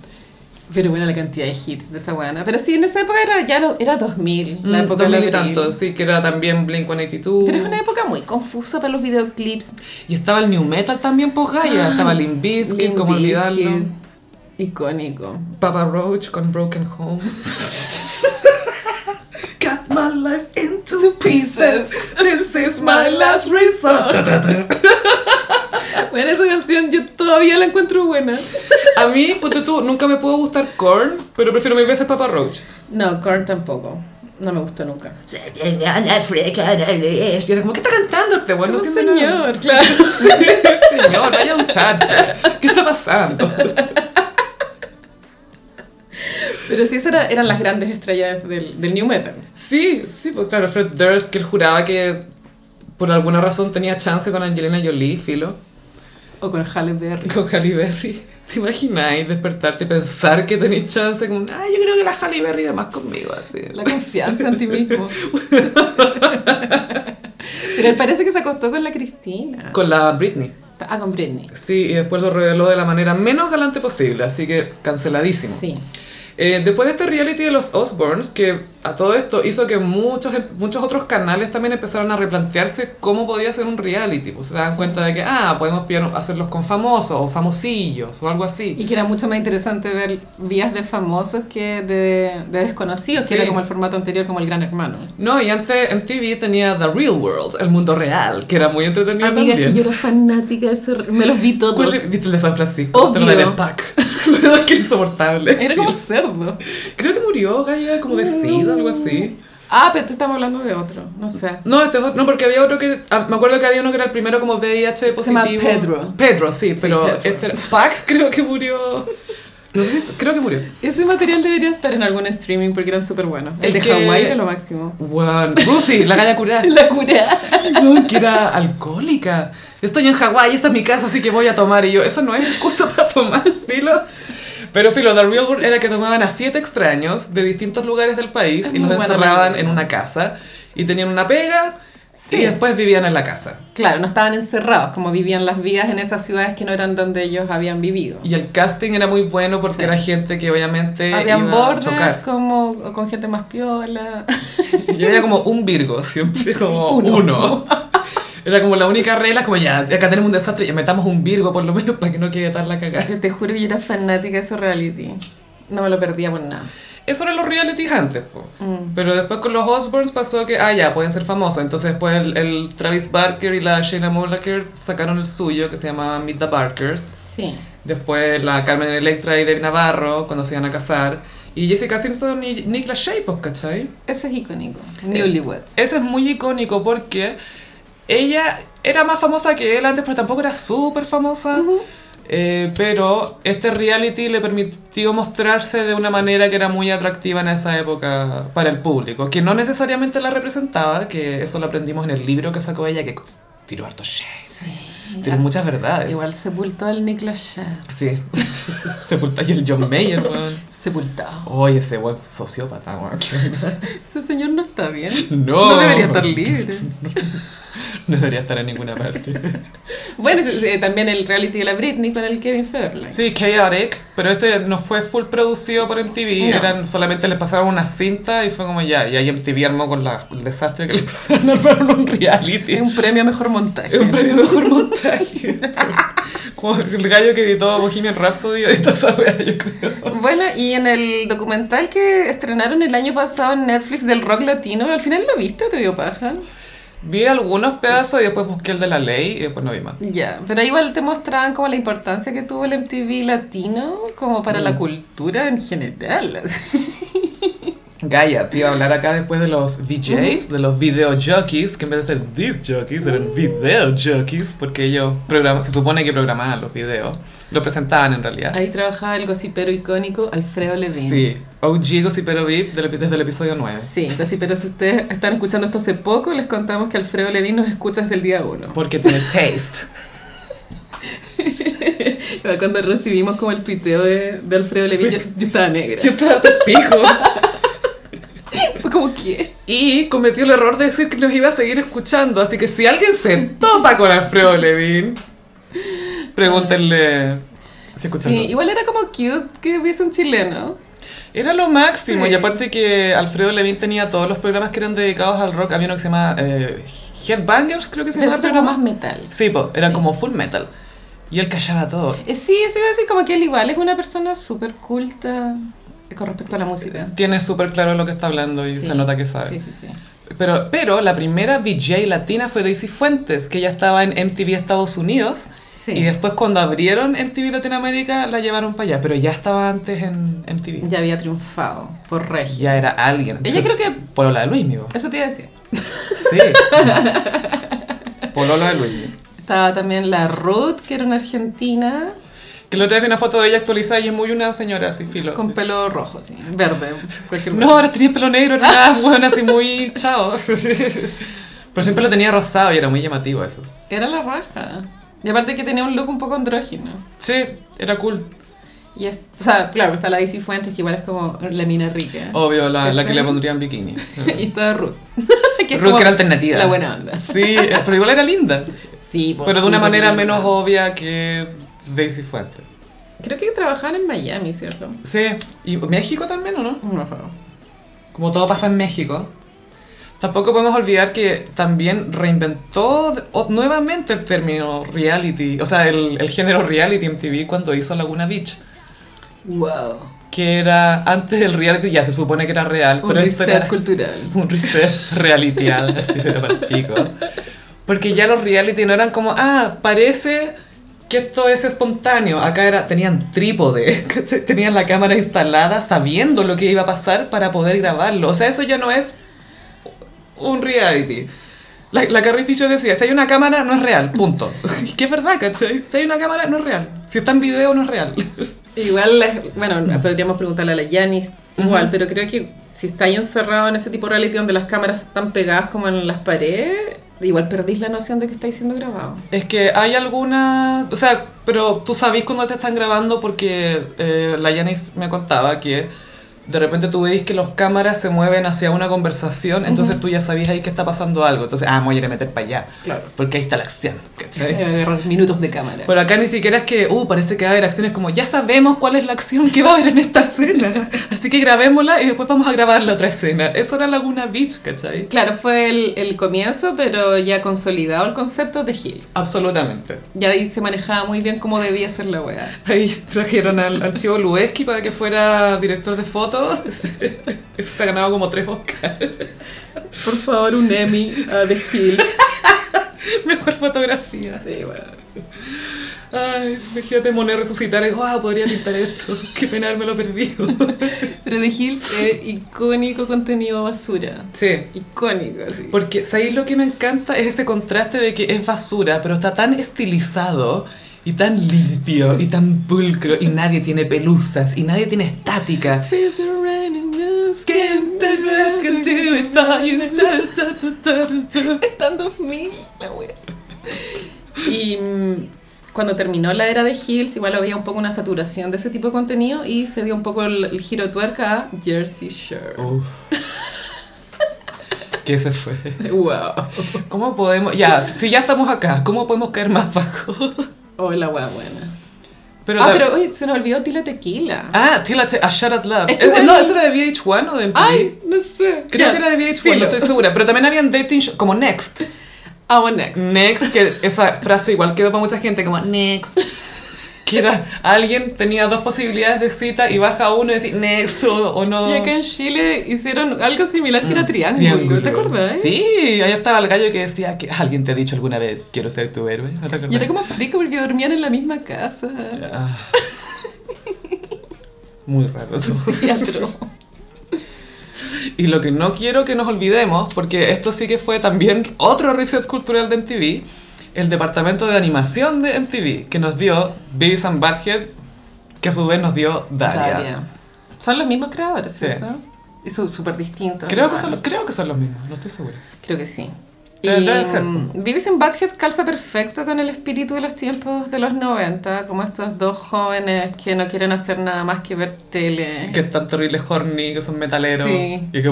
Speaker 2: Pero bueno, la cantidad de hits de esa buena. Pero sí, en esa época era, ya lo- era 2000, la
Speaker 1: Mm,
Speaker 2: época
Speaker 1: 2000
Speaker 2: de
Speaker 1: y
Speaker 2: Abril.
Speaker 1: tanto, sí, que era también Blink-182.
Speaker 2: Pero es una época muy confusa para los videoclips.
Speaker 1: Y estaba el New Metal también, pues Gaia. Estaba Limp Bizkit,
Speaker 2: Limp
Speaker 1: como olvidarlo.
Speaker 2: Bizkit, Icónico.
Speaker 1: Papa Roach con Broken Home. <laughs> Cut my life into pieces. This is my last resort.
Speaker 2: <laughs> Bueno, esa canción yo todavía la encuentro buena.
Speaker 1: <laughs> A mí, ponte tú, nunca me pudo gustar Korn, pero prefiero mil veces Papa Roach.
Speaker 2: No, Korn tampoco. No me gustó nunca.
Speaker 1: Y era como, ¿qué está cantando este weón? No
Speaker 2: Como
Speaker 1: tiene nada.
Speaker 2: señor, claro. <laughs>
Speaker 1: <laughs> señor, vaya a ducharse. ¿Qué está pasando?
Speaker 2: Pero sí, esas eran, eran las grandes estrellas del, del New Metal.
Speaker 1: Sí, sí, pues claro, Fred Durst, que él juraba que por alguna razón tenía chance con Angelina Jolie, filo, <laughs>
Speaker 2: O con Halle Berry.
Speaker 1: con Halle Berry. ¿Te imagináis despertarte y pensar que tenéis chance? Como, ah, yo creo que la Halle Berry de más conmigo, así.
Speaker 2: La confianza en ti <laughs> mismo. Pero él parece que se acostó con la Cristina.
Speaker 1: Con la Britney.
Speaker 2: Ah, con Britney.
Speaker 1: Sí, y después lo reveló de la manera menos galante posible, así que canceladísimo.
Speaker 2: Sí.
Speaker 1: Eh, después de este reality de los Osbournes, que a todo esto hizo que muchos, muchos otros canales también empezaron a replantearse cómo podía ser un reality. Pues se daban cuenta de que, ah, podemos pillar- hacerlos con famosos o famosillos o algo así.
Speaker 2: Y que era mucho más interesante ver vías de famosos que de, de desconocidos,
Speaker 1: Sí.
Speaker 2: que era como el formato anterior, como el Gran Hermano.
Speaker 1: No, y antes MTV tenía The Real World, el mundo real, que era muy entretenido
Speaker 2: Amiga, es
Speaker 1: también.
Speaker 2: que yo era fanática de ese re- me los vi
Speaker 1: ¿Cuál
Speaker 2: todos.
Speaker 1: es- ¿Viste el de San Francisco? Este
Speaker 2: Obvio.
Speaker 1: Pero la del pack. <laughs> Qué insoportable.
Speaker 2: Era como cerdo.
Speaker 1: Creo que murió Gaia como de sida, algo así.
Speaker 2: Ah, pero tú estamos hablando de otro, no sé.
Speaker 1: No, este es otro- no, porque había otro que. ah, me acuerdo que había uno que era el primero como VIH
Speaker 2: Se llama
Speaker 1: positivo.
Speaker 2: Pedro.
Speaker 1: Pedro, sí, pero
Speaker 2: Pedro.
Speaker 1: este era- Pac <laughs> creo que murió. No sé si- creo que murió.
Speaker 2: Ese material debería estar en algún streaming porque eran súper buenos. El
Speaker 1: Es
Speaker 2: de
Speaker 1: que-
Speaker 2: Hawái era lo máximo.
Speaker 1: Juan. Ruthie, <laughs> la galla curada.
Speaker 2: <laughs> La cura.
Speaker 1: No, que era alcohólica. Estoy en Hawái, esta es mi casa, así que voy a tomar. Y yo, esa no es excusa <laughs> para tomar, filo. Pero filo, The Real World era que tomaban a siete extraños de distintos lugares del país
Speaker 2: Es
Speaker 1: y
Speaker 2: muy
Speaker 1: los
Speaker 2: buena
Speaker 1: encerraban
Speaker 2: película.
Speaker 1: en una casa y tenían una pega y
Speaker 2: Sí.
Speaker 1: después vivían en la casa.
Speaker 2: Claro, no estaban encerrados, como vivían las vidas en esas ciudades que no eran donde ellos habían vivido.
Speaker 1: Y el casting era muy bueno porque
Speaker 2: Sí.
Speaker 1: era gente que obviamente
Speaker 2: Habían
Speaker 1: iba a
Speaker 2: bordes
Speaker 1: chocar.
Speaker 2: como con gente más piola. <laughs>
Speaker 1: Yo era como un Virgo, <laughs> siempre como
Speaker 2: uno.
Speaker 1: uno. <laughs> Era como la única regla, es como ya, acá tenemos un desastre, ya metamos un Virgo por lo menos para que no quede tan la cagada.
Speaker 2: Yo te juro que yo era fanática de ese reality. No me lo perdía por nada.
Speaker 1: Eso eran los realities antes, po.
Speaker 2: Mm.
Speaker 1: pero después con los Osbournes pasó que, ah, ya, pueden ser famosos. Entonces después el, el Travis Barker y la Shayna Mollaker sacaron el suyo que se llamaba Meet the Barkers.
Speaker 2: Sí.
Speaker 1: Después la Carmen Electra y Dave Navarro cuando se iban a casar. Y Jessica Simpson y Nick Lachey, pues, ¿cachai?
Speaker 2: Eso es icónico.
Speaker 1: Eh,
Speaker 2: Newlyweds.
Speaker 1: Ese es muy icónico porque ella era más famosa que él antes, pero tampoco era súper famosa. Eh, pero este reality le permitió mostrarse de una manera que era muy atractiva en esa época para el público, que no necesariamente la representaba, que eso lo aprendimos en el libro que sacó ella, que tiró harto shade, tiró muchas verdades.
Speaker 2: Igual sepultó al Nick Lachey.
Speaker 1: Sí, <laughs> sepulta y el John Mayer, weón.
Speaker 2: Sepultado.
Speaker 1: Oye, ese weón sociópata, weón.
Speaker 2: Ese señor no está bien.
Speaker 1: No.
Speaker 2: No debería
Speaker 1: <laughs>
Speaker 2: estar libre.
Speaker 1: No debería estar en ninguna parte.
Speaker 2: Bueno, sí, sí, también el reality de la Britney con el Kevin Federline.
Speaker 1: Sí, Chaotic, pero ese no fue full producido por MTV,
Speaker 2: No.
Speaker 1: eran, solamente les pasaron una cinta y fue como ya, y ahí MTV armó con la- el desastre que les <laughs> pasaron, armaron un reality.
Speaker 2: Es un premio a mejor montaje.
Speaker 1: Es un premio mejor montaje. <laughs> como el gallo que editó Bohemian Rhapsody, editó esa wea, yo creo.
Speaker 2: Bueno, y en el documental que estrenaron el año pasado en Netflix del rock latino, ¿al final lo viste o te dio paja?
Speaker 1: Vi algunos pedazos y después busqué el de la ley y después no vi más.
Speaker 2: Ya, pero igual te mostraban como la importancia que tuvo el MTV latino como para
Speaker 1: Mm.
Speaker 2: la cultura
Speaker 1: <laughs>
Speaker 2: en general.
Speaker 1: Gaia, te iba a hablar acá después de los VJs, de los video jockeys, que en vez de ser disc jockeys, eran video jockeys, porque ellos programa- se supone que programaban los videos, lo presentaban en realidad.
Speaker 2: Ahí trabajaba el gocipero icónico Alfredo Levin.
Speaker 1: Sí, OG Gossipero VIP del epi- desde el episodio 9.
Speaker 2: Sí, gociperos, si ustedes están escuchando esto hace poco, les contamos que Alfredo Levin nos escucha desde el día uno.
Speaker 1: Porque tiene taste.
Speaker 2: Igual cuando recibimos como el tuiteo de, de Alfredo Levin, yo, yo estaba
Speaker 1: <laughs>
Speaker 2: negra.
Speaker 1: Yo estaba pico.
Speaker 2: Fue como, ¿qué?
Speaker 1: Y cometió el error de decir que nos iba a seguir escuchando. Así que si alguien se topa con Alfredo Levin, pregúntenle si escuchan
Speaker 2: Sí, igual era como cute que hubiese un chileno.
Speaker 1: Era lo máximo,
Speaker 2: Sí.
Speaker 1: y aparte que Alfredo Levin tenía todos los programas que eran dedicados al rock. Había uno que se llama eh, Headbangers, creo que se
Speaker 2: Pero
Speaker 1: llamaba
Speaker 2: es
Speaker 1: el
Speaker 2: como
Speaker 1: programa.
Speaker 2: más metal.
Speaker 1: Sí, po, era como full metal. Y él callaba todo.
Speaker 2: Eh, Sí, eso iba a decir, como que él igual es una persona súper culta con respecto a la música.
Speaker 1: Tiene súper claro lo que está hablando y
Speaker 2: Sí,
Speaker 1: se nota que sabe.
Speaker 2: Sí, sí, sí.
Speaker 1: Pero, pero la primera VJ latina fue Daisy Fuentes, que ya estaba en MTV Estados Unidos.
Speaker 2: Sí.
Speaker 1: Y después cuando abrieron MTV Latinoamérica la llevaron para allá, pero ya estaba antes en MTV. Ya,
Speaker 2: Ya había triunfado por Regio.
Speaker 1: era alguien.
Speaker 2: Ella creo que-
Speaker 1: Por la de Luis, amigo.
Speaker 2: Eso te iba a decir.
Speaker 1: Sí. Polola de Luis.
Speaker 2: Estaba también la Ruth, que era una argentina,
Speaker 1: Que el otro día vi una foto de ella actualizada y es muy una señora así, filo.
Speaker 2: con pelo rojo, sí, verde, cualquier
Speaker 1: No, ahora tenía pelo negro, era una buena así muy chao. Pero siempre lo tenía rosado y era muy llamativo eso.
Speaker 2: Era la raja. Y aparte que tenía un look un poco andrógino.
Speaker 1: Sí, era cool.
Speaker 2: Y es, o sea, claro, está la Daisy Fuentes, que igual es como la mina rica.
Speaker 1: Obvio, la, la que
Speaker 2: ¿Cachai?
Speaker 1: le pondrían bikini.
Speaker 2: <laughs> y
Speaker 1: <laughs>
Speaker 2: está Ruth. que
Speaker 1: Ruth,
Speaker 2: es como
Speaker 1: que era alternativa.
Speaker 2: La buena onda.
Speaker 1: Sí, eh, pero igual era linda.
Speaker 2: Sí, pues,
Speaker 1: Pero de una
Speaker 2: súper
Speaker 1: manera
Speaker 2: linda.
Speaker 1: menos obvia que Daisy Fuentes.
Speaker 2: Creo que trabajaban en Miami, ¿cierto?
Speaker 1: Sí, y México también, ¿o no?
Speaker 2: No.
Speaker 1: como todo pasa en México, tampoco podemos olvidar que también reinventó de- o- nuevamente el término reality, o sea, el, el género reality MTV cuando hizo Laguna Beach,
Speaker 2: Wow.
Speaker 1: que era antes del reality, ya se supone que era real,
Speaker 2: Un
Speaker 1: pero esto
Speaker 2: reset
Speaker 1: era
Speaker 2: cultural.
Speaker 1: un reset realityal, así era para el pico. Porque ya los reality no eran como, ah, parece que esto es espontáneo. Acá era, tenían trípode, <laughs> ¿cachai? tenían la cámara instalada sabiendo lo que iba a pasar para poder grabarlo. O sea, eso ya no es un reality. La, la Carrie Fisher decía, si hay una cámara, no es real, punto. <laughs> que es verdad, ¿cachai? Si hay una cámara, no es real. Si está en video, no es real.
Speaker 2: Igual, las- bueno, podríamos preguntarle a la Janis igual, pero creo que si estáis encerrado en ese tipo de reality donde las cámaras están pegadas como en las paredes, igual perdís la noción de que estáis siendo grabado.
Speaker 1: Es que hay alguna... O sea, pero tú sabes cuando te están grabando porque eh, la Yanis me contaba que de repente tú veis que las cámaras se mueven hacia una conversación, entonces tú ya sabías ahí que está pasando algo. Entonces, ah, me voy a ir a meter para allá.
Speaker 2: Claro.
Speaker 1: Porque ahí está la acción, ¿cachai?
Speaker 2: Eh, agarrar minutos de cámara.
Speaker 1: Pero acá ni siquiera es que, uh, parece que va a haber acciones como, ya sabemos cuál es la acción que va a haber en esta escena. Así que grabémosla y después vamos a grabar la otra escena. Eso era Laguna Beach, ¿cachai?
Speaker 2: Claro, fue el, el comienzo, pero ya consolidado el concepto de Hills.
Speaker 1: Absolutamente.
Speaker 2: Ya ahí se manejaba muy bien cómo debía ser la weá.
Speaker 1: Ahí trajeron al, al chivo Lueski para que fuera director de fotos. <laughs> Eso se ha ganado como tres Oscars. <laughs>
Speaker 2: Por favor, un Emmy a The Hills.
Speaker 1: Mejor fotografía.
Speaker 2: Sí, bueno.
Speaker 1: Ay, imagínate Monet resucitar y wow, podría pintar esto. <laughs> Qué pena haberme lo perdido. <laughs>
Speaker 2: Pero The Hills es icónico contenido basura.
Speaker 1: Sí.
Speaker 2: Icónico, así.
Speaker 1: Porque, ¿sabéis lo que me encanta? Es ese contraste de que es basura, pero está tan estilizado y tan limpio y tan pulcro y nadie tiene pelusas y nadie tiene estáticas.
Speaker 2: Feel the rain in the skin, the grass can do <laughs> it. Está en 2000, la wea. Y mm, cuando terminó la era de Hills, igual había un poco una saturación de ese tipo de contenido y se dio un poco el, el giro de tuerca a Jersey Shore.
Speaker 1: <laughs> Uf. ¿Qué se fue?
Speaker 2: <laughs> Wow.
Speaker 1: ¿Cómo podemos.? Ya, si ya estamos acá, ¿cómo podemos caer más bajo?
Speaker 2: Oh, la wea buena.
Speaker 1: Pero
Speaker 2: ah,
Speaker 1: la-
Speaker 2: pero uy, se nos olvidó Tila Tequila.
Speaker 1: Ah, Till I Ta- A Shot at Love.
Speaker 2: Es que
Speaker 1: Eh,
Speaker 2: bueno.
Speaker 1: no, eso era de VH1 o de MTV.
Speaker 2: Ay, no sé.
Speaker 1: Creo
Speaker 2: Ya,
Speaker 1: que era de VH1,
Speaker 2: filo.
Speaker 1: no estoy segura. Pero también habían dating show, como Next.
Speaker 2: Ah, bueno, next.
Speaker 1: Next, que esa frase igual quedó para mucha gente, como Next. Que era, alguien tenía dos posibilidades de cita y baja uno y decía Next o, o no.
Speaker 2: Y acá en Chile hicieron algo similar que era Mm. triángulo. ¿Te acordás?
Speaker 1: Sí, allá estaba el gallo que decía que alguien te ha dicho alguna vez, quiero ser tu héroe. ¿No te acordás?
Speaker 2: Y era como frico porque dormían en la misma casa.
Speaker 1: Ah. Muy raro. eso.
Speaker 2: Sí,
Speaker 1: <laughs>
Speaker 2: pero-
Speaker 1: Y lo que no quiero que nos olvidemos, porque esto sí que fue también otro reset cultural de MTV, el departamento de animación de MTV, que nos dio Beavis and Butthead, que a su vez nos dio Daria.
Speaker 2: Daria. Son los mismos creadores,
Speaker 1: Ah, Sí.
Speaker 2: ¿cierto? Y son súper distintos.
Speaker 1: Creo, que
Speaker 2: además.
Speaker 1: son, los- creo que son los mismos, no estoy segura.
Speaker 2: Creo que sí. Y
Speaker 1: Eh, debe ser.
Speaker 2: mm, Beavis and Butthead calza perfecto con el espíritu de los tiempos de los 90, como estos dos jóvenes que no quieren hacer nada más que ver tele.
Speaker 1: Que están terribles horny, que son metaleros.
Speaker 2: Eh. Sí.
Speaker 1: Y que...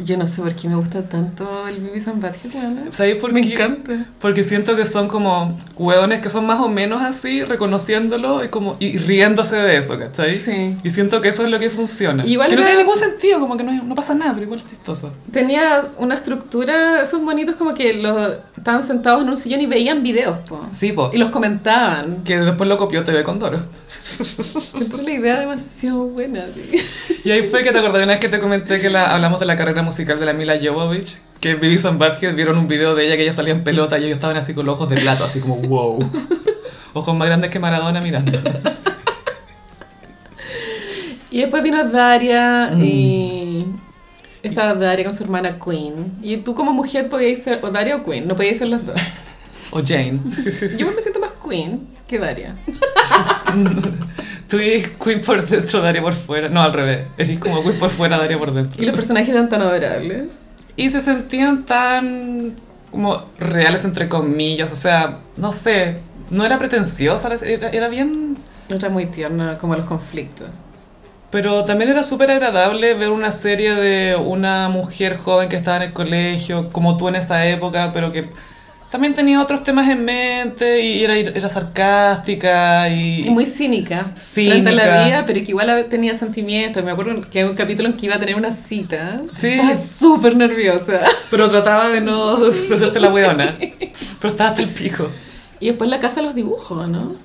Speaker 2: Yo no sé por qué me gusta tanto el Beavis and Butthead, weona.
Speaker 1: ¿Sabéis por
Speaker 2: Me
Speaker 1: qué?
Speaker 2: encanta.
Speaker 1: Porque siento que son como hueones que son más o menos así, reconociéndolo y como y riéndose de eso, ¿cachai?
Speaker 2: Sí.
Speaker 1: Y siento que eso es lo que funciona.
Speaker 2: Igual
Speaker 1: que no
Speaker 2: veo-
Speaker 1: tiene ningún sentido, como que no, no pasa nada, pero igual es chistoso.
Speaker 2: Tenía una estructura, esos bonitos como que los estaban sentados en un sillón y veían videos, po.
Speaker 1: Sí, po.
Speaker 2: Y los comentaban.
Speaker 1: Que después lo copió TV Condoro.
Speaker 2: Encontré la idea demasiado buena, sí.
Speaker 1: Y ahí fue que te acordás una vez que te comenté que la, hablamos de la carrera musical de la Mila Jovovich, que Beavis and Butthead vieron un video de ella que ella salía en pelota y ellos estaban así con los ojos de plato, así como wow.
Speaker 2: <laughs>
Speaker 1: Ojos más grandes que Maradona mirando.
Speaker 2: Y después vino Daria
Speaker 1: Mm.
Speaker 2: y... Estaba Daria con su hermana Queen. Y tú como mujer podías ser o Daria o Queen, no podías ser
Speaker 1: <laughs>
Speaker 2: las dos.
Speaker 1: O Jane.
Speaker 2: Yo me siento más Queen que Daria.
Speaker 1: Tú eres Queen por dentro, Daria por fuera. No, al revés. Eres como Queen por fuera, Daria por dentro.
Speaker 2: Y los personajes eran tan adorables.
Speaker 1: Y se sentían tan como reales, entre comillas. O sea, no sé, no era pretenciosa, era, era bien...
Speaker 2: Era muy tierna como los conflictos.
Speaker 1: Pero también era súper agradable ver una serie de una mujer joven que estaba en el colegio, como tú en esa época, pero que también tenía otros temas en mente y era, era sarcástica y...
Speaker 2: Y muy cínica, frente
Speaker 1: Cínica.
Speaker 2: a la vida, pero que igual a- tenía sentimientos. Me acuerdo que hay un capítulo en que iba a tener una cita.
Speaker 1: Sí.
Speaker 2: Estaba súper nerviosa.
Speaker 1: Pero trataba de no de <laughs> hacerse la weona. Pero estaba hasta el pico.
Speaker 2: Y después la casa de los dibujos, ¿no?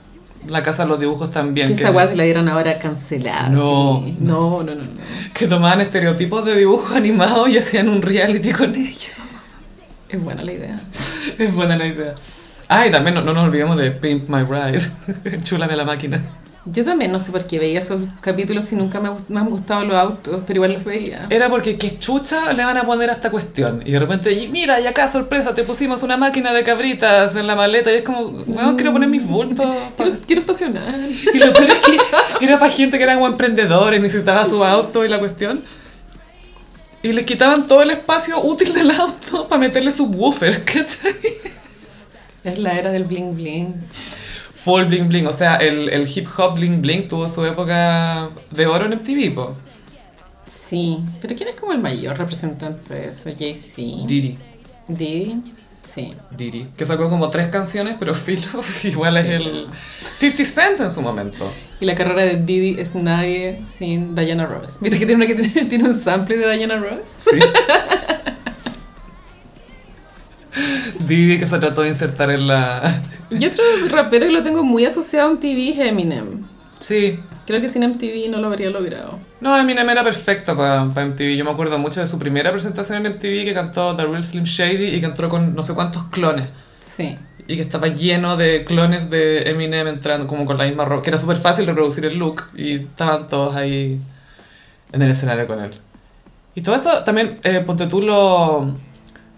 Speaker 1: La casa de los dibujos también.
Speaker 2: Que
Speaker 1: Que,
Speaker 2: esa weá se la dieron ahora cancelada.
Speaker 1: No.
Speaker 2: sí. No, no, no, no.
Speaker 1: que tomaban estereotipos de <laughs> dibujos animados y hacían un reality con ellos. <laughs>
Speaker 2: Es buena la idea.
Speaker 1: Es buena la idea. Ah, y también no, no nos olvidemos de Pimp My <laughs> Ride. Chúlame la máquina.
Speaker 2: Yo también no sé por qué veía esos capítulos y nunca me, gust- me han gustado los autos, pero igual los veía.
Speaker 1: Era porque qué chucha le van a poner a esta cuestión. Y de repente, y mira, y acá, sorpresa, te pusimos una máquina de cabritas en la maleta. Y es como, weón, quiero poner mis bultos. pa-
Speaker 2: Quiero, quiero estacionar.
Speaker 1: Y lo peor es que era para gente que eran como emprendedores, necesitaba su auto y la cuestión. Y les quitaban todo el espacio útil del auto para meterle subwoofer, <laughs> ¿cachai?
Speaker 2: Es la era del bling bling.
Speaker 1: Full bling bling, o sea, el, el hip hop bling bling tuvo su época de oro en MTV, po.
Speaker 2: Sí. Pero ¿quién es como el mayor representante de eso? Jay-Z.
Speaker 1: Diddy,
Speaker 2: Diddy. Sí.
Speaker 1: Diddy, que sacó como tres canciones, pero <laughs> filo, igual es el 50 Cent en su momento.
Speaker 2: Y la carrera de Diddy es nadie sin Diana Ross. ¿Viste que tiene una que tiene, <laughs> tiene un sample de Diana Ross?
Speaker 1: Sí. <laughs> Diddy que se trató de insertar en la...
Speaker 2: Y otro rapero que lo tengo muy asociado a MTV es Eminem.
Speaker 1: Sí,
Speaker 2: Creo que sin MTV no lo habría logrado.
Speaker 1: No, Eminem era perfecto para MTV. Yo me acuerdo mucho de su primera presentación en MTV que cantó The Real Slim Shady y que entró con no sé cuántos clones.
Speaker 2: Sí.
Speaker 1: Y que estaba lleno de clones de Eminem entrando como con la misma ropa. Que era súper fácil reproducir el look. Y estaban todos ahí en el escenario con él. Y todo eso también, eh, ponte tú lo-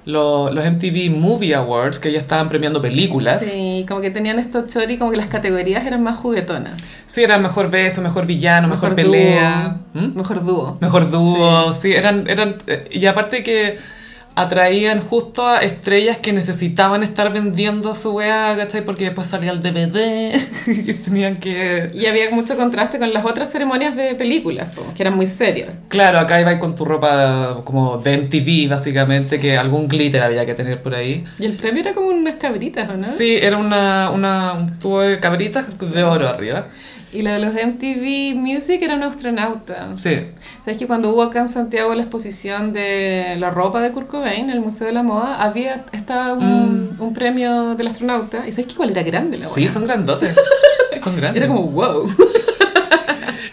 Speaker 1: lo- los MTV Movie Awards, que ya estaban premiando películas. Sí.
Speaker 2: Sí, como que tenían estos choris, como que las categorías eran más juguetonas.
Speaker 1: era mejor beso, mejor villano, mejor, pelea.
Speaker 2: dúo,
Speaker 1: ¿Mm?
Speaker 2: Mejor dúo.
Speaker 1: Mejor dúo, sí, eran, eran, eh, y aparte que atraían justo a estrellas que necesitaban estar vendiendo su weá, ¿cachai? Porque después salía el DVD <laughs> y tenían que...
Speaker 2: Y había mucho contraste con las otras ceremonias de películas, po, que eran muy serias.
Speaker 1: Claro, acá iba con tu ropa como de MTV, básicamente, que algún glitter había que tener por ahí.
Speaker 2: Y el premio era como unas cabritas, ¿o no?
Speaker 1: Sí, era una, una, un tubo de cabritas de oro arriba.
Speaker 2: Y la de los MTV Music era un astronauta.
Speaker 1: Sí,
Speaker 2: ¿Sabes que cuando hubo acá en Santiago la exposición de la ropa de Kurt Cobain en el Museo de la Moda, había estaba un, un premio del astronauta? ¿Y sabes que igual era grande la
Speaker 1: sí,
Speaker 2: weá?
Speaker 1: son
Speaker 2: <laughs>
Speaker 1: grandotes. Son grandes.
Speaker 2: Era como <laughs> wow.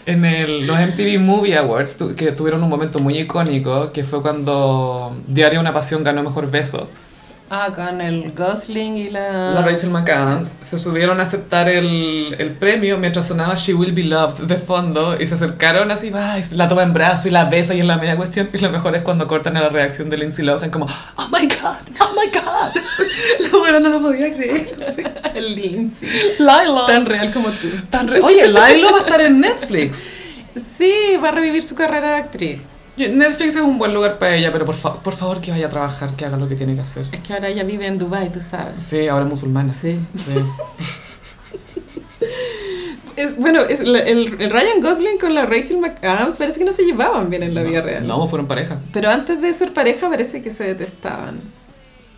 Speaker 1: En el- los MTV Movie Awards, tu- que tuvieron un momento muy icónico, que fue cuando Diario Una Pasión ganó Mejor Beso.
Speaker 2: Ah, con el Gosling y la...
Speaker 1: La
Speaker 2: <laughs>
Speaker 1: Rachel McAdams se subieron a aceptar el, el premio mientras sonaba She Will Be Loved de fondo y se acercaron así, va, y la toma en brazo y la besa y es la media cuestión. Y lo mejor es cuando cortan a la reacción de Lindsay Lohan como, oh my god, oh my god. <laughs>
Speaker 3: La abuela no lo podía creer.
Speaker 2: el Lindsay.
Speaker 1: Lilo.
Speaker 2: Tan real como tú.
Speaker 1: Tan re- Oye, Lilo va a estar en Netflix.
Speaker 2: Sí, va a revivir su carrera de actriz.
Speaker 1: Yo- Netflix es un buen lugar para ella, pero por, fa- por favor que vaya a trabajar, que haga lo que tiene que hacer.
Speaker 2: Es que ahora ella vive en Dubai, tú sabes.
Speaker 1: Sí, ahora musulmana. Sí.
Speaker 2: Sí. Es, bueno, es la- el, el Ryan Gosling con la Rachel McAdams parece que no se llevaban bien <laughs> en la vida real.
Speaker 1: No, fueron pareja.
Speaker 2: Pero antes de ser pareja parece que se detestaban.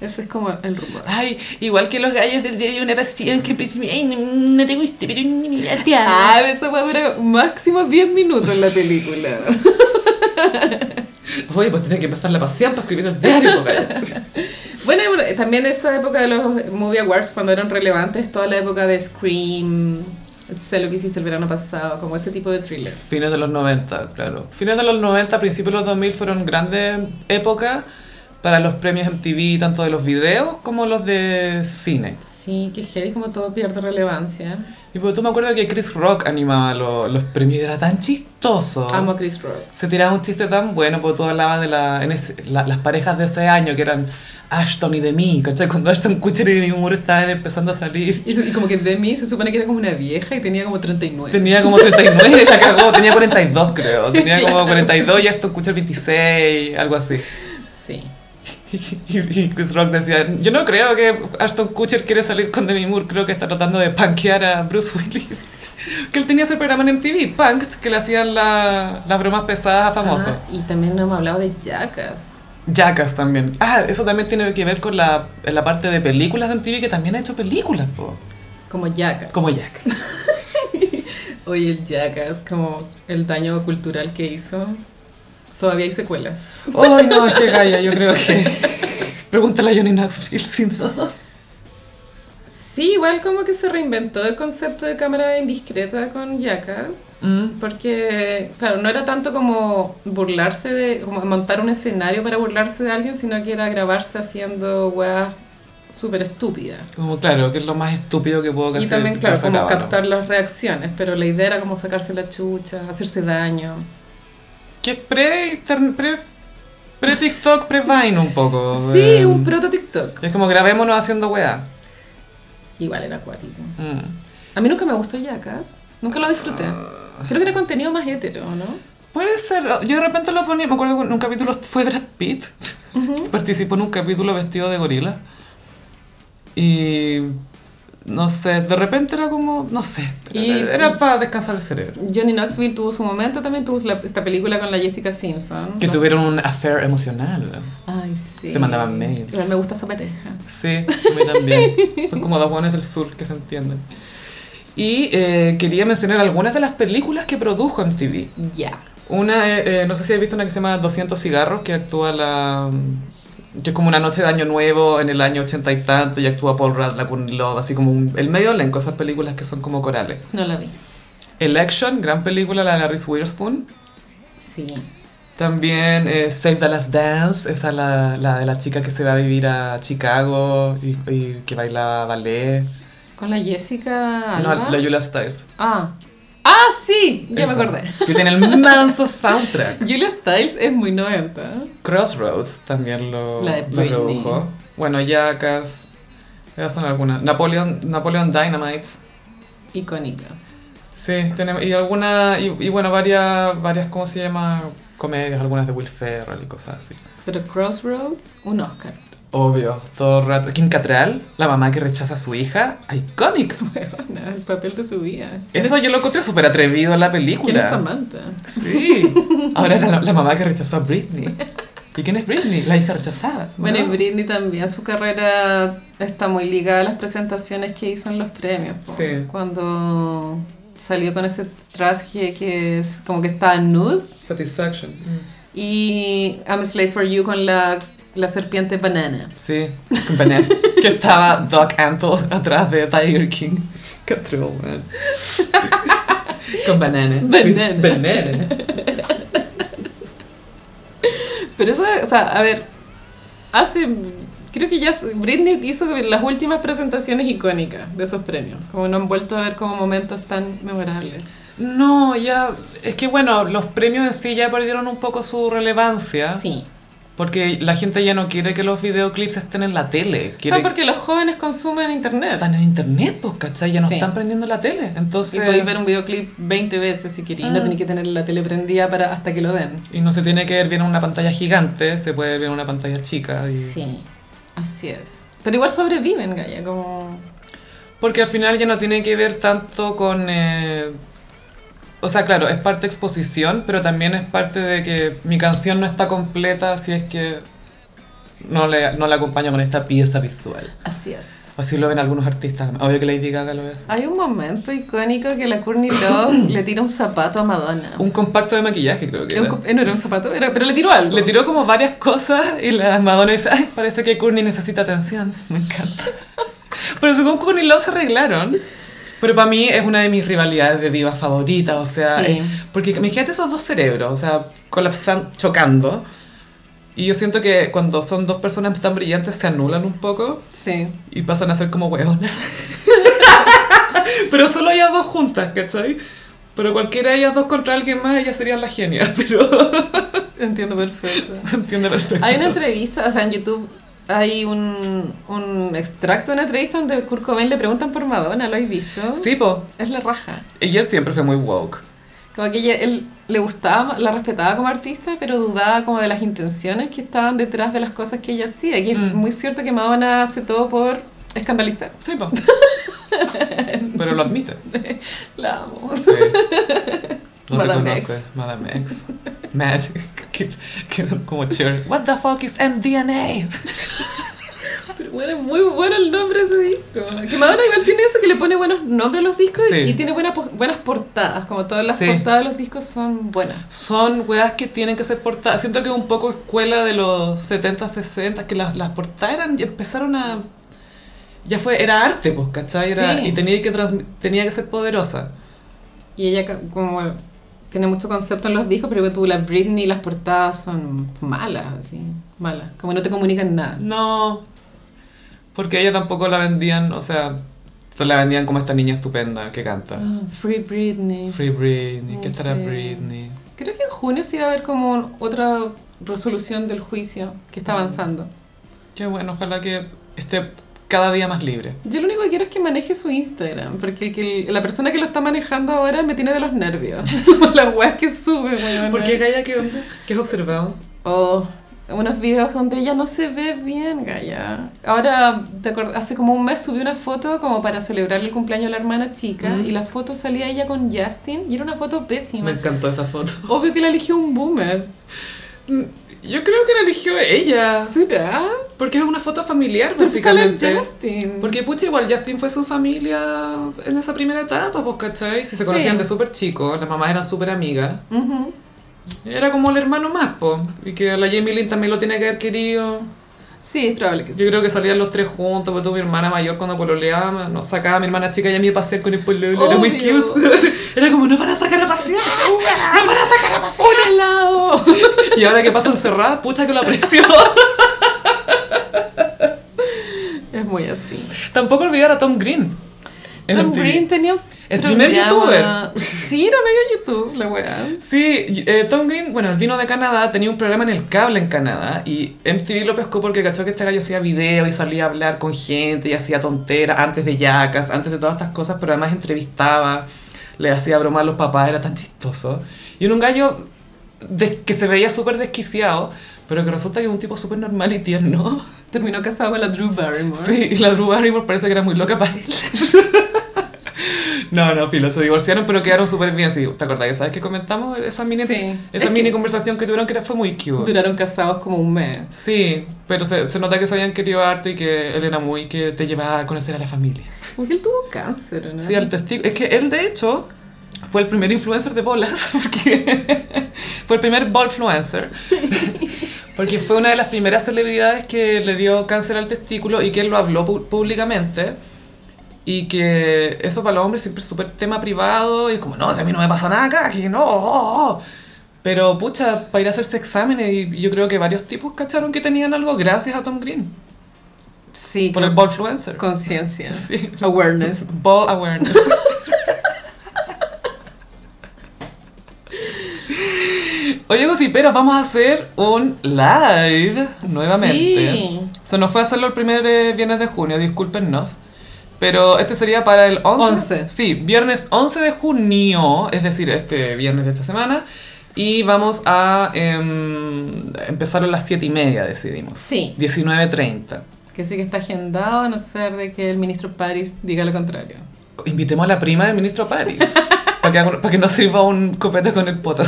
Speaker 2: Ese es como el rumor.
Speaker 3: Ay, igual que los gallos del día de una pasión que en principio, ay, no, no te guste, pero ni mi
Speaker 2: Ah, esa va a durar máximo 10 minutos en la
Speaker 1: <laughs>
Speaker 2: película.
Speaker 1: Oye, pues tiene que empezar la pasión para escribir el diario, pues, po, calla.
Speaker 2: bueno, pero también esa época de los Movie Awards, cuando eran relevantes, toda la época de Scream, sé lo que hiciste el verano pasado, como ese tipo de thriller.
Speaker 1: <laughs> Fines de los 90, claro. Fines de los 90, principios de los 2000 fueron grandes épocas para los premios MTV, tanto de los videos como los de cine.
Speaker 2: Sí, que heavy como todo pierde relevancia.
Speaker 1: Y pues tú me acuerdo que Chris Rock animaba lo- los premios y era tan chistoso.
Speaker 2: Amo a Chris Rock.
Speaker 1: Se tiraba un chiste tan bueno, porque tú hablabas de la, en ese- la- las parejas de ese año, que eran Ashton y Demi, ¿cachai? Cuando Ashton Kutcher y Demi Moore estaban empezando a salir.
Speaker 2: Y, se- y como que Demi se supone que era como una vieja y tenía como 39.
Speaker 1: Tenía como 39 y la cagó, tenía 42 creo, tenía como 42 y Ashton Kutcher 26, algo así.
Speaker 2: Sí.
Speaker 1: Y, y Chris Rock decía, yo no creo que Ashton Kutcher quiere salir con Demi Moore, creo que está tratando de punkear a Bruce Willis. <laughs> Que él tenía ese programa en MTV, Punked, que le hacían la- las bromas pesadas a famosos.
Speaker 2: Ah, y también no hemos hablado de Jackass.
Speaker 1: Jackass también. Ah, eso también tiene que ver con la, la parte de películas de MTV, que también ha hecho películas, po.
Speaker 2: Como Jackass.
Speaker 1: Como Jackass.
Speaker 2: Oye, el Jackass, como el daño cultural que hizo. Todavía hay secuelas.
Speaker 1: <laughs> Ay, no, es que Gaia, yo creo que... <laughs> Pregúntale a Johnny Knoxville si no.
Speaker 2: Sí, igual como que se reinventó el concepto de cámara indiscreta con Jackass.
Speaker 1: <laughs> Mm,
Speaker 2: Porque, claro, no era tanto como burlarse de, como montar un escenario para burlarse de alguien, sino que era grabarse haciendo weas súper estúpidas.
Speaker 1: como claro, que es lo más estúpido que puedo hacer.
Speaker 2: Y también, claro,
Speaker 1: pero
Speaker 2: como
Speaker 1: grábalo.
Speaker 2: captar las reacciones, pero la idea era como sacarse la chucha, hacerse daño.
Speaker 1: Que es pre, intern- pre, pre <laughs> TikTok, pre Vine un poco.
Speaker 2: Sí,
Speaker 1: eh.
Speaker 2: un proto TikTok.
Speaker 1: Es como grabémonos haciendo weá.
Speaker 2: Igual era acuático.
Speaker 1: Mm.
Speaker 2: A mí nunca me gustó Jackass. Nunca lo disfruté.
Speaker 1: Ah.
Speaker 2: Creo que era contenido más hetero, ¿no?
Speaker 1: Puede ser, oh, yo de repente lo ponía, me acuerdo que en un capítulo <laughs> fue Brad Pitt, <laughs> participó en un capítulo vestido de gorila. Y no sé, de repente era como, no sé, era,
Speaker 2: Y-
Speaker 1: era para descansar el cerebro.
Speaker 2: Johnny Knoxville tuvo su momento, también tuvo la- esta película con la Jessica Simpson.
Speaker 1: Que
Speaker 2: No-
Speaker 1: tuvieron un affair emocional.
Speaker 2: Ay, sí.
Speaker 1: Se mandaban mails.
Speaker 2: Igual me gusta esa pareja.
Speaker 1: Sí, a mí también. Son como dos buenas del sur que se entienden. Y eh, quería mencionar algunas de las películas que produjo MTV.
Speaker 2: Ya.
Speaker 1: Una, eh, eh, no sé si has visto una que se llama 200 cigarros, que actúa la... mm, que es como una noche de año nuevo en el año ochenta y tanto, y actúa Paul Rudd, la Courtney Love, así como un- el medio elenco, esas películas que son como corales.
Speaker 2: No la vi.
Speaker 1: Election, gran película, la de la Reese Witherspoon.
Speaker 2: Sí.
Speaker 1: También eh, Save the Last Dance, esa la, la de la chica que se va a vivir a Chicago y, y que bailaba ballet.
Speaker 2: Con la Jessica
Speaker 1: No,
Speaker 2: Alba.
Speaker 1: la Julia Stiles.
Speaker 2: Ah. ¡Ah, sí! Ya
Speaker 1: Esa,
Speaker 2: me acordé.
Speaker 1: Que tiene el manso soundtrack.
Speaker 2: Julia Stiles es muy 90.
Speaker 1: Crossroads también lo,
Speaker 2: La de
Speaker 1: lo
Speaker 2: Britney.
Speaker 1: produjo. Bueno, Jackass. Esas son algunas. Napoleon, Napoleon Dynamite.
Speaker 2: Icónica.
Speaker 1: Sí, tenemos. Y alguna. Y, y bueno, varias. varias, ¿cómo se llama? comedias, algunas de Will Ferrell y cosas así.
Speaker 2: Pero Crossroads, un Oscar. <laughs>
Speaker 1: Obvio, todo el rato. Kim Cattrall, la mamá que rechaza a su hija, icónico.
Speaker 2: Bueno, el papel de su vida.
Speaker 1: Eso yo lo encontré súper atrevido en la película.
Speaker 2: ¿Quién es Samantha?
Speaker 1: Sí. Ahora era la, la mamá que rechazó a Britney. ¿Y quién es Britney? La hija rechazada. ¿no?
Speaker 2: Bueno, y Britney también, su carrera está muy ligada a las presentaciones que hizo en los premios. po.
Speaker 1: Sí.
Speaker 2: Cuando salió con ese traje que es como que está nude
Speaker 1: Satisfaction.
Speaker 2: y I'm a Slave for You con la, la serpiente banana.
Speaker 1: Sí, Benet. que estaba Doc Antle atrás de Tiger King. Qué atrevo, weón. Con banana.
Speaker 2: Banana.
Speaker 1: Sí, banana.
Speaker 2: Pero eso, o sea, a ver, hace. Creo que ya se- Britney hizo las últimas presentaciones icónicas de esos premios. Como no han vuelto a ver como momentos tan memorables.
Speaker 1: No, ya. Es que bueno, los premios en sí ya perdieron un poco su relevancia.
Speaker 2: Sí.
Speaker 1: Porque la gente ya no quiere que los videoclips estén en la tele.
Speaker 2: O sea,
Speaker 1: Quiere que
Speaker 2: porque los jóvenes consumen internet.
Speaker 1: están en internet, pues, ¿cachai? Ya no
Speaker 2: Sí.
Speaker 1: están prendiendo la tele. Entonces...
Speaker 2: Y podéis ver un videoclip 20 veces si queréis. No
Speaker 1: Ah.
Speaker 2: tenéis que tener la tele prendida para hasta que lo den.
Speaker 1: Y no se tiene que ver bien en una pantalla gigante, se puede ver bien en una pantalla chica. y-
Speaker 2: Sí, así es. Pero igual sobreviven, Gaya, como...
Speaker 1: Porque al final ya no tiene que ver tanto con... eh, O sea, claro, es parte exposición, pero también es parte de que mi canción no está completa si es que no, le, no la acompaño con esta pieza visual.
Speaker 2: Así es.
Speaker 1: Así lo ven algunos artistas. Obvio que Lady Gaga lo es.
Speaker 2: Hay un momento icónico que
Speaker 1: <coughs>
Speaker 2: la Courtney Love le tira un zapato a Madonna.
Speaker 1: Un compacto de maquillaje, creo que
Speaker 2: Un
Speaker 1: era.
Speaker 2: co- eh, no era un zapato, era- pero le tiró algo.
Speaker 1: Le tiró como varias cosas y la Madonna dice, ay, parece que Courtney necesita atención. Me encanta. <laughs> Pero según Courtney Love se arreglaron. Pero para mí es una de mis rivalidades de divas favoritas, o sea,
Speaker 2: Sí.
Speaker 1: es- porque imagínate esos dos cerebros, o sea, colapsan, chocando. Y yo siento que cuando son dos personas tan brillantes se anulan un poco
Speaker 2: Sí.
Speaker 1: y pasan a ser como hueonas. <laughs> pero solo ellas dos juntas, ¿cachai? Pero cualquiera de ellas dos contra alguien más, ellas serían las genias, <laughs> pero
Speaker 2: Entiendo perfecto.
Speaker 1: se entiende perfecto.
Speaker 2: Hay una entrevista, o sea, en YouTube hay un, un extracto de una entrevista donde Kurt Cobain le preguntan por Madonna, ¿lo habéis visto?
Speaker 1: Sí, po.
Speaker 2: Es la raja.
Speaker 1: Ella siempre fue muy woke.
Speaker 2: Como que ella, él le gustaba, la respetaba como artista, pero dudaba como de las intenciones que estaban detrás de las cosas que ella hacía. Y es
Speaker 1: Mm.
Speaker 2: muy cierto que Madonna hace todo por escandalizar.
Speaker 1: Sí, <laughs> po. Pero lo admite.
Speaker 2: La amo.
Speaker 1: Sí. Lo
Speaker 2: Madame
Speaker 1: reconoce.
Speaker 2: X.
Speaker 1: Madame X. Magic. <laughs> Que, que- como Cher. What the fuck is MDNA?
Speaker 2: Pero bueno, es muy bueno el nombre de ese disco. Que Madonna igual tiene eso, que le pone buenos nombres a los discos y-
Speaker 1: Sí.
Speaker 2: y, tiene buenas, po- buenas portadas. Como todas las
Speaker 1: Sí.
Speaker 2: portadas de los discos son buenas.
Speaker 1: Son weas que tienen que ser portadas. Siento que es un poco escuela de los 70, 60, que las, las portadas eran, ya empezaron a... Ya fue, era arte, pues, ¿cachai? Era-
Speaker 2: Sí.
Speaker 1: Y tenía que, transmi- tenía que ser poderosa.
Speaker 2: Y ella ca- como tiene mucho concepto en los discos, pero tú, la Britney, las portadas son malas, así, malas. Como no te comunican nada.
Speaker 1: No, porque a ella tampoco la vendían, o sea, se la vendían como esta niña estupenda que canta.
Speaker 2: Ah, Free Britney.
Speaker 1: Free Britney, que estará
Speaker 2: Sí.
Speaker 1: Britney.
Speaker 2: Creo que en junio sí va a haber como un- otra resolución del juicio que
Speaker 1: Mm.
Speaker 2: está avanzando.
Speaker 1: Qué bueno, ojalá que esté cada día más libre.
Speaker 2: Yo lo único que quiero es que maneje su Instagram, porque el que- la persona que lo está manejando ahora me tiene de los nervios. <laughs> Por las weas que sube, weón.
Speaker 1: Gaia, qué onda? ¿Qué has observado?
Speaker 2: O unos videos donde ella no se ve bien, Gaya. Ahora, ¿te acuer- hace como un mes subí una foto como para celebrar el cumpleaños de la hermana chica
Speaker 1: Mm.
Speaker 2: y la foto salía ella con Justin y era una foto pésima.
Speaker 1: Me encantó esa foto.
Speaker 2: Obvio que la eligió un boomer.
Speaker 1: Yo creo que la eligió ella,
Speaker 2: ¿Será?
Speaker 1: porque es una foto familiar,
Speaker 2: Pero si sale
Speaker 1: Ah. básicamente.
Speaker 2: Justin.
Speaker 1: Porque, pucha, igual Justin fue su familia en esa primera etapa, pues, ¿cachai? Si se conocían
Speaker 2: Sí.
Speaker 1: de súper chicos, las mamás eran súper amigas.
Speaker 2: Ujú.
Speaker 1: Era como el hermano más, po. Y que la Jamie Lynn también lo tiene que haber querido.
Speaker 2: Sí, es probable que sí.
Speaker 1: Yo creo que salían los tres juntos, pues tuve mi hermana mayor cuando pololeaba, no, sacaba a mi hermana chica y a mí a pasear con el pololo, era muy
Speaker 2: Obvio.
Speaker 1: cute. <laughs> Era como, no van a sacar a pasear, no van a sacar a pasear.
Speaker 2: ¡Un helado!
Speaker 1: Y ahora que paso encerrada, pucha que la presión.
Speaker 2: <laughs> es muy así.
Speaker 1: <laughs> Tampoco olvidar a Tom Green. en
Speaker 2: Tom
Speaker 1: MTV.
Speaker 2: Green tenía un
Speaker 1: El primer
Speaker 2: programa- Sí, era medio YouTube, la weá.
Speaker 1: Sí, eh, Tom Green, bueno, él vino de Canadá, tenía un programa en el cable en Canadá y MTV lo pescó porque cachó que este gallo hacía video y salía a hablar con gente y hacía tonteras antes de yacas, antes de todas estas cosas, pero además entrevistaba, le hacía broma a los papás, era tan chistoso. Y era un gallo des- que se veía súper desquiciado, pero que resulta que es un tipo súper normal y tierno. <laughs>
Speaker 2: Terminó casado con la Drew Barrymore.
Speaker 1: Sí, y la Drew Barrymore parece que era muy loca para él. <laughs> No, no, filo, se divorciaron, pero quedaron súper bien. Sí, ¿Te acordás? ¿Sabes qué comentamos? Esa mini,
Speaker 2: Sí.
Speaker 1: esa
Speaker 2: Es
Speaker 1: mini
Speaker 2: que-
Speaker 1: conversación que tuvieron que era, fue muy cute.
Speaker 2: Duraron casados como un mes.
Speaker 1: Sí, pero se, se nota que se habían querido harto y que él era muy que te llevaba a conocer a la familia.
Speaker 2: Porque él tuvo cáncer, ¿o ¿no?
Speaker 1: Sí, al testigo. Es que él, de hecho, fue el primer influencer de bolas. <laughs> Porque fue el primer ballfluencer. Porque fue una de las primeras celebridades que le dio cáncer al testículo y que él lo habló pu- públicamente. Y que eso para los hombres siempre es súper tema privado. Y es como, no, si a mí no me pasa nada acá, que no. oh, oh". Pero pucha, para ir a hacerse exámenes, y yo creo que varios tipos cacharon que tenían algo gracias a Tom Green.
Speaker 2: Sí,
Speaker 1: Por el
Speaker 2: con-
Speaker 1: ballfluencer.
Speaker 2: conciencia.
Speaker 1: <laughs> Sí.
Speaker 2: Awareness.
Speaker 1: Ball
Speaker 2: <laughs>
Speaker 1: awareness. Oye, gossiperos, vamos a hacer un live nuevamente.
Speaker 2: Sí.
Speaker 1: Se nos fue a hacerlo el primer eh, viernes de junio, discúlpennos. Pero este sería para el 11.
Speaker 2: Once.
Speaker 1: Sí, viernes 11 de junio, es decir, este viernes de esta semana. Y vamos a em, empezar a las 7 y media, decidimos.
Speaker 2: Sí,
Speaker 1: 19.30.
Speaker 2: que sí que está agendado, a no ser de que el ministro París diga lo contrario.
Speaker 1: Invitemos a la prima del ministro <laughs> París. para, que, haga- para que no sirva un copete con el poto.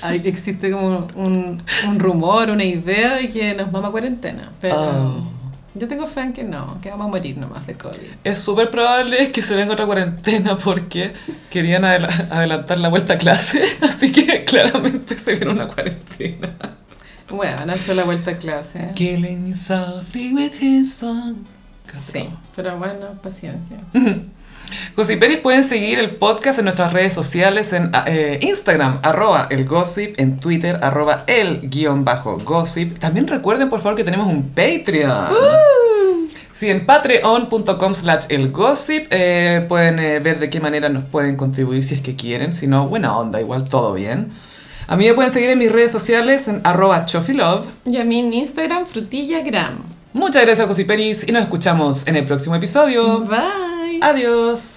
Speaker 2: Hay, existe como un, un rumor, una idea de que nos vamos a cuarentena, pero
Speaker 1: Oh.
Speaker 2: yo tengo fe en que no, que vamos a morir nomás de COVID.
Speaker 1: Es súper probable que se venga otra cuarentena porque querían adela- adelantar la vuelta a clase, <laughs> así que claramente se viene una cuarentena.
Speaker 2: Bueno, hacer la vuelta a clase.
Speaker 1: Killing me softly with his song.
Speaker 2: Sí, pero bueno, paciencia.
Speaker 1: Gossiperis pueden seguir el podcast en nuestras redes sociales en eh, Instagram, arroba el gossip, en Twitter, arroba el guión bajo gossip. También recuerden por favor que tenemos un Patreon. Sí, en patreon.com slash el gossip eh, pueden eh, ver de qué manera nos pueden contribuir si es que quieren, si no, buena onda, igual todo bien. A mí me pueden seguir en mis redes sociales en arroba chofilove.
Speaker 2: Y a mí en Instagram, frutillagram. Mm.
Speaker 1: Muchas gracias Gossiperis y nos escuchamos en el próximo episodio.
Speaker 2: Bye.
Speaker 1: Adiós.